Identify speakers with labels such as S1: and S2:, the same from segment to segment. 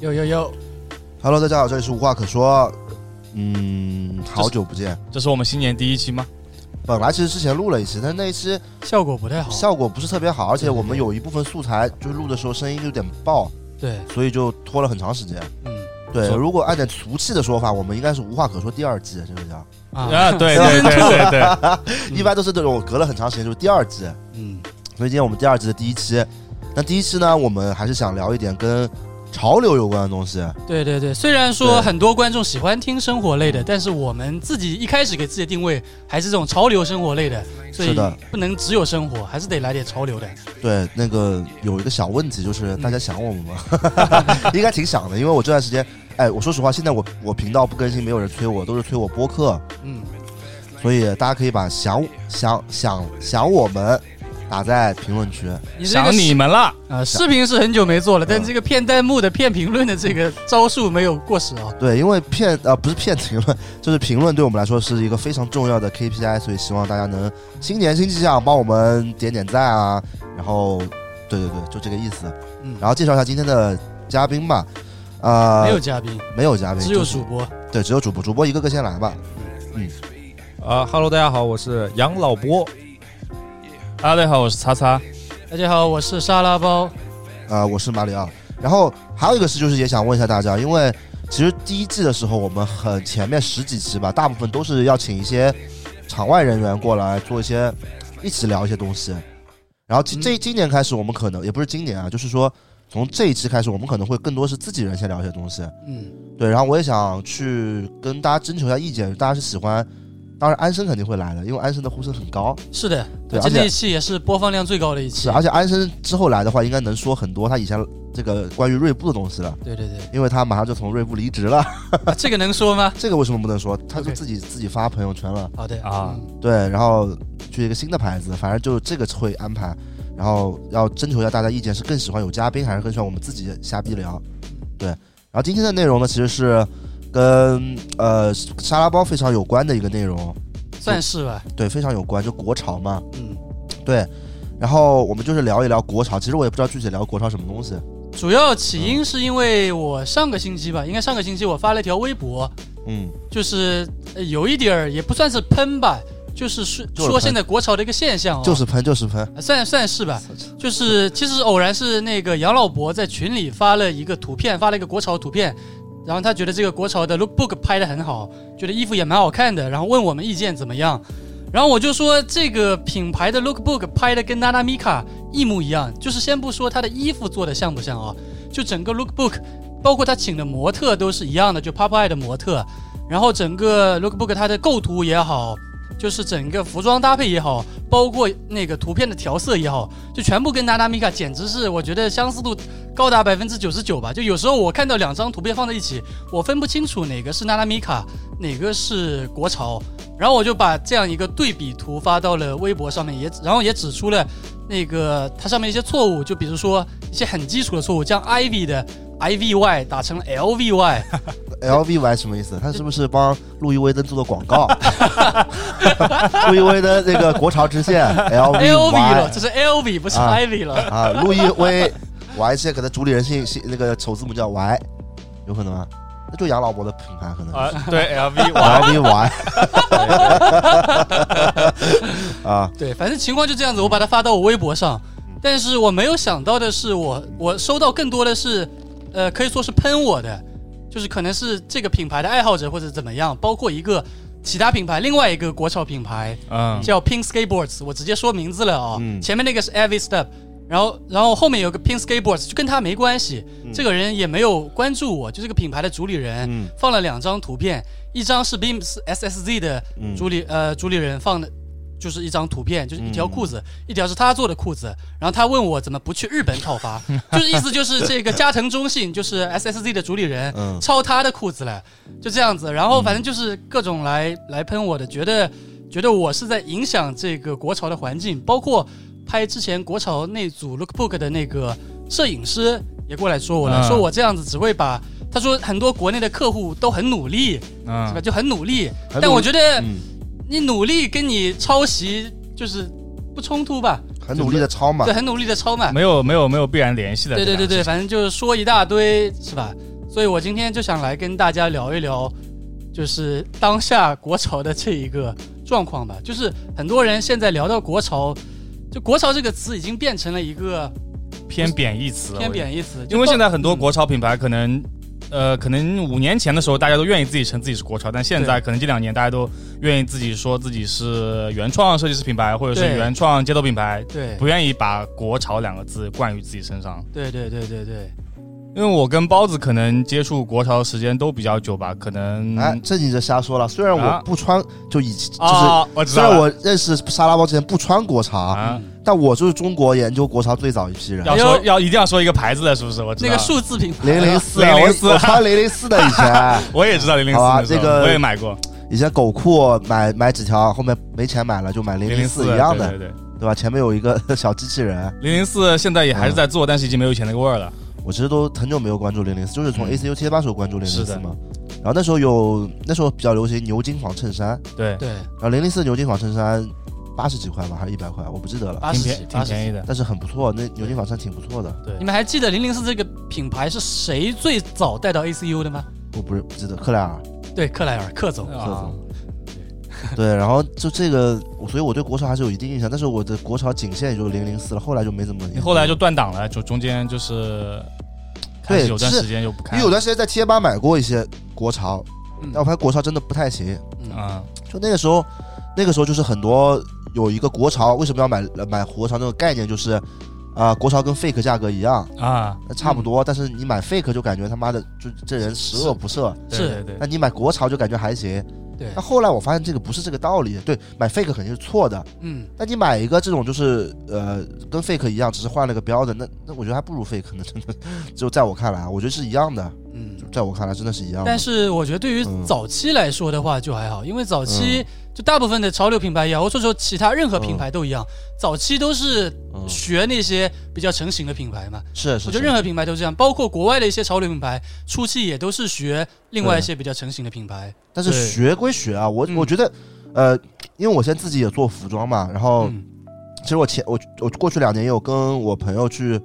S1: 呦呦呦，
S2: Hello，大家好，这里是无话可说。嗯，好久不见。
S3: 这是我们新年第一期吗？
S2: 本来其实之前录了一期，但那一期
S1: 效果不太好。
S2: 效果不是特别好，而且
S1: 哦对对
S2: 我们有一部分素材就是录的时候声音有点爆，
S1: 对，
S2: 所以就拖了很长时间。
S1: 嗯
S2: 对，
S3: 错
S2: 如果按点俗气的说法，我们应该是无话可说第二季，这个叫。
S3: 啊，
S1: 啊，
S3: 对对对对对，
S2: 一般都是这种隔了很长时间就是第二季，
S1: 嗯
S2: 所以今天我们第二季的第一期。那第一期呢，我们还是想聊一点跟潮流有关的东西。
S1: 对对对。虽然说
S2: 对
S1: 很多观众喜欢听生活类的，但是我们自己一开始给自己的定位还是这种潮流生活类的，所
S2: 是
S1: 以
S2: 的
S1: 不能只有生活，还是得来点潮流的。
S2: 对，那个有一个小问题，就是大家想我们吗？ 应该挺想的，因为我这段时间，哎，我说实话，现在我我频道不更新，没有人催我，都是催我播客，
S1: 嗯，
S2: 所以大家可以把想想想想我们打在评论区。
S1: 你这个
S3: 想你们了，
S1: 啊，视频是很久没做了，但这个骗弹幕的、骗评论的这个招数没有过时啊。
S2: 对，因为骗呃不是骗评论，就是评论对我们来说是一个非常重要的 KPI，所以希望大家能新年新气象，帮我们点点赞啊，然后对对对，就这个意思。
S1: 嗯，
S2: 然后介绍一下今天的嘉宾吧，呃，
S1: 没有嘉宾，
S2: 没有嘉宾，
S1: 只有
S2: 就是
S1: 主播。
S2: 对，只有主播，主播一个个先来吧。
S4: 啊哈喽，大家好，我是杨老波。
S3: 啊，大家好，我是擦擦，
S1: 大家好，我是沙拉包。
S2: 呃，我是马里奥。然后还有一个事就是也想问一下大家，因为其实第一季的时候我们很前面十几期吧，大部分都是要请一些场外人员过来做一些一起聊一些东西。然后这
S1: 嗯
S2: 这今年开始，我们可能也不是今年啊，就是说从这一期开始，我们可能会更多是自己人先聊一些东西。
S1: 嗯，
S2: 对，然后我也想去跟大家征求一下意见，大家是喜欢，当然安生肯定会来的，因为安生的呼声很高。
S1: 是的，
S2: 对
S1: 这
S2: 而且
S1: 那一期也是播放量最高的一期
S2: 是，。而啊且安生之后来的话，应该能说很多他以前这个关于锐步的东西了，
S1: 对对对，
S2: 因为他马上就从锐步离职了。
S1: 啊这个能说吗？
S2: 这个为什么不能说？他就
S1: OK
S2: 自己自己发朋友圈了，
S1: 好的
S3: 啊
S1: 嗯
S2: 对，然后去一个新的牌子，反正就这个会安排，然后要征求一下大家意见，是更喜欢有嘉宾，还是更喜欢我们自己瞎逼聊？对，然后今天的内容呢，其实是跟呃沙拉包非常有关的一个内容，
S1: 算是吧。
S2: 对，非常有关，就国潮嘛，
S1: 嗯，
S2: 对。然后我们就是聊一聊国潮，其实我也不知道具体聊国潮什么东西。
S1: 主要起因是因为我上个星期吧，应该上个星期我发了一条微博，
S2: 嗯，
S1: 就是呃有一点儿也不算是喷吧，就是说
S2: 就是
S1: 说
S2: 喷
S1: 现在国潮的一个现象、哦，
S2: 就是喷，就是喷。
S1: 呃算算是吧。就是其实偶然是那个杨老伯在群里发了一个图片，发了一个国潮图片，然后他觉得这个国潮的 lookbook 拍的很好，觉得衣服也蛮好看的，然后问我们意见怎么样。然后我就说这个品牌的 lookbook 拍的跟娜娜米卡一模一样，就是先不说它的衣服做的像不像啊，就整个 lookbook，包括他请的模特都是一样的，就 Popeye 的模特，然后整个 lookbook 它的构图也好，就是整个服装搭配也好，包括那个图片的调色也好，就全部跟娜娜米卡简直是我觉得相似度高达百分之九十九吧。就有时候我看到两张图片放在一起，我分不清楚哪个是娜娜米卡，哪个是国潮。然后我就把这样一个对比图发到了微博上面，也然后也指出了那个它上面一些错误，就比如说一些很基础的错误，将 Ivy 的 Ivy 打成了 LVY，
S2: LVY 什么意思？他是不是帮路易威登做的广告？路易威登那个国潮支线
S1: LV 了，
S2: LVY
S1: 这是 LV 不是
S2: 啊
S1: Ivy 了。
S2: 啊，路易威 Y 现在可能主理人姓姓那个首字母叫 Y，有可能吗？那就杨老伯的品牌可能
S3: 啊， 对，LV，哇
S2: LVY 啊，
S1: 对，反正情况就这样子，我把它发到我微博上。但是我没有想到的是我，我收到更多的是，呃，可以说是喷我的，就是可能是这个品牌的爱好者或者怎么样，包括一个其他品牌，另外一个国潮品牌
S3: 嗯，
S1: 叫 Pink Skateboards，我直接说名字了啊、
S2: 啊嗯
S1: 前面那个是 Every Step，然后然后后面有个 Pink Skateboards，就跟他没关系，这个人也没有关注我，就这个品牌的主理人、
S2: 嗯
S1: 放了两张图片，一张是 Beams SSZ 的
S2: 嗯
S1: 主理呃主理人放的，就是一张图片，就是一
S2: 嗯
S1: 条裤子，一条是他做的裤子。然后他问我怎么不去日本讨 伐，就是意思就是这个加藤忠信就是 SSZ 的主理人
S2: 嗯
S1: 抄他的裤子了，就这样子。然后反正就是各种来来喷我的，觉得觉得我是在影响这个国潮的环境，包括拍之前国潮那组 lookbook 的那个摄影师也过来说我了，
S2: 啊
S3: 嗯
S1: 说我这样子只会把。他说很多国内的客户都很努力，是吧？
S3: 嗯，
S1: 就很努力，
S2: 啊很
S1: 但
S2: 努
S1: 我觉得
S2: 嗯，
S1: 你努力跟你抄袭就是不冲突吧？
S2: 嗯很努力的抄嘛
S1: 对，，很努力的抄嘛。
S3: 没有没有没有必然联系的，
S1: 对对对啊
S3: 这
S1: 对，
S3: 两个
S1: 反正就是说一大堆是吧？所以我今天就想来跟大家聊一聊，就是当下国潮的这一个状况吧。就是很多人现在聊到国潮，就国潮这个词已经变成了一个
S3: 偏贬义词，
S1: 偏贬义嗯词，
S3: 因为现
S1: 在
S3: 在很多国潮品牌可能，呃，可能五年前的时候大家都愿意自己称自己是国潮，但现在可能这两年大家都愿意自己说自己是原创设计师品牌或者是
S1: 对
S3: 原创街头品牌，
S1: 对
S3: 不愿意把国潮两个字冠于自己身上。
S1: 对对对对对，
S3: 因为我跟包子可能接触国潮的时间都比较久吧，可能
S2: 哎，这你就瞎说了。虽然我
S3: 嗯啊
S2: 不穿，就以就是、
S3: 啊，我知
S2: 虽
S3: 道
S2: 然
S3: 了
S2: 我哎认识沙拉包之前不穿国潮，
S3: 啊，
S1: 嗯
S2: 但我就是中国研究国潮最早一批人。
S3: 要
S1: 哎
S3: 说
S1: 呦
S3: 要一定要说一个牌子的，是不是？我知道
S1: 那个数字品牌
S2: 零零 四，
S3: 004
S2: 我我穿零零四的以前，
S3: 我也知道零零
S2: 好吧
S3: 四，
S2: 这个
S3: 我也买过
S2: 以前狗裤买买纸条，后面没钱买了就买零
S3: 零零
S2: 四
S3: 四
S2: 一样的，
S3: 对对对。
S2: 对吧？前面有一个 小机器人，
S3: 零零四现在也还
S2: 嗯
S3: 是在做，但是已经没有以前那个味儿了。
S2: 我其实都很久没有关注零零四，就是从
S3: 嗯
S2: ACU 贴吧时候关注零零
S3: 是
S2: 四
S3: 的
S2: 嘛。然后那时候有那时候比较流行牛津纺衬衫，
S3: 对，
S1: 对
S2: 然后零零四牛津纺衬衫八十几块吧，还是一百块，我不记得了，
S1: 八十
S3: 挺
S1: 几
S3: 便
S1: 八
S3: 挺
S1: 十
S3: 便
S1: 几。
S3: 宜的。
S2: 但是很不错，那牛津纺衬挺不错的。
S1: 你们还记得零零四这个品牌是谁最早带到 ACU 的吗？
S2: 我不是不记得克莱尔，
S1: 对，克莱尔克总。
S2: 克
S3: 啊
S2: 总。对，然后就这个，我所以我对国潮还是有一定印象，但是我的国潮仅限也就零零四了，后来就没怎么研究。
S3: 你后来就断档了，就中间就是开
S2: 对
S3: 始有段
S2: 是
S3: 时间就不
S2: 因
S3: 看
S2: 为有段时间在贴吧买过一些国潮，
S1: 嗯
S2: 但我发现国潮真的不太行。
S1: 嗯
S3: 啊，
S2: 就那个时候，那个时候就是很多有一个国潮，为什么要买买国潮那个概念就是，啊、国潮跟 fake 价格一样，
S3: 啊，
S2: 差不多，但是你买 fake 就感觉他妈的就这人十恶不赦，
S3: 对
S1: 是
S3: 对
S2: 那
S3: 对，
S2: 你买国潮就感觉还行。
S1: 对
S2: 但后来我发现这个不是这个道理，对，买 fake 肯定是错的，
S1: 嗯，
S2: 那你买一个这种就是呃跟 fake 一样，只是换了个标的，那那我觉得还不如 fake 呢，真的。就在我看来啊，我觉得是一样的，
S1: 嗯
S2: 就，在我看来真的是一样的。
S1: 但是我觉得对于
S2: 啊嗯
S1: 早期来说的话就还好，因为早期就大部分的潮流品牌也好，或者说其他任何品牌都一样，早期都是
S2: 嗯
S1: 学那些比较成型的品牌嘛。
S2: 是是
S1: 我觉得
S2: 是
S1: 任何品牌都这样，包括国外的一些潮流品牌，初期也都是学另外一些比较成型的品牌。
S2: 但是
S3: 对
S2: 学归学啊，我
S1: 嗯
S2: 我觉得呃，因为我现在自己也做服装嘛，然后
S1: 嗯
S2: 其实我前我我过去两年也有跟我朋友去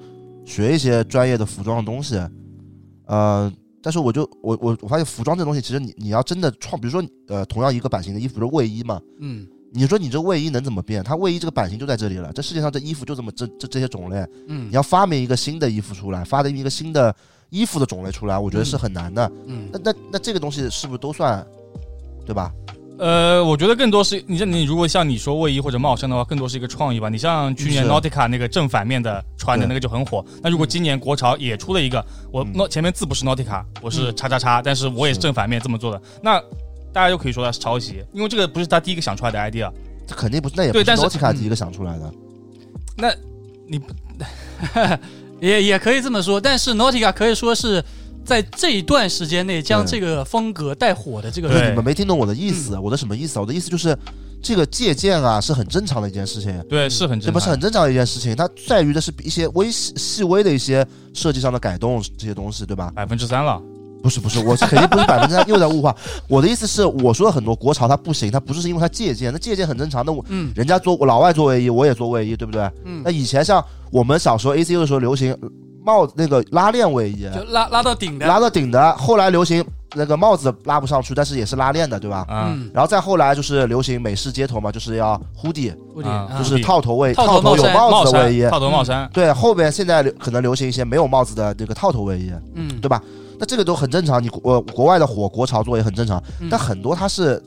S2: 学一些专业的服装的东西，呃。但是我就我我我发现服装这东西，其实你你要真的创，比如说呃，同样一个版型的衣服，比如说卫衣嘛，
S1: 嗯
S2: 你说你这卫衣能怎么变？它卫衣这个版型就在这里了，这世界上这衣服就这么这这这些种类，
S1: 嗯
S2: 你要发明一个新的衣服出来，发明一个新的衣服的种类出来，我觉得是很难的。
S1: 嗯
S2: 那那那这个东西是不是都算，对吧？
S3: 呃，我觉得更多是你像你如果像你说卫衣或者帽衫的话，更多是一个创意吧。你像去年
S2: 是
S3: Nautica 那个正反面的穿的
S2: 对
S3: 那个就很火。那如果
S1: 嗯
S3: 今年国潮也出了一个，我
S2: 嗯
S3: 那前面字不是 Nautica，我是
S1: 嗯
S3: 叉叉叉，但是我也
S2: 是
S3: 是正反面这么做的，那大家就可以说它是抄袭，因为这个不是他第一个想出来的 idea。
S2: 这肯定不是，那也不
S3: 对但是
S2: n o t i c a 第一个想出来的。
S3: 那
S1: 也也可以这么说，但是 Nautica 可以说是在这一段时间内将
S2: 对
S1: 这个风格带火的这个
S2: 就是
S3: 对
S2: 你们没听懂我的意思，我的什么意思啊？我的意思就是，这个借鉴啊是很正常的一件事情，
S3: 对是很
S2: 嗯这
S3: 正
S2: 不是
S3: 常
S2: 很。正常的一件事情，它在于的是一些微细细微的一些设计上的改动这些东西，对吧？
S3: 百分之三了，
S2: 不是不是，我是肯定不是百分之三， 又在物化。我的意思是，我说的很多国潮它不行，它不是因为它借鉴，那借鉴很正常。那我
S1: 嗯
S2: 人家做老外做卫衣，我也做卫衣，对不对？
S1: 嗯
S2: 那，以前像我们小时候 ACU 的时候流行帽子那个拉链卫衣，
S1: 就拉拉到顶的，
S2: 拉到顶的，后来流行那个帽子拉不上去，但是也是拉链的，对吧？
S3: 啊，
S1: 嗯，
S2: 然后再后来就是流行美式街头嘛，就是要 hoodie，
S1: 不顶
S3: 啊
S1: 啊
S2: 就是套头卫
S1: 套头
S2: 套头有
S1: 帽衫
S2: 帽
S3: 帽
S2: 子的卫衣
S3: 衫，。套头帽衫，
S2: 对，后边现在流可能流行一些没有帽子的那个套头卫衣。
S1: 嗯
S2: 对吧？那这个都很正常，你国呃国外的火国潮做也很正常，
S1: 嗯
S2: 但很多它是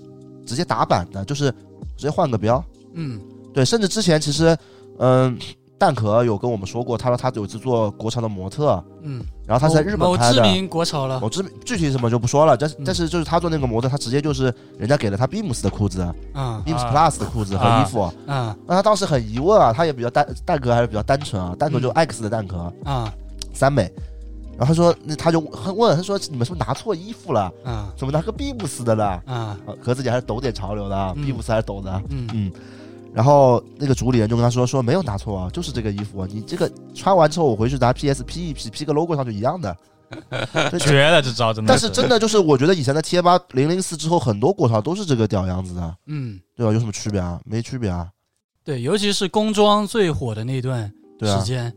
S2: 直接打板的，就是直接换个标。
S1: 嗯
S2: 对，甚至之前其实，嗯，蛋壳有跟我们说过，他说他有次做国潮的模特，
S1: 嗯，
S2: 然后他是在日本
S1: 某
S2: 拍
S1: 知
S2: 的。
S1: 名国潮了，
S2: 某知名具体什么就不说了，但是
S1: 嗯
S2: 但是就是他做那个模特，他直接就是人家给了他 Beams 的裤子、
S1: 啊
S2: Beams Plus 的裤子和衣服，
S1: 啊
S2: 那他当时很疑问啊，他也比较蛋蛋壳还是比较单纯啊，蛋壳
S1: 嗯
S2: 就 X 的蛋壳，
S1: 啊
S2: 三美。然后他说，那他就问，他说你们是不是拿错衣服了？
S1: 啊
S2: 怎么拿个比布斯的呢？
S1: 啊，
S2: 啊壳自己还是懂点潮流的啊，
S1: 嗯
S2: 比布斯还是懂的。
S1: 嗯
S2: 嗯，然后那个主理人就跟他说说没有拿错啊，就是这个衣服啊，你这个穿完之后我回去拿 PS P 一 P P 个 logo 上去一样的。对
S3: 绝了这招
S1: 嗯
S3: 真
S2: 嗯
S3: 的。
S2: 但是真的就是我觉得以前的贴吧零零四之后，很多国潮都是这个屌样子的，
S1: 嗯，
S2: 对吧？有什么区别啊？没区别啊。
S1: 对，尤其是工装最火的那段
S2: 对
S1: 时
S2: 啊，
S1: 间，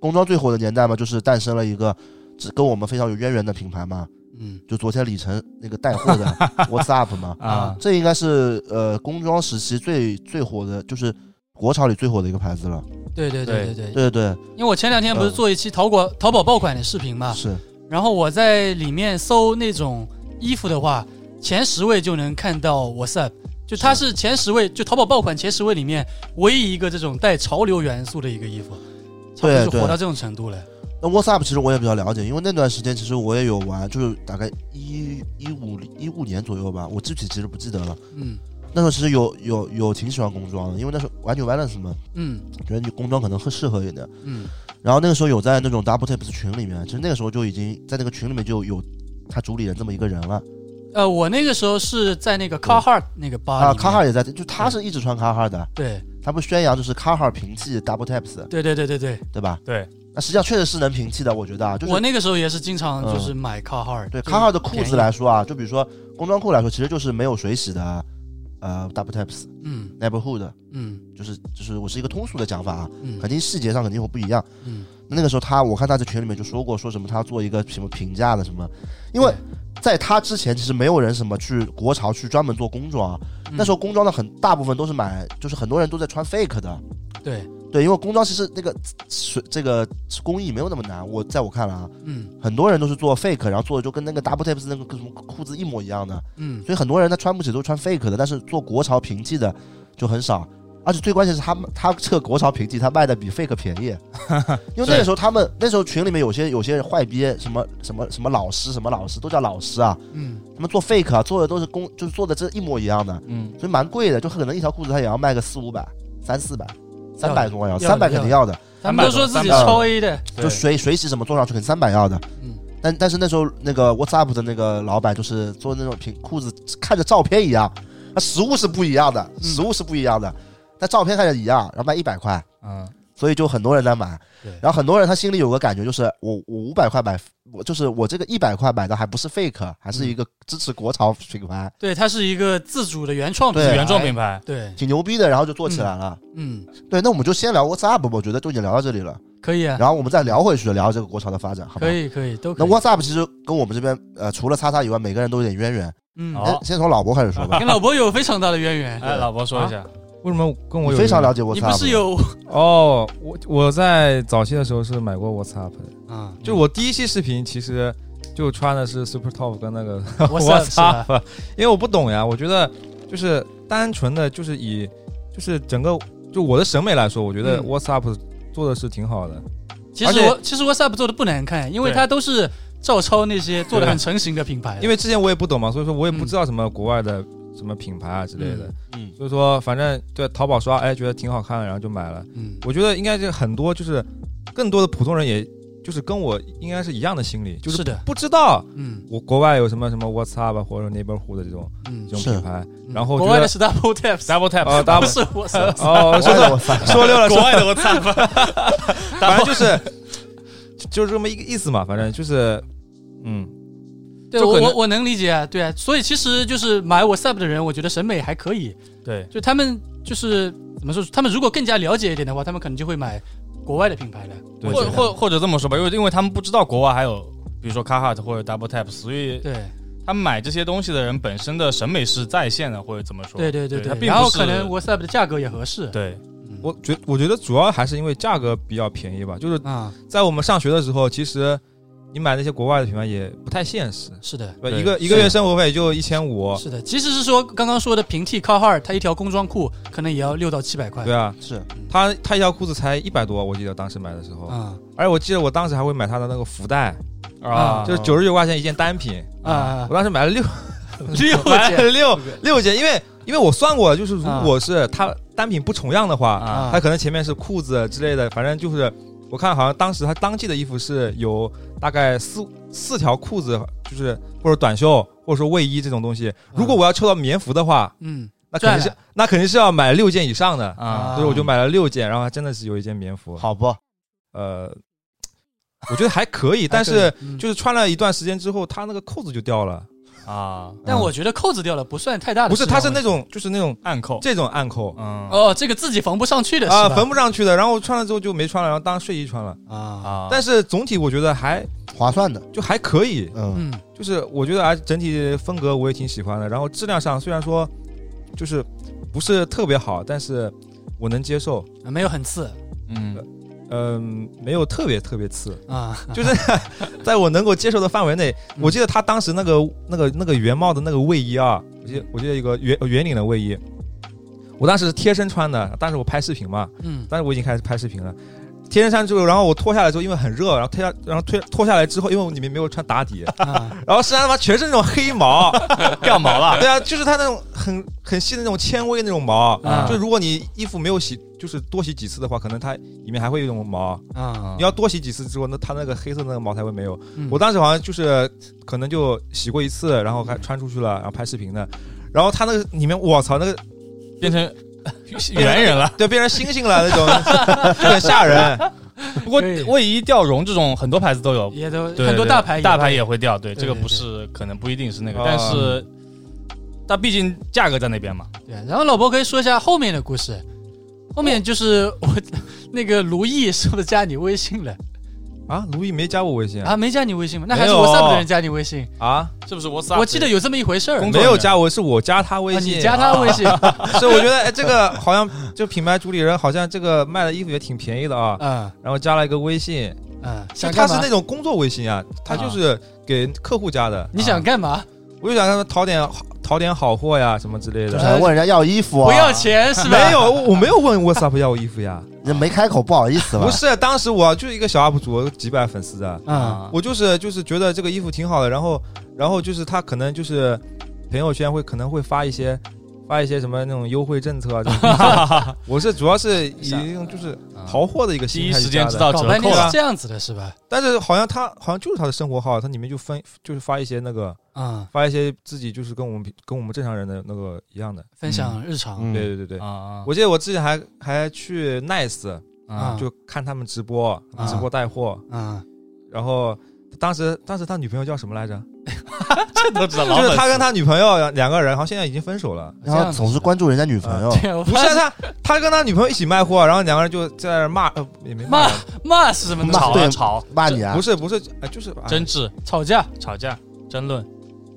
S2: 工装最火的年代嘛，就是诞生了一个这跟我们非常有渊源的品牌嘛，
S1: 嗯，
S2: 就昨天李晨那个带 货的 WhatsApp 嘛，
S3: 啊
S2: 这应该是呃工装时期最最火的，就是国潮里最火的一个牌子了。
S1: 对对对对对，
S2: 对对
S1: 因为我前两天不是做一期淘宝淘宝爆款的视频
S2: 对，
S1: 嘛，
S2: 是
S1: 然后我在里面搜那种衣服的话，前十位就能看到 WhatsApp，就它是前十位，就淘宝爆款前十位里面唯一一个这种带潮流元素的一个衣服，差不多
S2: 对
S1: 就
S2: 对
S1: 火到这种程度了。
S2: 那 WhatsApp 其实我也比较了解，因为那段时间其实我也有玩，就是大概一一五一五年左右吧，我具体其实不记得了。
S1: 嗯
S2: 那时候其实有有有挺喜欢工装的，因为那时候玩 New Balance 嘛，
S1: 嗯
S2: 觉得你工装可能会适合一点。
S1: 嗯
S2: 然后那个时候有在那种 Double Tips 群里面，其实那个时候就已经在那个群里面就有他主理人这么一个人了
S1: 呃，我那个时候是在那个 Carhartt 那个吧
S2: 啊。卡哈也在，就他是一直穿卡哈的，
S1: 对
S2: 他不宣扬就是卡哈平替 Double Tips
S1: 对对对对对，
S2: 对吧？
S3: 对，
S2: 那实际上确实是能平替的，我觉得啊，就是嗯
S1: 我那个时候也是经常就是买 Carhartt，
S2: 对
S1: 就是
S2: 卡哈的裤
S1: 便宜
S2: 子来说啊，就比如说工装裤来说，其实就是没有水洗的，呃，Double Tips
S1: 嗯
S2: Neighborhood，
S1: 嗯
S2: 就是就是我是一个通俗的讲法啊，
S1: 嗯
S2: 肯定细节上肯定会不一样。
S1: 嗯，
S2: 那那个时候他，我看他在群里面就说过，说什么他要做一个什么评价的什么，因为在他之前其实没有人什么去国潮去专门做工装啊，
S1: 嗯
S2: 那时候工装的很大部分都是买，就是很多人都在穿 fake 的，
S1: 对
S2: 对，因为工装其实那个水这个工艺没有那么难，我在我看来啊，
S1: 嗯
S2: 很多人都是做 fake，然后做的就跟那个 double tips 那个什么裤子一模一样的，
S1: 嗯
S2: 所以很多人他穿不起都穿 fake 的，但是做国潮平替的就很少。而且最关键是他们，他这个国潮平替他卖的比 fake 便 宜，因为那个时候他们那时候群里面有些有些坏逼什么什么什么老师什么老师都叫老师啊，
S1: 嗯
S2: 他们做 fake 啊做的都是工就是做的这一模一样的，
S3: 嗯，
S2: 所以蛮贵的，就可能一条裤子他也要卖个四五百、三四百、三百多要，
S1: 要的
S2: 三百肯定要的，
S1: 他们都说自己
S2: 300多
S1: 超 A 的，
S3: 对
S2: 就水水洗什么做上去肯定三百要的。
S1: 嗯
S2: 但但是那时候那个 WhatsApp 的那个老板就是做那种品裤子，看着照片一样，那实物是不一样
S1: 嗯
S2: 的，实物是不一样的，但照片看着一样，然后卖一百块，
S3: 嗯，
S2: 所以就很多人在买
S1: 对。
S2: 然后很多人他心里有个感觉，就是我我五百块买，我就是我这个一百块买的还不是 fake，还
S1: 嗯
S2: 是一个支持国潮品牌，
S1: 对，它是一个自主的原创品
S2: 对哎
S1: 牌，
S3: 原创品牌，
S1: 对，
S2: 挺牛逼的，然后就做起来了。
S1: 嗯，
S2: 对，那我们就先聊 WhatsApp，吧我觉得就已经聊到这里了，
S1: 可以啊，
S2: 然后我们再聊回去，聊这个国潮的发展，好吧
S1: 可？以可以都可
S2: 那
S1: 以，
S2: WhatsApp 其实跟我们这边呃，除了叉叉以外，每个人都有点渊源。哎
S1: 嗯，
S3: 好
S2: 先先从老伯开始 说吧，
S1: 跟老伯有非常大的渊源。
S3: 哎，老婆说一
S2: 啊
S3: 下，
S4: 为什么跟我
S2: 你
S4: 有
S2: 非常
S4: 了
S2: 了解 WhatsApp，
S1: 你不是有
S4: 哦，我我在早期的时候是买过 WhatsApp 的，
S1: 啊？
S4: 就我第一期视频其实就穿的是 Super Top 跟那个
S1: WhatsApp 是吧
S4: WhatsApp，因为我不懂呀，我觉得就是单纯的就是以就是整个就我的审美来说，我觉得
S1: 嗯
S4: WhatsApp 做的是挺好
S2: 嗯
S4: 的，
S1: 其
S4: 而
S1: 实
S4: 且
S1: 我其实 WhatsApp 做的不难看，因为
S3: 对
S1: 它都是照抄那些做的很成型的品牌。
S4: 因为之前我也不懂嘛，所以说我也不
S1: 嗯
S4: 知道什么国外的什么品牌啊之类的，
S2: 嗯，
S4: 所以说反正对淘宝刷，哎，觉得挺好看的，然后就买了。
S1: 嗯
S4: 我觉得应该是很多就是更多的普通人也。就是跟我应该是一样的心理，就是
S1: 的
S4: 不知道
S1: 嗯
S4: 我国外有什么什么 WhatsApp 啊或者 Neighborhood 的这种
S1: 嗯
S4: 这，种
S2: 是
S4: 品牌，
S1: 嗯
S4: 然后我
S1: 国
S4: 觉
S1: 外
S4: 得
S1: 的是 Double Taps，
S3: ，Double Tap，
S4: 哦
S1: 不
S4: ，double
S1: 是 WhatsApp。
S4: 哦，说
S2: 的
S4: 的
S2: 我 操，
S4: 说溜了，
S3: 国
S4: 说
S3: 外的 WhatsApp，
S4: 反正就是就就是这么一个意思嘛，反正就是嗯，
S1: 对
S4: 就
S1: 我
S4: 可能
S1: 我我能理解啊，对啊，所以其实就是买 WhatsApp 的人，我觉得审美还可以，
S3: 对，
S1: 就他们就是怎么说，他们如果更加了解一点的话，他们可能就会买国外的品牌了。
S4: 对
S1: 我
S3: 或
S1: 觉得
S3: 或或者这么说吧，因为因为他们不知道国外还有。比如说 Carhartt 或者 Double Tap，所以
S1: 对
S3: 他们买这些东西的人本身的审美是在线的，或者怎么说？
S1: 对对对
S3: 他并不是
S1: 然后可能 WhatsApp 的价格也合适。
S3: 对
S1: 嗯
S4: 我觉我觉得主要还是因为价格比较便宜吧，就是
S1: 啊，
S4: 在我们上学的时候，其实你买那些国外的品牌也不太现实，
S1: 是的，
S4: 对吧？
S3: 对
S4: 一个一
S3: 是
S4: 个月啊生活费就一千五，
S1: 是的，即使是说刚刚说的平替 Carhartt，它一条工装裤可能也要六到七百块。
S4: 对啊，
S2: 是
S4: 他他一条裤子才一百多，我记得当时买的时候，
S1: 啊
S4: 而且我记得我当时还会买他的那个福袋，
S1: 啊
S4: 就是九十九块钱一件单品，
S1: 啊啊
S4: 我，当时买了六
S1: 六啊
S4: 买了
S1: 件
S4: 六六件，因为因为我算过，就是如果是它单品不重样的话，
S3: 啊，
S4: 它可能前面是裤子之类的，反正就是我看好像当时它当季的衣服是有大概四四条裤子，就是或者短袖或者说卫衣这种东西。如果我要抽到棉服的话，
S1: 嗯
S4: 那肯定是
S1: 啊赚
S4: 那肯定是要买六件以上的，
S3: 啊
S4: 所以我就买了六件，然后还真的是有一件棉
S1: 啊
S4: 服，
S2: 好不？
S4: 呃，我觉得还可 以， 但是
S1: 嗯
S4: 就是穿了一段时间之后，它那个扣子就掉了。
S3: 啊，
S1: 但
S4: 嗯
S1: 我觉得扣子掉了不算太大的
S4: 不
S1: 质
S4: 是，
S1: 量
S4: 它
S1: 问题，
S4: 是那种就是那种
S3: 暗扣，
S4: 这种暗扣
S3: 嗯
S1: 哦，这个自己缝不上哦去的是
S4: 啊，
S1: 吧？
S4: 缝不上去的。然后穿了之后就没穿了，然后当睡衣穿了。
S1: 啊
S3: 啊，
S4: 但是总体我觉得还
S2: 划算的，
S4: 就还可以。
S2: 嗯
S1: 嗯，
S4: 就是我觉得啊，整体风格我也挺喜欢的。然后质量上虽然说就是不是特别好，但是我能接受。
S1: 啊没有很次
S3: 嗯
S4: 嗯，没有特别特别次，
S1: 啊，
S4: 就是在我能够接受的范围内。
S1: 嗯
S4: 我记得他当时那个那个那个圆帽的那个卫衣啊，
S1: 嗯
S4: 我记得我记得一个圆圆领的卫衣，我当时是贴身穿的，当时我拍视频嘛，
S1: 嗯
S4: 当时我已经开始拍视频了。贴身穿之后，然后我脱下来之后，因为很热，然后脱下，然后脱脱下来之后，因为我里面没有穿 打底，
S1: 啊，
S4: 然后身上他妈全是那种 黑毛，
S3: 掉毛 了，
S4: 对啊，就是它那种很很细的那种纤维那种毛，
S1: 啊
S4: 就如果你衣服没有洗，就是多洗几次的话，可能它里面还会有一种毛。
S1: 啊，
S4: 你要多洗几次之后，那它那个黑色那个毛才会没有。
S1: 嗯
S4: 我当时好像就是可能就洗过一次，然后还穿出去了，然后拍视频的。然后它那个里面，我操，那个
S3: 变成猿人了。
S4: 对变成猩猩了那种，就很吓人。
S3: 不过
S1: 可以
S3: 卫衣掉绒这种很多牌子都有，
S1: 也都
S3: 对
S1: 很多
S3: 对
S1: 大牌
S3: 大牌
S1: 有
S3: 也会掉。对，
S1: 对
S3: 这个
S1: 对
S3: 不是可能不一定是那个
S4: 啊，
S3: 但是但毕竟价格在那边嘛。
S1: 对，然后老伯可以说一下后面的故事。后面就是我 那个卢毅是不是加你微信 了
S4: 啊，卢毅没加我微信啊
S1: 啊？没加你微信吗？那还是
S4: 没有
S1: WhatsApp 的人加你微 信。
S4: 啊，
S3: 是不是我
S1: 我记得有这么一回事儿，
S3: 工作人
S4: 没
S3: 员
S4: 有加我，是我加他微
S1: 啊
S4: 信，
S1: 你加他 微信啊
S4: 所以我觉得哎，这个好像就品牌主理人好像这个卖的衣服也挺便宜的啊，
S1: 啊
S4: 然后加了一个微信，
S1: 啊！
S4: 就
S1: 想
S4: 他
S1: 干
S4: 是
S1: 嘛
S4: 那？种工作微信啊，他就是给客户加的。
S1: 你想
S4: 啊，
S1: 干嘛？
S4: 我就想让他讨点讨点好货呀，什么之类
S2: 就是
S4: 的。
S2: 还问人家要衣服啊，
S1: 不要，钱是吧？
S4: 没有，我没有问 WhatsApp 要我衣服 呀，
S2: 人没开口不好意思吧
S4: 不？是，当时我就是一个小 UP 主，几百粉丝的，
S1: 啊，
S3: 嗯
S4: 我就是就是觉得这个衣服挺好的，然后然后就是他可能就是朋友圈会可能会发一些发一些什么那种优惠政策啊这种， 我是主要是以一种就是淘货的一个
S3: 啊第
S4: 心
S3: 一
S4: 态去
S3: 时间
S4: 加
S3: 知
S4: 的
S3: 道
S1: 搞
S3: 折
S1: 半
S3: 扣
S1: 天是
S3: 了，
S1: 这样子的是吧？
S4: 但是好像他好像就是他的生活号，他里面就分就是发一些那个
S1: 啊，
S4: 发一些自己就是跟我们平跟我们正常人的那个一样的。
S1: 分享日常
S2: 嗯
S4: 对对对对，
S3: 啊
S4: 我记得我之前还还去 Nice
S1: 啊
S4: 嗯就看他们直播，
S1: 啊
S4: 直播带货，
S1: 啊，
S4: 然后。当时，当时他女朋友叫什么来着？
S3: 这都知道，
S4: 就是他跟
S3: 他
S4: 他女朋友两个人，好像现在已经分手了。
S2: 然后总是关注人家女朋友，
S1: 对，我
S4: 不
S1: 发
S4: 是啊
S1: 现
S4: 他，他跟他女朋友一起卖货，然后两个人就在那儿骂，呃，也没
S1: 骂
S4: 人
S1: 骂是什么东西
S3: 吵
S2: 对
S3: 啊吵，
S2: 骂你啊
S4: 不，是不是，呃就是哎
S3: 争执、
S1: 吵架
S3: 吵架、争论，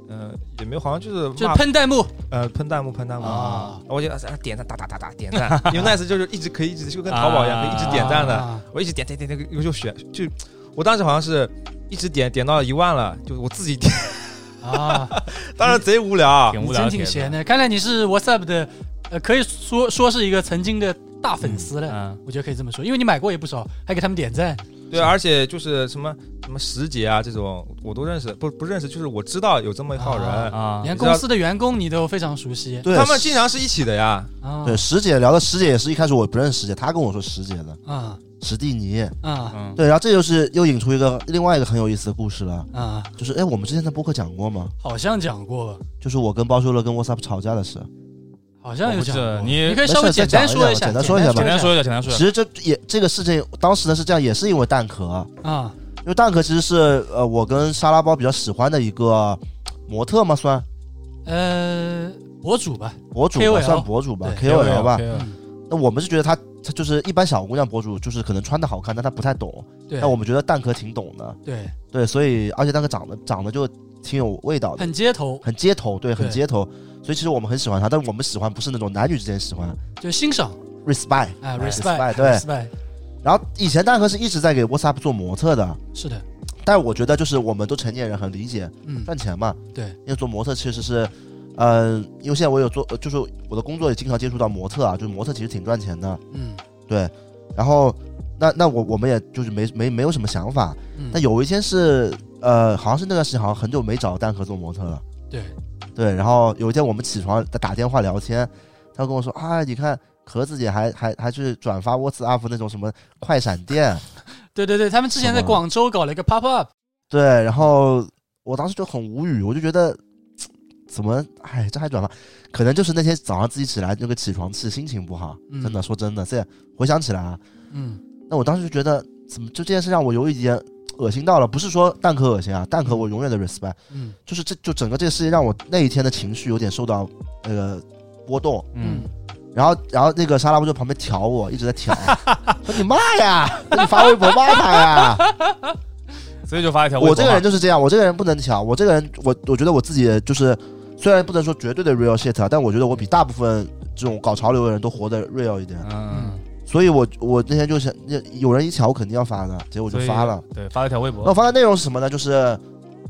S4: 呃，也没有，好像就是
S1: 就
S4: 骂，
S1: 喷弹幕
S4: 呃，喷弹幕，喷弹幕
S1: 啊
S4: 我就在那点赞，打打打打点赞，因为 Nice 就是一直可以一直就跟淘宝一样，
S3: 啊
S4: 可以一直点赞的。
S1: 啊
S4: 我一直点点点点，我就选就，我当时好像是一直点点到了一万了，就我自己点，
S1: 啊，
S4: 当时贼无聊啊。
S3: 挺
S1: 你
S3: 无聊
S1: 真
S3: 的
S1: 挺
S3: 帖子
S1: 闲。的。看来你是 WhatsApp 的，呃，可以说说是一个曾经的大粉丝了。
S3: 嗯，
S1: 我觉得可以这么说，因为你买过也不少，还给他们点赞。
S4: 对，而且就是什么什么石姐啊这种，我都认识，不不认识，就是我知道有这么一号人，
S1: 啊
S3: 啊，
S1: 连
S4: 你知道
S1: 公司的员工你都非常熟悉
S2: 对，
S4: 他们经常是一起的呀。
S1: 啊
S2: 对石姐聊的石姐也是一开始我不认识石姐，她跟我说石姐的
S1: 啊
S2: 史蒂尼，
S1: 啊
S3: 嗯，
S2: 对，然后这就是又引出一个另外一个很有意思的故事了，
S1: 啊！
S2: 就是哎，我们之前在播客讲过吗？
S1: 好像讲过，
S2: 就是我跟包修乐跟 WhatsApp 吵架的事，
S1: 好像有讲
S3: 我
S1: 过。
S3: 不记得你
S1: 可以稍微简单说
S2: 没事再讲一下吧
S1: 下，
S2: 简单说一下吧
S3: 简单说一下，简单说一
S2: 其
S3: 下，
S2: 实这也这个事情当时呢是这样，也是因为蛋壳，
S1: 啊
S2: 因为蛋壳其实是呃我跟沙拉包比较喜欢的一个模特嘛，算
S1: 呃博主吧，
S2: 博主
S1: KOL
S2: 吧，算博主吧
S1: 对
S2: ，KOL 吧。
S3: KOL
S2: 那我们是觉得她她就是一般小姑娘博主，就是可能穿的好看，但她不太懂。
S1: 对
S2: 但我们觉得蛋壳挺懂的，
S1: 对
S2: 对，所以而且蛋壳长得长得就挺有味道的，
S1: 很街头，
S2: 很街头，对，很
S1: 对
S2: 街头。所以其实我们很喜欢她，但我们喜欢不是那种男女之间喜欢
S1: 就欣赏
S2: ，respect。
S1: 啊
S2: 哎 respect，
S1: respect
S2: 对
S1: respect
S2: 然后以前蛋壳是一直在给 WhatsApp 做模特的，
S1: 是的，
S2: 但我觉得就是我们都成年人很理解，
S1: 嗯
S2: 赚钱嘛。
S1: 对
S2: 因为做模特其实是，呃，因为现在我有做，呃就是我的工作也经常接触到模特啊，就是模特其实挺赚钱的，
S1: 嗯
S2: 对。然后，那那我我们也就是没没没有什么想法。
S1: 嗯，
S2: 但有一天是，呃，好像是那段时间好像很久没找蛋壳做模特了，
S1: 对
S2: 对。然后有一天我们起床打电话聊天，他跟我说啊，你看壳子姐还还还去转发 WhatsApp 那种什么快闪店，
S1: 对对对，他们之前在
S2: 什么
S1: 广州搞了一个 pop up，
S2: 对，然后我当时就很无语，我就觉得怎么，哎，这还转发？可能就是那天早上自己起来那个起床气，心情不好，
S1: 嗯
S2: 真的说真的，现在回想起来啊，
S1: 嗯
S2: 那我当时就觉得怎么就这件事让我有一点恶心到了，不是说蛋壳恶心啊，蛋壳我永远的 respect，
S1: 嗯
S2: 就是这就整个这个事情让我那一天的情绪有点受到呃波动，
S1: 嗯
S3: 嗯，
S2: 然后然后那个沙拉布就旁边挑我，一直在挑，说你骂呀，你发微博骂他呀。
S3: 所以就发了一条微博
S2: 我
S3: 嘛。
S2: 这个人就是这样，我这个人不能挑，我这个人我我觉得我自己就是虽然不能说绝对的 real shit，啊但我觉得我比大部分这种搞潮流的人都活得 real 一点，
S3: 嗯，
S2: 所以我我那天就想，那有人一挑我肯定要发的，结果我就
S3: 所以
S2: 发了。
S3: 对，发了一条微
S2: 那我
S3: 博。
S2: 发的内容是什么呢？就是，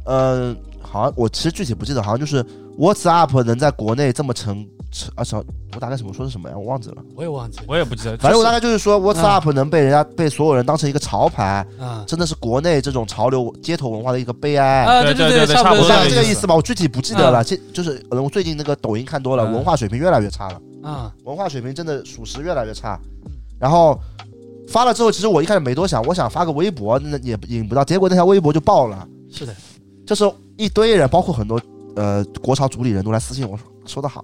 S2: 呃，好像我其实具体不记得，好像就是 WhatsApp 能在国内这么成成啊什么？我大概怎么说是什么呀？我忘记了。
S1: 我也忘记了
S3: 我也不记得，
S2: 反正我大
S3: 概
S2: 概就是说
S3: 嗯
S2: WhatsApp 能被人家被所有人当成一个潮牌，
S1: 啊
S2: 真的是国内这种潮流街头文化的一个悲哀。
S1: 啊，
S3: 对
S1: 对
S3: 对对
S1: 差
S3: 差不
S1: 不
S3: 多
S1: 多
S2: 大概这
S3: 这
S2: 个
S3: 个
S2: 意
S3: 意
S2: 思嗯
S3: 思
S2: 吧，我具体不记得了。这就是可能我最近那个抖音看多了，
S3: 嗯
S2: 文化水平越来越差了，
S1: 啊，
S2: 文化水平真的属实越来越差。然后发了之后，其实我一开始没多想，我想发个微博，那也引不到，结果那条微博就爆了，
S1: 是的，
S2: 就是一堆人，包括很多呃国潮主理人都来私信我说。说的 好，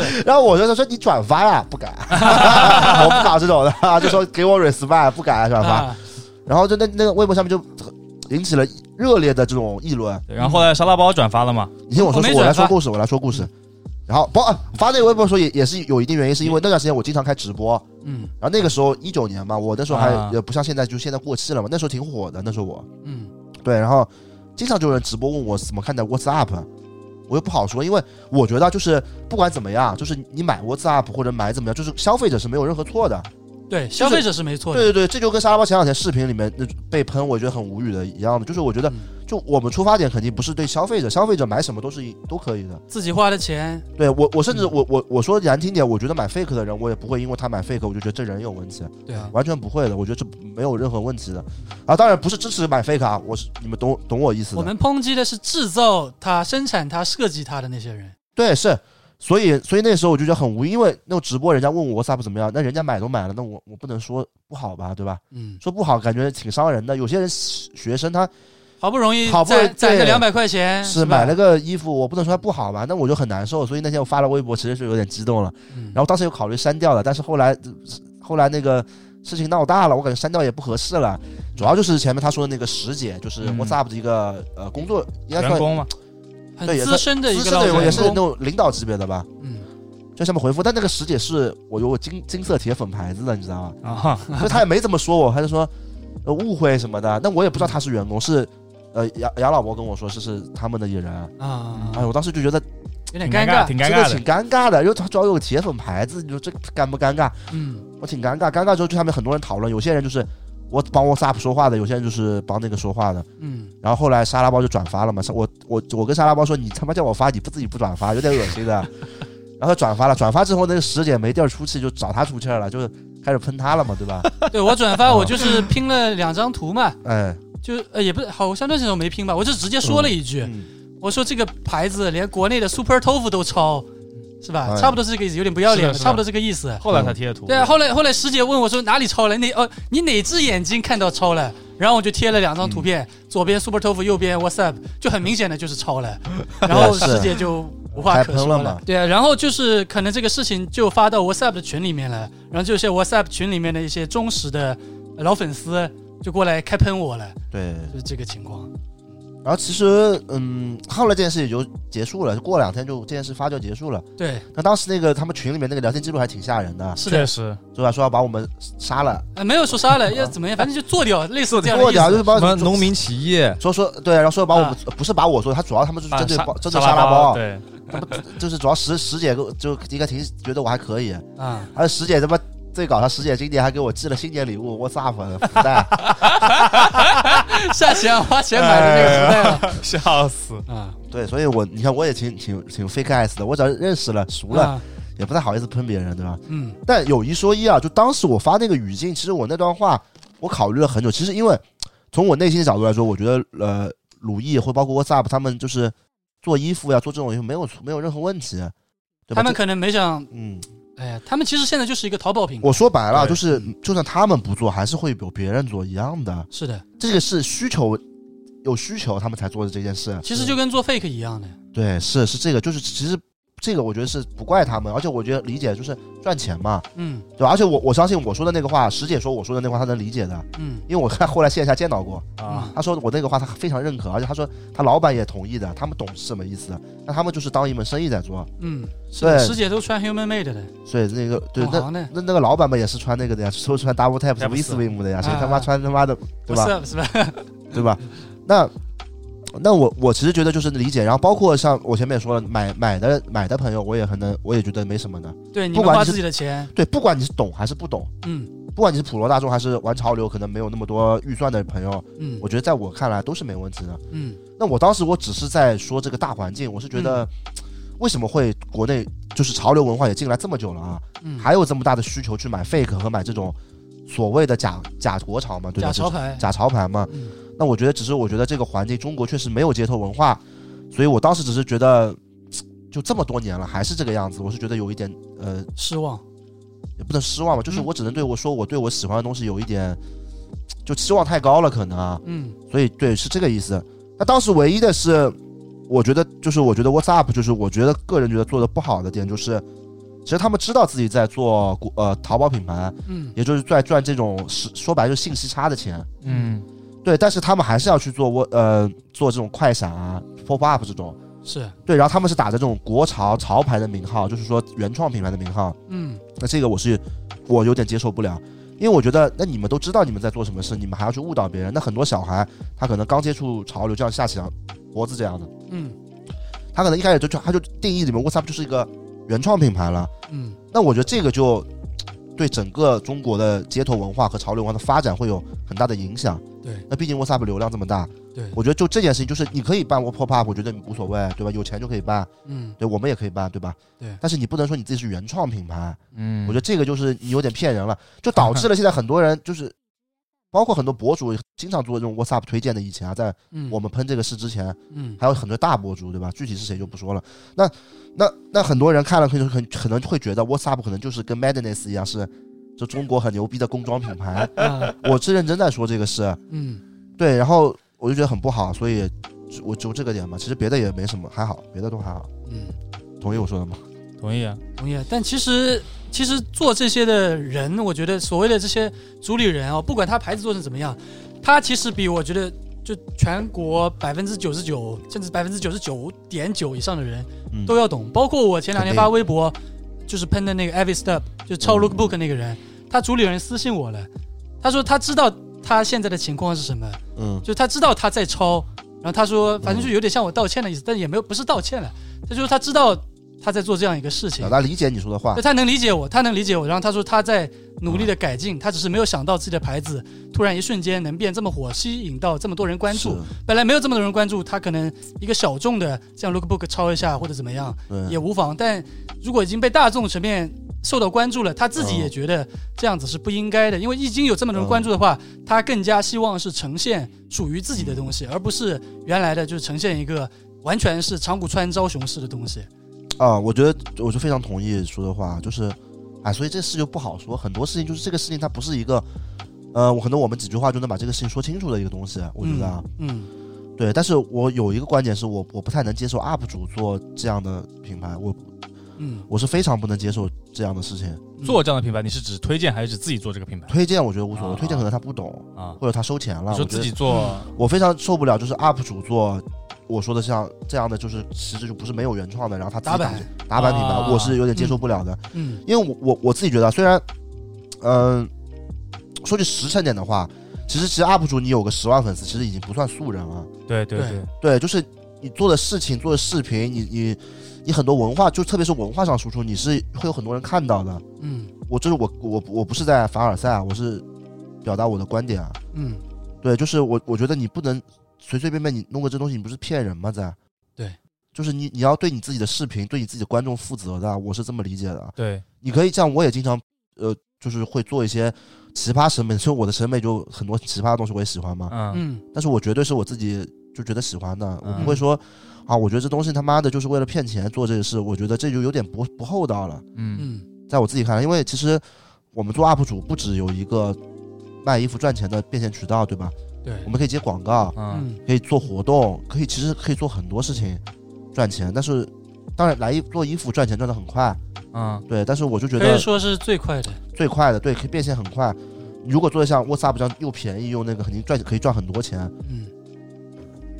S1: 是
S2: 然后我就说说你转发呀，不敢， 我不搞这种的，就说给我 respect，不敢转发。
S1: 啊，
S2: 然后就那那个微博下面就引起了热烈的这种议论，
S3: 对然后后来沙拉包转发了嘛，
S2: 你听我说，
S1: 我没
S2: 我来
S1: 转发
S2: 说故事，我来说故事。然后包啊发那个微博的时候也也是有一定原因，是因为那段时间我经常开直播，
S1: 嗯
S2: 然后那个时候一九年嘛，我那时候还
S3: 啊
S2: 也不像现在，就现在过气了嘛，那时候挺火的，那时候我
S1: 嗯
S2: 对，然后经常就有人直播问我怎么看待 WhatsApp，我又不好说，因为我觉得就是不管怎么样，就是你买 WhatsApp 或者买怎么样，就是消费者是没有任何错的。
S1: 对，消费者是没错
S2: 对
S1: 的，
S2: 对对，这就跟沙拉包前两天视频里面那被喷，我觉得很无语的一样的，就是我觉得
S1: 嗯
S2: 就我们出发点肯定不是对消费者，消费者买什么都是一都可以的。
S1: 自己花的钱，
S2: 对我，我
S1: 嗯
S2: 甚至我我我说难听点，我觉得买 fake 的人，我也不会因为他买 fake，我就觉得这人有问题，
S1: 对啊，
S2: 完全不会的，我觉得这没有任何问题的。啊，当然不是支持买 fake 啊，我是你们懂懂我意思
S1: 我
S2: 的。
S1: 们抨击的是制造它、生产它、设计它的那些人，
S2: 对，是，所以所以那时候我就觉得很无语，因为那种直播人家问我 WhatsApp 怎么样，那人家买都买了，那我我不能说不好吧，对吧？
S1: 嗯，
S2: 说不好感觉挺伤人的。有些人学生他
S1: 好不容易
S2: 好不容易
S1: 攒攒个
S2: 对
S1: 两百块钱，
S2: 是
S1: 嗯吧
S2: 买了，个衣服，我不能说他不好吧，那我就很难受。所以那天我发了微博，其实是有点激动了。
S1: 嗯
S2: 然后当时有考虑删掉了，但是后来呃后来那个事情闹大了，我感觉删掉也不合适了。主要就是前面他说的那个石姐，就是
S3: 嗯
S2: WhatsApp 的一个呃工作，应该
S3: 员
S2: 算
S3: 工嘛，
S1: 很
S2: 对也
S1: 资
S2: 算
S1: 深的一
S2: 资
S1: 个
S2: 深
S1: 老
S2: 的
S1: 员
S2: 人，
S1: 工，
S2: 也是那种领导级别的吧。
S1: 嗯，
S2: 就下面回复，但那个石姐是我有我金金色铁粉牌子的，你知道吗？
S3: 啊哈，
S2: 所以他也没怎么说我，他就说呃误会什么的。那我也不知道他是员工，是呃杨杨老伯跟我说是是他们的艺人。
S1: 啊啊，
S2: 哎，
S1: 啊
S2: 我当时就觉得
S1: 有点
S3: 挺
S1: 尴
S3: 尴尬，挺尴
S2: 真的
S3: 尬的
S2: 挺。尴尬的，因为他主要有个铁粉牌子，你说这尴不尴尬？
S1: 嗯，
S2: 我挺尴尬，尴尬之后就下面很多人讨论，有些人就是我帮 WhatsApp 说话的，有些人就是帮那个说话的。
S1: 嗯，
S2: 然后后来沙拉包就转发了嘛，是我我我跟沙拉包说你他妈叫我发，你不自己不转发，有点恶心的。然后转发了，转发之后那个石姐没地儿出气，就找他出气儿了，就开始喷他了嘛，对吧？
S1: 对我转发我就是
S2: 嗯
S1: 拼了两张图嘛，
S2: 哎，
S1: 就呃也不是好像那时候没拼吧，我就直接说了一句，
S2: 嗯
S1: 我说这个牌子连国内的 Super Tofu 都抄，是吧？
S2: 哎
S1: 差不多是这个意思，有点不要脸了，
S3: 是的是的
S1: 差不多这个意思。
S3: 后来才贴的图，
S1: 对啊，后来后来师姐问我说哪里抄了？哪哦，你哪只眼睛看到抄了？然后我就贴了两张图片，左边 Super Tofu，右边 WhatsApp，就很明显的就是抄了。然后
S2: 是
S1: 师姐就无话可说
S2: 还喷了嘛
S1: 对啊，然后就是可能这个事情就发到 WhatsApp 的群里面了，然后就有些 WhatsApp 群里面的一些忠实的老粉丝就过来开喷我了，
S2: 对。
S1: 就是这个情况。
S2: 然后其实，嗯，后来这件事也就结束了，过两天就这件事发酵结束了。
S1: 对，
S2: 那当时那个他们群里面那个聊天记录还挺吓人的，
S1: 是的
S3: 确，实，
S2: 对吧？说要把我们杀了，
S1: 呃，没有说杀了，要怎么样，反正就做掉，类似这样的
S2: 过
S1: 意思
S2: 掉就是把
S4: 什么农民起义，
S2: 说说对，然后说把我们、
S1: 啊
S2: 不是把我说，他主要他们是针对
S3: 把
S2: 包针
S3: 啊沙
S2: 对
S3: 沙
S2: 沙
S3: 拉
S2: 拉包，啊
S3: 对，
S2: 就是主要石石姐跟就应该挺觉得我还可以，
S1: 啊，
S2: 而且石姐他妈最搞笑，石姐今年还给我寄了新年礼物 WhatsApp 的福袋，
S1: 下钱花钱买的那
S2: 哎
S1: 个福袋
S3: 笑死，
S1: 了啊，
S2: 对，所以我你看我也挺挺挺 fake ass 的，我只要认识了熟了、
S1: 啊，
S2: 也不太好意思喷别人，对吧？
S1: 嗯
S2: 但有一说一啊，就当时我发那个语境，其实我那段话我考虑了很久，其实因为从我内心的角度来说，我觉得呃鲁艺或包括 WhatsApp 他们就是做衣服呀、做这种衣服没有没有任何问题，对
S1: 他
S2: 吧？
S1: 们
S2: 这
S1: 可能没想，
S2: 嗯。
S1: 哎呀，他们其实现在就是一个淘宝品牌。
S2: 我说白了，
S3: 对
S2: 就是就算他们不做，还是会有别人做一样的。
S1: 是的，
S2: 这个是需求，有需求他们才做的这件事。
S1: 其实就跟做 fake 一样的。
S2: 对，是是这个，就是其实这个我觉得是不怪他们，而且我觉得理解就是赚钱嘛，
S1: 嗯
S2: 对吧？而且我我相信我说的那个话，石姐说我说的那个话，她能理解的，
S1: 嗯
S2: 因为我看后来线下见到过，
S3: 啊，
S2: 她说我那个话她非常认可，而且她说她老板也同意的，他们懂是什么意思，那他们就是当一门生意在做，
S1: 嗯，是
S2: 对
S1: 的，师姐都穿 human made 的，
S2: 所以那个对
S1: 懂
S2: 那
S1: 行的。
S2: 那那个老板们也是穿那个的呀，都穿 double tap 什么
S3: Tap 四
S2: e swim 的呀，谁
S1: 啊
S2: 他妈
S1: 啊
S2: 穿他妈的对吧？
S1: WhatsApp 是吧？
S2: 对吧？那那我我其实觉得就是理解，然后包括像我前面也说了，买买的买的朋友，我也很能，我也觉得没什么的。
S1: 对，你
S2: 不
S1: 们
S2: 管
S1: 花
S2: 是
S1: 自己的钱，
S2: 对，不管你是懂还是不懂，
S1: 嗯
S2: 不管你是普罗大众还是玩潮流，可能没有那么多预算的朋友，
S1: 嗯
S2: 我觉得在我看来都是没问题的。
S1: 嗯
S2: 那我当时我只是在说这个大环境，我是觉得为什么会国内就是潮流文化也进来这么久了啊，
S1: 嗯，
S2: 还有这么大的需求去买 fake 和买这种所谓的假假国潮嘛，对吧？
S1: 假
S2: 这
S1: 潮牌，
S2: 假潮牌嘛。
S1: 嗯
S2: 那我觉得只是我觉得这个环境中国确实没有街头文化，所以我当时只是觉得。就这么多年了，还是这个样子，我是觉得有一点呃，
S1: 失望，
S2: 也不能失望吧，就是
S1: 嗯
S2: 我只能对我说，我对我喜欢的东西有一点，就期望太高了，可能啊，
S1: 嗯
S2: 所以对是这个意思。那当时唯一的是，我觉得就是我觉得 What's Up 就是我觉得个人觉得做的不好的点就是，其实他们知道自己在做国呃淘宝品牌，
S1: 嗯
S2: 也就是在赚这种是说白了就是信息差的钱，
S3: 嗯，
S2: 对，但是他们还是要去做我呃做这种快闪啊 pop up 这种，
S1: 是，
S2: 对，然后他们是打着这种国潮潮牌的名号，就是说原创品牌的名号，
S1: 嗯
S2: 那这个我是我有点接受不了，因为我觉得那你们都知道你们在做什么事，你们还要去误导别人。那很多小孩他可能刚接触潮流，就像下棋啊、脖子这样的，
S1: 嗯
S2: 他可能一开始就就他就定义里面 WhatsApp 就是一个原创品牌了。
S1: 嗯
S2: 那我觉得这个就对整个中国的街头文化和潮流文化的发展会有很大的影响。
S1: 对
S2: 那毕竟 WhatsApp 流量这么大，
S1: 对
S2: 我觉得就这件事情，就是你可以办 pop up，我觉得无所谓，对吧？有钱就可以办，
S1: 嗯
S2: 对我们也可以办，对吧？
S1: 对
S2: 但是你不能说你自己是原创品牌，
S3: 嗯
S2: 我觉得这个就是你有点骗人了，就导致了现在很多人就是，包括很多博主经常做这种 WhatsApp 推荐的。以前啊，在
S1: 嗯，
S2: 我们喷这个事之前，
S1: 嗯
S2: 还有很多大博主，对吧？具体是谁就不说了。那那那很多人看了，可能很可能会觉得 WhatsApp 可能就是跟 Madness 一样，是就中国很牛逼的工装品牌。
S1: 啊
S2: 我是认真在说这个事，
S1: 嗯
S2: 对，然后我就觉得很不好，所以就我就这个点嘛。其实别的也没什么，还好，别的都还好。
S1: 嗯，
S2: 同意我说的吗？
S3: 同意啊，
S1: 同意。但其实其实做这些的人，我觉得所谓的这些主理人啊、不管他牌子做成怎么样，他其实比我觉得就全国百分之九十九，甚至百分之九十九点九以上的人
S2: 嗯，
S1: 都要懂。包括我前两天
S2: 肯定嗯
S1: 发微博，就是喷的那个 Avi Step，就抄 Lookbook 那个人，他主理人私信我了，他说他知道他现在的情况是什么。
S2: 嗯
S1: 就他知道他在抄，然后他说，反正就有点向我道歉的意思，但也没有不是道歉了，他就说他知道他在做这样一个事情
S2: 表，达理解你说的话
S1: 对，他能理解我，他能理解我，然后他说他在努力的改进，他只是没有想到自己的牌子突然一瞬间能变这么火，吸引到这么多人关注
S2: 嗯是，，
S1: 本来没有这么多人关注，他可能一个小众的像 Lookbook 抄一下或者怎么样，
S2: 对
S1: 也无妨。但如果已经被大众层面受到关注了，他自己
S2: 嗯
S1: 也觉得这样子是不应该的，因为已经有这么多人
S2: 嗯嗯
S1: 关注的话，他更加希望是呈现属于自己的东西，而不是原来的就是呈现一个完全是长谷川昭雄式的东西。
S2: 啊，我觉得我就非常同意说的话，就是，哎，所以这事就不好说，很多事情就是这个事情它不是一个，呃，我可能我们几句话就能把这个事情说清楚的一个东西，我觉得啊，
S1: 嗯，
S2: 对。但是我有一个观点是我我不太能接受 UP 主做这样的品牌，我
S1: 嗯
S2: 我是非常不能接受这样的事情。
S1: 嗯，
S3: 做这样的品牌，你是指推荐还是指自己做这个品牌
S2: 推荐我觉得无所谓，
S3: 啊
S2: 推荐可能他不懂
S3: 啊？
S2: 或者他收钱了，
S3: 你说
S2: 我觉
S3: 自
S2: 得
S3: 己做，
S2: 我非常受不了，就是 UP 主做。我说的像这样的，就是其实就不是没有原创的，然后他自己
S1: 打板
S2: 去打板品牌，
S3: 啊
S2: 我是有点接受不了的。
S1: 嗯
S2: 因为我我我自己觉得啊，虽然，嗯、说句实诚点的话，其实其实 UP 主你有个十万粉丝，其实已经不算素人了。
S3: 对对
S1: 对
S3: 对，
S2: 对，就是你做的事情、做的视频，你你你很多文化，就特别是文化上输出，你是会有很多人看到的。
S1: 嗯
S2: 我这是我我我不是在凡尔赛啊，我是表达我的观点啊。
S1: 嗯，
S2: 对，就是我我觉得你不能随随便便你弄个这东西，你不是骗人吗？在
S1: 对，
S2: 就是你你要对你自己的视频、对你自己的观众负责的啊，我是这么理解的啊。
S3: 对，
S2: 你可以这样，我也经常呃，就是会做一些奇葩审美，所 以我的审美就很多奇葩的东西我也喜欢嘛。
S3: 嗯
S1: 嗯
S2: 但是我绝对是我自己就觉得喜欢的，我
S3: 嗯
S2: 不会说啊，我觉得这东西他妈的就是为了骗钱做这个事，我觉得这就有点不不厚道了，
S3: 嗯
S1: 嗯
S2: 在我自己看来，因为其实我们做 UP 主不只有一个卖衣服赚钱的变现渠道，对吧？
S1: 对，
S2: 我们可以接广告，
S3: 嗯
S1: 嗯
S2: 可以做活动，可以其实可以做很多事情赚钱，但是当然来衣做衣服赚钱赚的很快，
S3: 嗯
S2: 对，但是我就觉
S1: 可以
S2: 得
S1: 说是最快的。
S2: 最快的，对，可以变现很快。如果做的像 WhatsApp 这样又便宜又那个，肯定赚可以赚很多钱。
S1: 嗯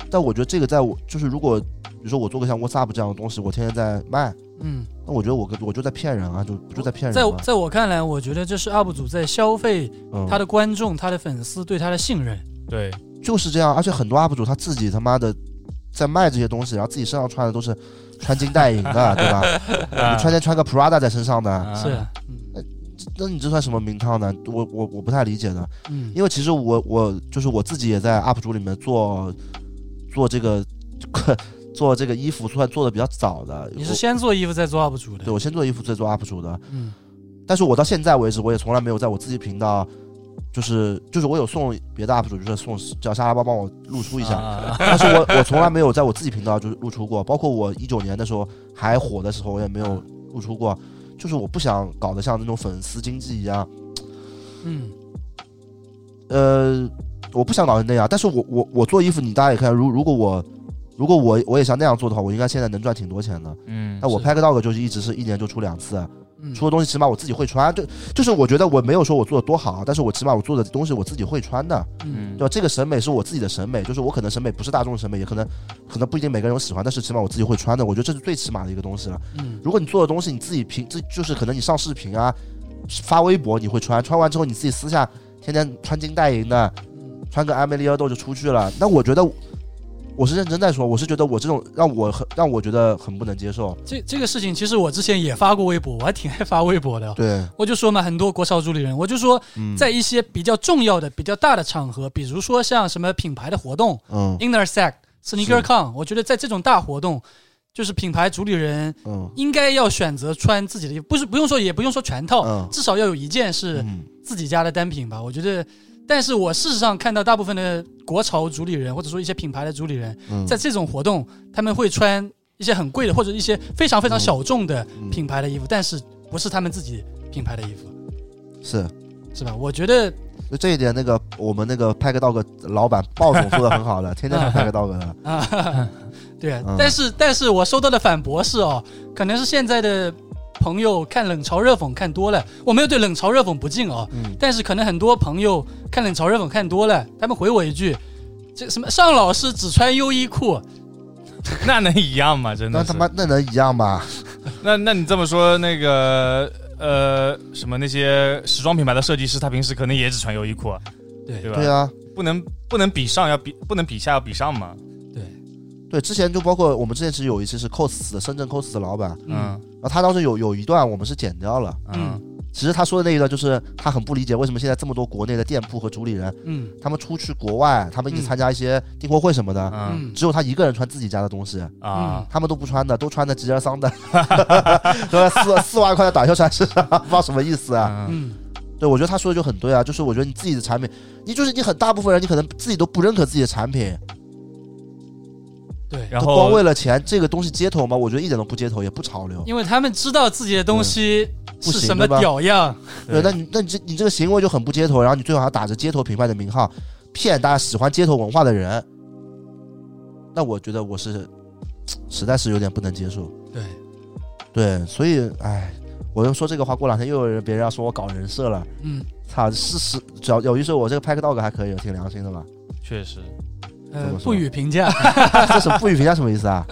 S2: 但我觉得这个在我就是如果比如说我做个像 WhatsApp 这样的东西，我天天在卖，
S1: 嗯。
S2: 那我觉得我跟我就在骗人啊，就不就在骗
S1: 在
S2: 人
S1: 我
S2: 吗？
S1: 在我看来，我觉得这是 UP 主在消费
S2: 嗯，
S1: 他的观众、他的粉丝对他的信任。
S3: 对，
S2: 就是这样，而且很多 UP 主他自己他妈的在卖这些东西，然后自己身上穿的都是穿金戴银的，对吧？ 你穿件穿个 Prada 在身上的，
S1: 是，嗯
S2: 那你这算什么名堂呢？我我我不太理解的，
S1: 嗯，
S2: 因为其实我我就是我自己也在 UP 主里面做做这个 做这个衣服算做的比较早的，
S1: 你
S2: 我
S1: 是先做衣服再做 UP 主的，
S2: 对我先做衣服再做 UP 主的，
S1: 嗯
S2: 但是我到现在为止，我也从来没有在我自己频道，就是就是我有送别的 UP 主，就是送叫沙拉包帮我露出一下，
S3: 啊
S2: 但是我我从来没有在我自己频道就是露出过，包括我一九年的时候还火的时候，我也没有露出过，就是我不想搞得像那种粉丝经济一样，
S1: 嗯
S2: 呃，我不想搞成那样，但是我我我做衣服，你大家也看，如如果我。如果我我也像那样做的话，我应该现在能赚挺多钱的。
S3: 嗯
S2: 那我
S1: 是
S2: 拍个 dog 就是一直是一年就出两次，啊
S1: 嗯，
S2: 出的东西起码我自己会穿，就就是我觉得我没有说我做的多好，但是我起码我做的东西我自己会穿的，
S1: 嗯
S2: 对吧？这个审美是我自己的审美，就是我可能审美不是大众审美，也可能可能不一定每个人有喜欢，但是起码我自己会穿的，我觉得这是最起码的一个东西了。
S1: 嗯
S2: 如果你做的东西你自己平，这就是可能你上视频啊，发微博你会穿，穿完之后你自己私下天天穿金戴银的，
S1: 嗯
S2: 穿个艾梅利尔豆就出去了，那我觉得。我是认真在说，我是觉得我这种让我很让我觉得很不能接受。
S1: 这这个事情，其实我之前也发过微博，我还挺爱发微博的。
S2: 对，
S1: 我就说嘛，很多国潮主理人，我就说，
S2: 嗯，
S1: 在一些比较重要的、比较大的场合，比如说像什么品牌的活动
S2: 嗯
S1: ，Intersect、SneakerCon，我觉得在这种大活动，就是品牌主理人
S2: 嗯
S1: 应该要选择穿自己的衣服，不是不用说，也不用说全套，
S2: 嗯
S1: 至少要有一件是
S2: 嗯
S1: 自己家的单品吧。我觉得，但是我事实上看到大部分的国潮主理人，或者说一些品牌的主理人，
S2: 嗯
S1: 在这种活动，他们会穿一些很贵的或者一些非常非常小众的
S2: 嗯
S1: 品牌的衣服，但是不是他们自己品牌的衣服，
S2: 是，
S1: 是吧？我觉得
S2: 就这一点，那个我们那个派克道格老板鲍总做的很 好的，天天是派克道格的，
S1: 啊，哈哈 对啊
S2: 嗯，
S1: 但是但是我收到的反驳是哦，可能是现在的朋友看冷嘲热讽看多了，我没有对冷嘲热讽不敬哦，
S2: 嗯，
S1: 但是可能很多朋友看冷嘲热讽看多了，他们回我一句。这什么尚老师只穿优衣
S2: 啊
S1: 库，
S3: 那能一 样吗？真的
S2: 那
S3: 是
S2: 他妈那能一样吗？
S3: 那那你这么说，那个呃，什么那些时装品牌的设计师，他平时可能也只穿优衣库，啊，
S1: 对
S3: 对吧？
S2: 对啊，
S3: 不能不能比上，要比不能比下，要比上嘛。
S1: 对，
S2: 对，之前就包括我们之前其实有一期是 cos 的深圳 cos 的老板，
S1: 嗯
S3: 嗯
S2: 然后他当时有有一段我们是剪掉了，
S3: 嗯
S2: 其实他说的那一段就是他很不理解为什么现在这么多国内的店铺和主理人，
S1: 嗯
S2: 他们出去国外，他们一起
S1: 嗯
S2: 参加一些订货会什么的，
S3: 嗯
S1: 嗯
S2: 只有他一个人穿自己家的东西，
S3: 啊
S2: 他们都不穿的，都穿的吉尔 桑的， 都四四万块的短袖衫身上，不知道什么意思啊。
S3: 嗯
S1: 嗯，
S2: 对，我觉得他说的就很对啊，就是我觉得你自己的产品，你就是你很大部分人，你可能自己都不认可自己的产品，
S1: 对，
S3: 然
S2: 就光
S3: 后
S2: 为了钱，这个东西街头吗？我觉得一点都不街头，也不潮流。
S1: 因为他们知道自己的东西
S2: 不
S1: 是
S2: 行
S1: 什么
S2: 对吧
S1: 屌样，
S2: 对，那你那你这你这个行为就很不街头，然后你最好还打着街头品牌的名号，骗大家喜欢街头文化的人，那我觉得我是实在是有点不能接受。
S1: 对，
S2: 对，所以哎，我又说这个话，过两天又有人别人要说我搞人设了，
S1: 嗯，
S2: 操，是是，只要有一说，我这个拍个 dog 还可以，挺良心的嘛。
S3: 确实
S1: 呃
S2: 怎么，说
S1: 不予评 价，
S2: 这什么不予评价什么意思啊？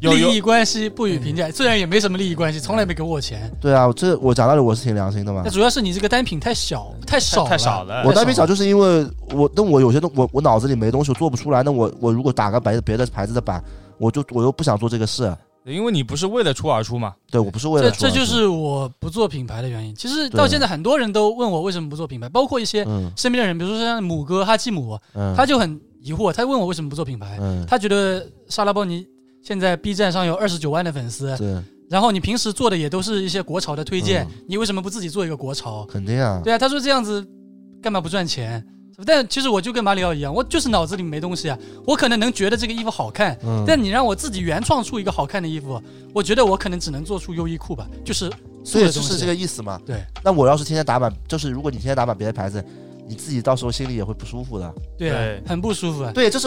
S3: 有
S1: 利
S3: 有
S1: 益关系不予评价。
S2: 嗯
S1: 虽然也没什么利益关系，从来没给我钱，
S2: 对啊，这我讲道理，我是挺良心的嘛
S1: 那。主要是你这个单品太小，太少，
S3: 太太少。了。
S2: 我单品小就是因为我，那我有些东我我脑子里没东西，我做不出来。那我我如果打个别别的牌子的版，我就我又不想做这个事。
S3: 因为你不是为了出而出嘛。
S2: 对我不是为
S1: 这
S2: 了说
S1: 这就
S2: 而
S1: 是我不做品牌的原因。其实
S2: 对
S1: 到现在，很多人都问我为什么不做品牌，包括一些
S2: 做嗯
S1: 身边的人，比如说像母哥哈基姆，
S2: 嗯，
S1: 他就很疑惑，他问我为什么不做品牌，
S2: 嗯
S1: 他觉得沙拉波尼现在 B 站上有二十九万的粉丝，
S2: 对
S1: 然后你平时做的也都是一些国潮的推荐
S2: 嗯，
S1: 你为什么不自己做一个国潮？
S2: 肯定啊，
S1: 对啊，他说这样子干嘛不赚钱？但其实我就跟马里奥一样，我就是脑子里没东西啊。我可能能觉得这个衣服好看，
S2: 嗯，
S1: 但你让我自己原创出一个好看的衣服，我觉得我可能只能做出优衣库吧，就是素
S2: 所
S1: 的
S2: 以
S1: 东
S2: 就
S1: 西。
S2: 是这个意思嘛。
S1: 对
S2: 那我要是天天打版，就是如果你天天打版别的牌子，你自己到时候心里也会不舒服的。
S1: 对啊
S3: 对
S1: 很不舒服啊。
S2: 对，就是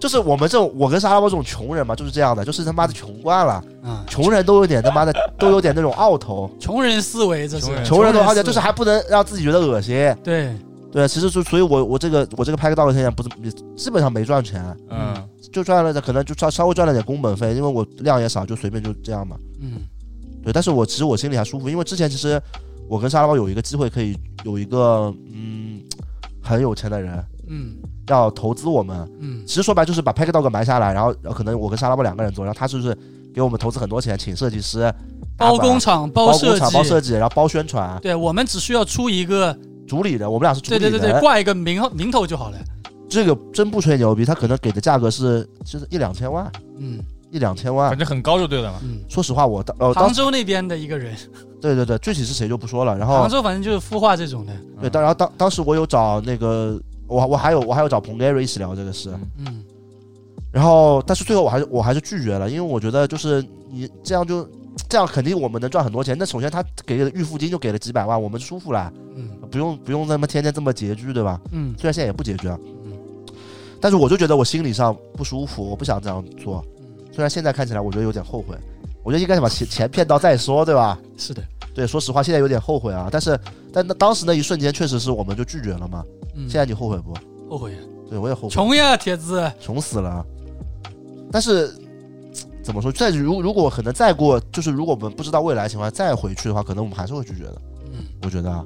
S2: 就是我们这种我跟沙拉波这种穷人嘛，就是这样的，就是他妈的穷惯了，
S1: 啊、
S2: 穷人都有点他妈的都有点那种傲头，
S1: 穷人思维哎这是
S3: 穷人
S2: 穷人都傲头，
S1: 思维
S2: 就是还不能让自己觉得恶心。
S1: 对，
S2: 对，其实就所以我，我这个我这个拍个道歉不怎么，基本上没赚钱，
S3: 嗯
S2: 就赚了可能就稍稍微赚了点工本费，因为我量也少，就随便就这样嘛。
S1: 嗯
S2: 对，但是我其实我心里还舒服，因为之前其实我跟沙拉包有一个机会可以有一个嗯很有钱的人，
S1: 嗯
S2: 要投资我们。
S1: 嗯
S2: 其实说白就是把 Pack Dog 买下来，然后然后可能我跟沙拉布两个人做，然后他就是给我们投资很多钱，请设计师、打
S1: 包
S2: 板
S1: 工、厂、
S2: 包
S1: 设
S2: 工厂、包
S1: 计，
S2: 设计，然后包宣传、
S1: 对我们只需要出一个，
S2: 主理人，我们俩是主
S1: 对
S2: 理
S1: 对
S2: 人。
S1: 对对，挂一个名号名头就好了。
S2: 这个真不吹牛逼，他可能给的价格是就是一两千万，
S1: 嗯
S2: 一两千万
S3: 反。正很高就对了嘛。
S1: 嗯，
S2: 说实话，我当呃当
S1: 杭州那边的一个人，
S2: 对对对，具体是谁就不说了。然后
S1: 杭州反正就是孵化这种的。
S2: 对，当然后当当时我有找那个我我还有我还有找彭 Gary 一起聊这个事，
S3: 嗯
S1: 嗯
S2: 然后但是最后我还是我还是拒绝了，因为我觉得就是你这样就这样肯定我们能赚很多钱。那首先他给的预付金就给了几百万，我们舒服了，
S1: 嗯
S2: 不用不用那么天天这么拮据，对吧？
S1: 嗯
S2: 虽然现在也不拮据啊
S1: 嗯，
S2: 但是我就觉得我心理上不舒服，我不想这样做。
S1: 嗯，
S2: 虽然现在看起来我觉得有点后悔，我觉得应该先把钱钱骗到再说，对吧？
S1: 是的。
S2: 对，说实话现在有点后悔啊，但是但那当时那一瞬间确实是我们就拒绝了嘛。
S1: 嗯，
S2: 现在你后悔不？
S1: 后悔，啊
S2: 对我也后悔，
S1: 穷呀，铁子。
S2: 穷死了。但是怎么说？再如如果可能再过，就是如果我们不知道未来情况下再回去的话，可能我们还是会拒绝的。
S1: 嗯，
S2: 我觉得啊，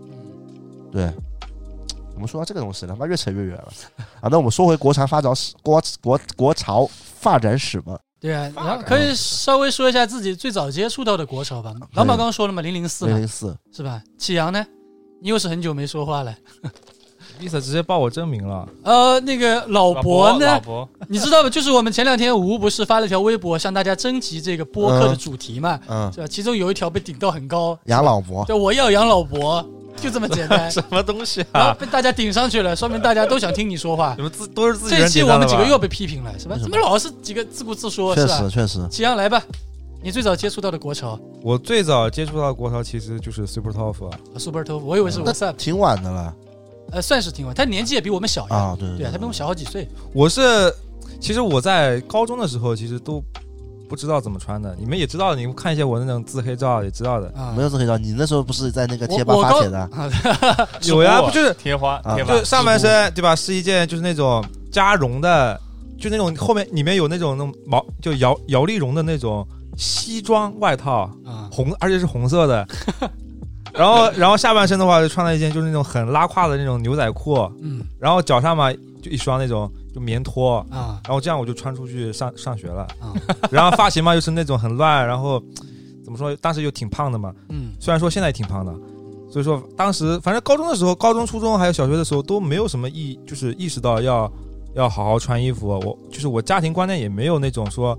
S2: 对。怎么说到啊这个东西呢？他妈越扯越远了啊！那我们说回国产发展史， 国国国潮发展史吧。
S1: 对啊，然后可以稍微说一下自己最早接触到的国潮吧。老马刚刚说了嘛，零零四
S2: 零
S1: 嘛，
S2: 零四，
S1: 是啊吧？启阳呢？你又是很久没说话了。
S4: ，Lisa 直接报我真名了，
S1: 呃，那个老伯呢？
S3: 老伯，
S1: 你知道吧？ 就是我们前两天吴不是发了条微博，向大家征集这个播客的主题嘛，
S2: 嗯，
S1: 是吧？其中有一条被顶到很高，
S2: 养老伯，
S1: 对，我要养老伯，就这么简单。
S4: 什么东西
S1: 然后
S4: 啊？
S1: 被大家顶上去了，说明大家都想听你说话
S4: 你。们自都是 自己
S1: 这一
S4: 人
S1: 期
S4: 点
S1: 我
S4: 赞的
S1: 们
S4: 吧
S1: 几个又被批评了，是吧？
S2: 为什
S1: 怎
S2: 么
S1: 么老是几个自顾自说，
S2: 确
S1: 是啊吧
S2: 实？确实，
S1: 启阳来吧，你最早接触到的国潮
S4: 我最早接触到国潮其实就是 Super Tough，啊
S1: 啊，Super t o 我以为是
S4: 嗯
S1: WhatsApp，
S2: 挺晚的了
S1: 呃，算是挺晚，他年纪也比我们小呀，
S2: 啊，对对
S1: 对啊，他比我们小好几岁。
S4: 我是其实我在高中的时候其实都不知道怎么穿的，你们也知道，你们看一些我那种自黑照也知道的，
S1: 啊
S2: 没，有自黑照，你那时候不是在那个贴吧
S1: 我我啊
S2: 发
S1: 高
S2: 帖的？
S4: 有呀，
S3: 直播
S4: 不就是
S3: 贴花
S2: 啊
S3: 贴吧
S4: 就，上半身对吧？是一件就是那种加绒的，就那种后面里面有那种那种毛就摇摇粒绒的那种西装外套，
S1: 啊，
S4: 红而且是红色的。然后然后下半身的话就穿了一件就是那种很拉胯的那种牛仔裤，
S1: 嗯
S4: 然后脚上嘛就一双那种就棉拖。
S1: 啊，
S4: 然后这样我就穿出去上上学了
S1: 啊，
S4: 然后发型嘛又是那种很乱，然后怎么说，当时又挺胖的嘛，
S1: 嗯
S4: 虽然说现在也挺胖的，所以说当时反正高中的时候，高中、初中还有小学的时候都没有什么意，就是意识到要要好好穿衣服。啊我就是我家庭观念也没有那种说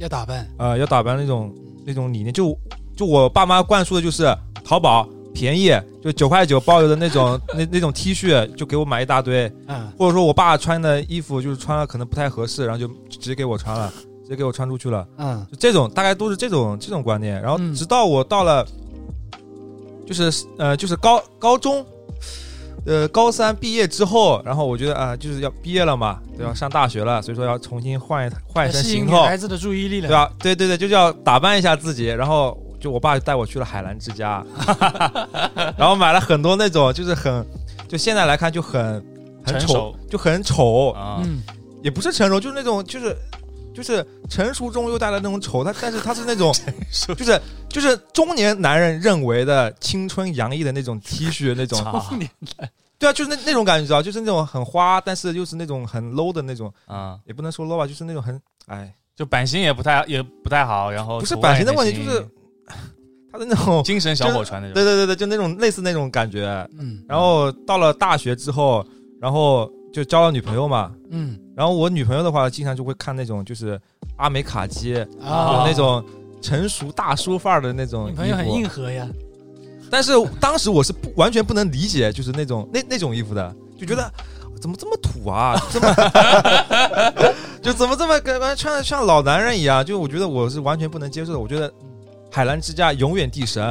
S1: 要打扮，
S4: 呃要打扮那种那种理念，就就我爸妈灌输的就是淘宝便宜，就九块九包邮的那种 那那种 T 恤就给我买一大堆，
S1: 啊，
S4: 或者说我爸穿的衣服就是穿了可能不太合适，然后就直接给我穿了，直接给我穿出去了。
S1: 嗯
S4: 就这种大概都是这种这种观念。然后
S1: 嗯
S4: 直到我到了，就是呃，就是高高中，呃，高三毕业之后，然后我觉得啊、就是要毕业了嘛，对吧？
S1: 嗯
S4: 上大学了，所以说要重新换一换一身
S1: 吸引
S4: 行
S1: 女
S4: 头，
S1: 孩子的注意力
S4: 对
S1: 了。
S4: 吧？对对对，就是要打扮一下自己，然后。就我爸带我去了海澜之家， 然后买了很多那种，就是很，就现在来看就很很
S3: 成
S4: 丑，
S3: 熟
S4: 就很丑，
S3: 啊，
S1: 嗯
S4: 也不是成熟，就是那种就是就是成熟中又带来那种丑，他但是他是那种
S3: 熟
S4: 就是就是中年男人认为的青春洋溢的那种 T 恤那种，
S3: 啊
S4: 对啊，就是那那种感觉，你知道，就是那种很花，但是又是那种很 low 的那种，
S3: 啊，
S4: 也不能说 low 吧，就是那种很哎，
S3: 就版型也不太也不太好，然后
S4: 不是
S3: 图案
S4: 版型的
S3: 也
S4: 问
S3: 行
S4: 题，就是他的 那种，
S3: 精神小伙穿那
S4: 对
S3: 种，
S4: 对对对，就那种类似那种感觉。
S1: 嗯
S4: 然后到了大学之后，然后就交了女朋友嘛，
S1: 嗯
S4: 然后我女朋友的话，经常就会看那种就是阿美卡基，
S1: 啊，
S4: 有那种成熟大叔范儿的那种
S1: 女
S4: 衣
S1: 朋友很
S4: 服，
S1: 硬核呀，
S4: 但是当时我是不完全不能理解，就是那种那那种衣服的，就觉得怎么这么土啊，怎么就怎么 这么跟穿的像老男人一样，就我觉得我是完全不能接受的，我觉得。嗯海澜之家永远帝神，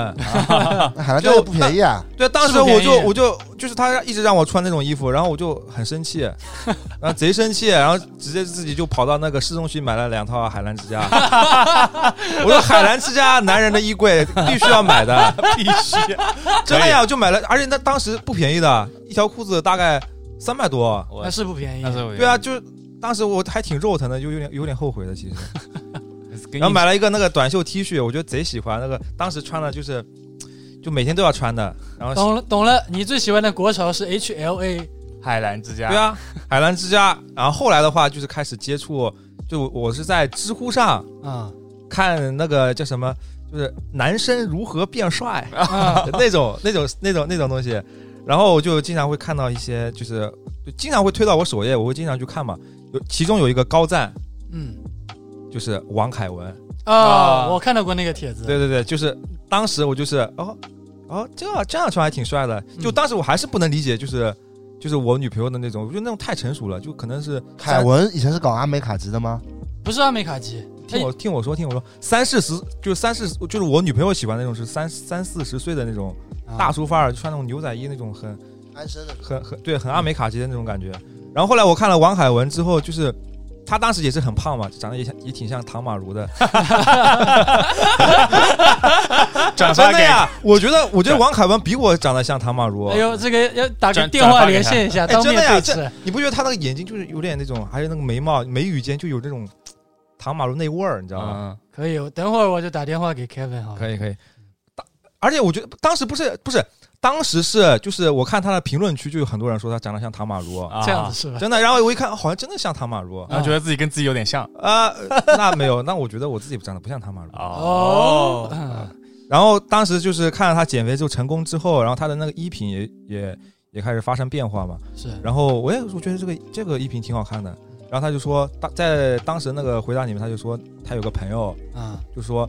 S2: 那海南椒也不便宜啊，
S4: 对，当
S1: 是
S4: 时
S1: 不
S4: 我
S1: 便宜
S4: 就我就就是他一直让我穿那种衣服，然后我就很生气，然后贼生气，然后直接自己就跑到那个市中心买了两套海澜之家。我说海澜之家男人的衣柜必须要买的，
S3: 必须，
S4: 真的呀，我就买了，而且那当时不便宜的，一条裤子大概三百多。
S3: 我
S1: 那是不便宜
S3: 那。是我
S4: 对啊，，就是当时我还挺肉疼的，就有点有点后悔的其实。
S3: 跟
S4: 然后
S3: 你
S4: 买了一个那个短袖 T 恤，我觉得贼喜欢，那个当时穿的就是就每天都要穿的，然后
S1: 哦懂了懂了，你最喜欢的国潮是 H L A
S3: 海澜之家，
S4: 对啊，海澜之家。然后后来的话，就是开始接触，就我我是在知乎上
S1: 啊
S4: 看那个叫什么，就是男生如何变帅
S1: 啊
S4: 那种那种那种那种东西。然后我就经常会看到一些，就是就经常会推到我首页，我会经常去看嘛。有其中有一个高赞，
S1: 嗯
S4: 就是王凯文。
S1: 啊，我看到过那个帖子，
S4: 对对对，就是当时我就是哦哦，这样这样穿还挺帅的。就
S1: 嗯
S4: 当时我还是不能理解，就是就是我女朋友的那种，我觉得那种太成熟了，就可能是
S2: 凯文以前是搞阿美卡吉的吗？
S1: 不是阿美卡哎基，
S4: 听我听我说，听我说，三四十就是三四十，就是我女朋友喜欢那种是三三四十岁的那种
S1: 啊
S4: 大叔范儿，穿那种牛仔衣那种很
S2: 安生的
S4: 很很对很阿美卡基的那种感觉。然后后来我看了王凯文之后，就是他当时也是很胖嘛，长得也像也挺像唐马 如的，
S3: 转
S4: 真
S3: 发
S4: 的
S3: 给
S4: 呀！我觉得我觉得王凯文比我长得像唐马如哦
S1: 哎，呦，这个要打个
S3: 转
S1: 电话连线一下，当
S4: 转发给
S1: 面
S4: 他
S1: 对
S4: 哎
S1: 质。
S4: 你不觉得他那个眼睛就是有点那种，还有那个眉毛眉宇间就有那种唐马如那味儿，你知道吗？
S3: 嗯，
S1: 可以，我等会儿我就打电话给 Kevin 好了。
S4: 可以可以。当而且我觉得当时不是不是，当时是就是我看他的评论区就有很多人说他长得像唐马如，
S3: 啊
S1: 这样子，是吧？
S4: 真的。然后我一看，好像真的像唐马如
S3: 然后觉得自己跟自己有点像
S4: 啊、那没有，那我觉得我自己长得不像唐马如。
S1: 哦，嗯
S4: 然后当时就是看到他减肥之后成功之后，然后他的那个衣品也也也开始发生变化嘛。
S1: 是
S4: 然后我也我觉得这个这个衣品挺好看的。然后他就说，当在当时那个回答里面，他就说他有个朋友，
S1: 啊，
S4: 就说，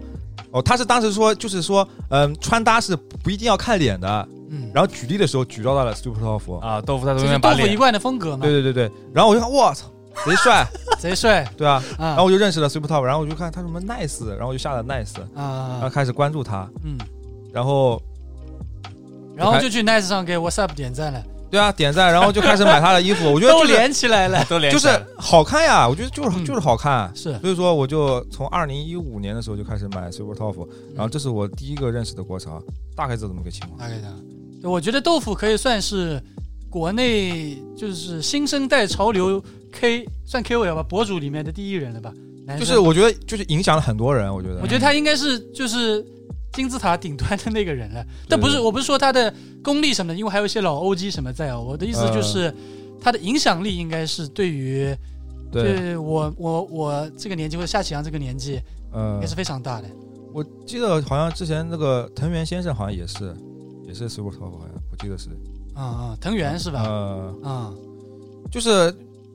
S4: 哦，他是当时说，就是说，嗯，穿搭是不一定要看脸的。
S1: 嗯，
S4: 然后举例的时候举到了 Super 豆腐，
S3: 啊，豆腐他
S1: 这
S3: 永
S1: 是
S3: 远
S1: 豆
S3: 把
S1: 腐一
S3: 脸
S1: 贯的风格嘛
S4: 对，对对对。然后我就看，我操，贼 帅，
S1: 贼帅
S4: 对啊。然后
S1: 啊
S4: 我就认识了 Super Top，然后我就看他什么 Nice，然后我就下了 Nice，然后
S1: 啊，
S4: 开始关注他，
S1: 嗯，
S4: 然后
S1: 然后就去 Nice 上给 What's Up 点赞了，
S4: 对啊点赞，然后就开始买他的衣服，我 觉得
S1: 都
S4: 就是
S1: 连起来了，
S3: 都脸
S4: 就是好看呀，我觉得就是
S1: 嗯
S4: 就是好看。
S1: 是
S4: 所以说，我就从二零一五年的时候就开始买 Super Top，然
S1: 嗯
S4: 后这是我第一个认识的国潮，大概是这么个情况。
S1: 大概这样。对我觉得豆腐可以算是国内就是新生代潮流 K 算 KOL 吧，博主里面的第一人了吧，男
S4: 就
S1: 生
S4: 是我觉得就是影响了很多人，我觉得。
S1: 哎我觉得他应该是就是金字塔顶端的那个人了，但
S4: 对
S1: 不是，我不是说他的功力什么的，因为还有一些老 OG 什么在啊、我的意思就是，
S4: 嗯
S1: 他的影响力应该是对于
S4: 对，
S1: 我我我这个年纪或者夏启阳这个年纪应
S4: 嗯
S1: 该，是非常大的。
S4: 我记得好像之前那个藤原先生好像也是，也是 Super Top，好像我记得是。
S1: 啊啊，藤原是吧？
S4: 呃，
S1: 啊
S4: 就是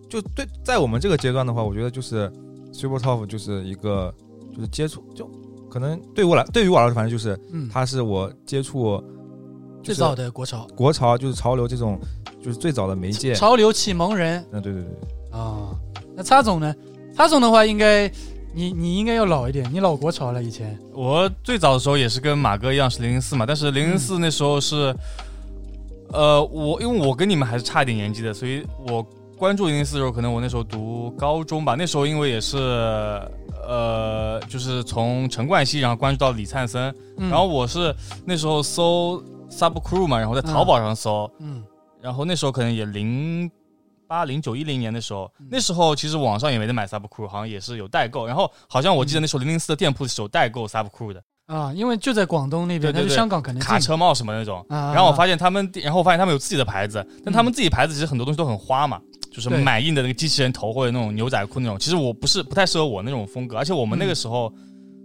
S4: 就对，在我们这个阶段的话，我觉得就是 Super Top 就是一个就是接触，就可能对我来对于我来说，反正就是
S1: 嗯，
S4: 它是我接触
S1: 最早的国潮
S4: 国潮，就是潮流这种就是最早的媒介。
S1: 潮流启蒙人
S4: 嗯，对对对，
S1: 啊。那叉总呢？叉总的话，应该你你应该要老一点，你老国潮了以前。
S3: 我最早的时候也是跟马哥一样是零零四
S1: 嗯
S3: 嘛，但是零零四那时候是，呃，我因为我跟你们还是差一点年纪的，所以我关注零零四的时候，可能我那时候读高中吧，那时候因为也是呃，就是从陈冠希，然后关注到李灿森，
S1: 嗯
S3: 然后我是那时候搜 Sub Crew 嘛，然后在淘宝上搜，
S1: 嗯
S3: 然后那时候可能也零八零九一零年的时候
S1: 嗯，
S3: 那时候其实网上也没得买 Sub Crew，好像也是有代购，然后好像我
S1: 嗯
S3: 记得那时候零零四的店铺是有代购 Sub Crew 的。
S1: 啊，因为就在广东那边，
S3: 对对
S1: 但是
S3: 对
S1: 香港可能进
S3: 卡车帽什么那种。
S1: 啊，
S3: 然后我发现他们，然后我发现他们有自己的牌子，但他们
S1: 嗯
S3: 自己牌子其实很多东西都很花嘛，就是
S1: 对
S3: 满印的那个机器人头或者那种牛仔裤那种。其实我不是不太适合我那种风格，而且我们那个时候。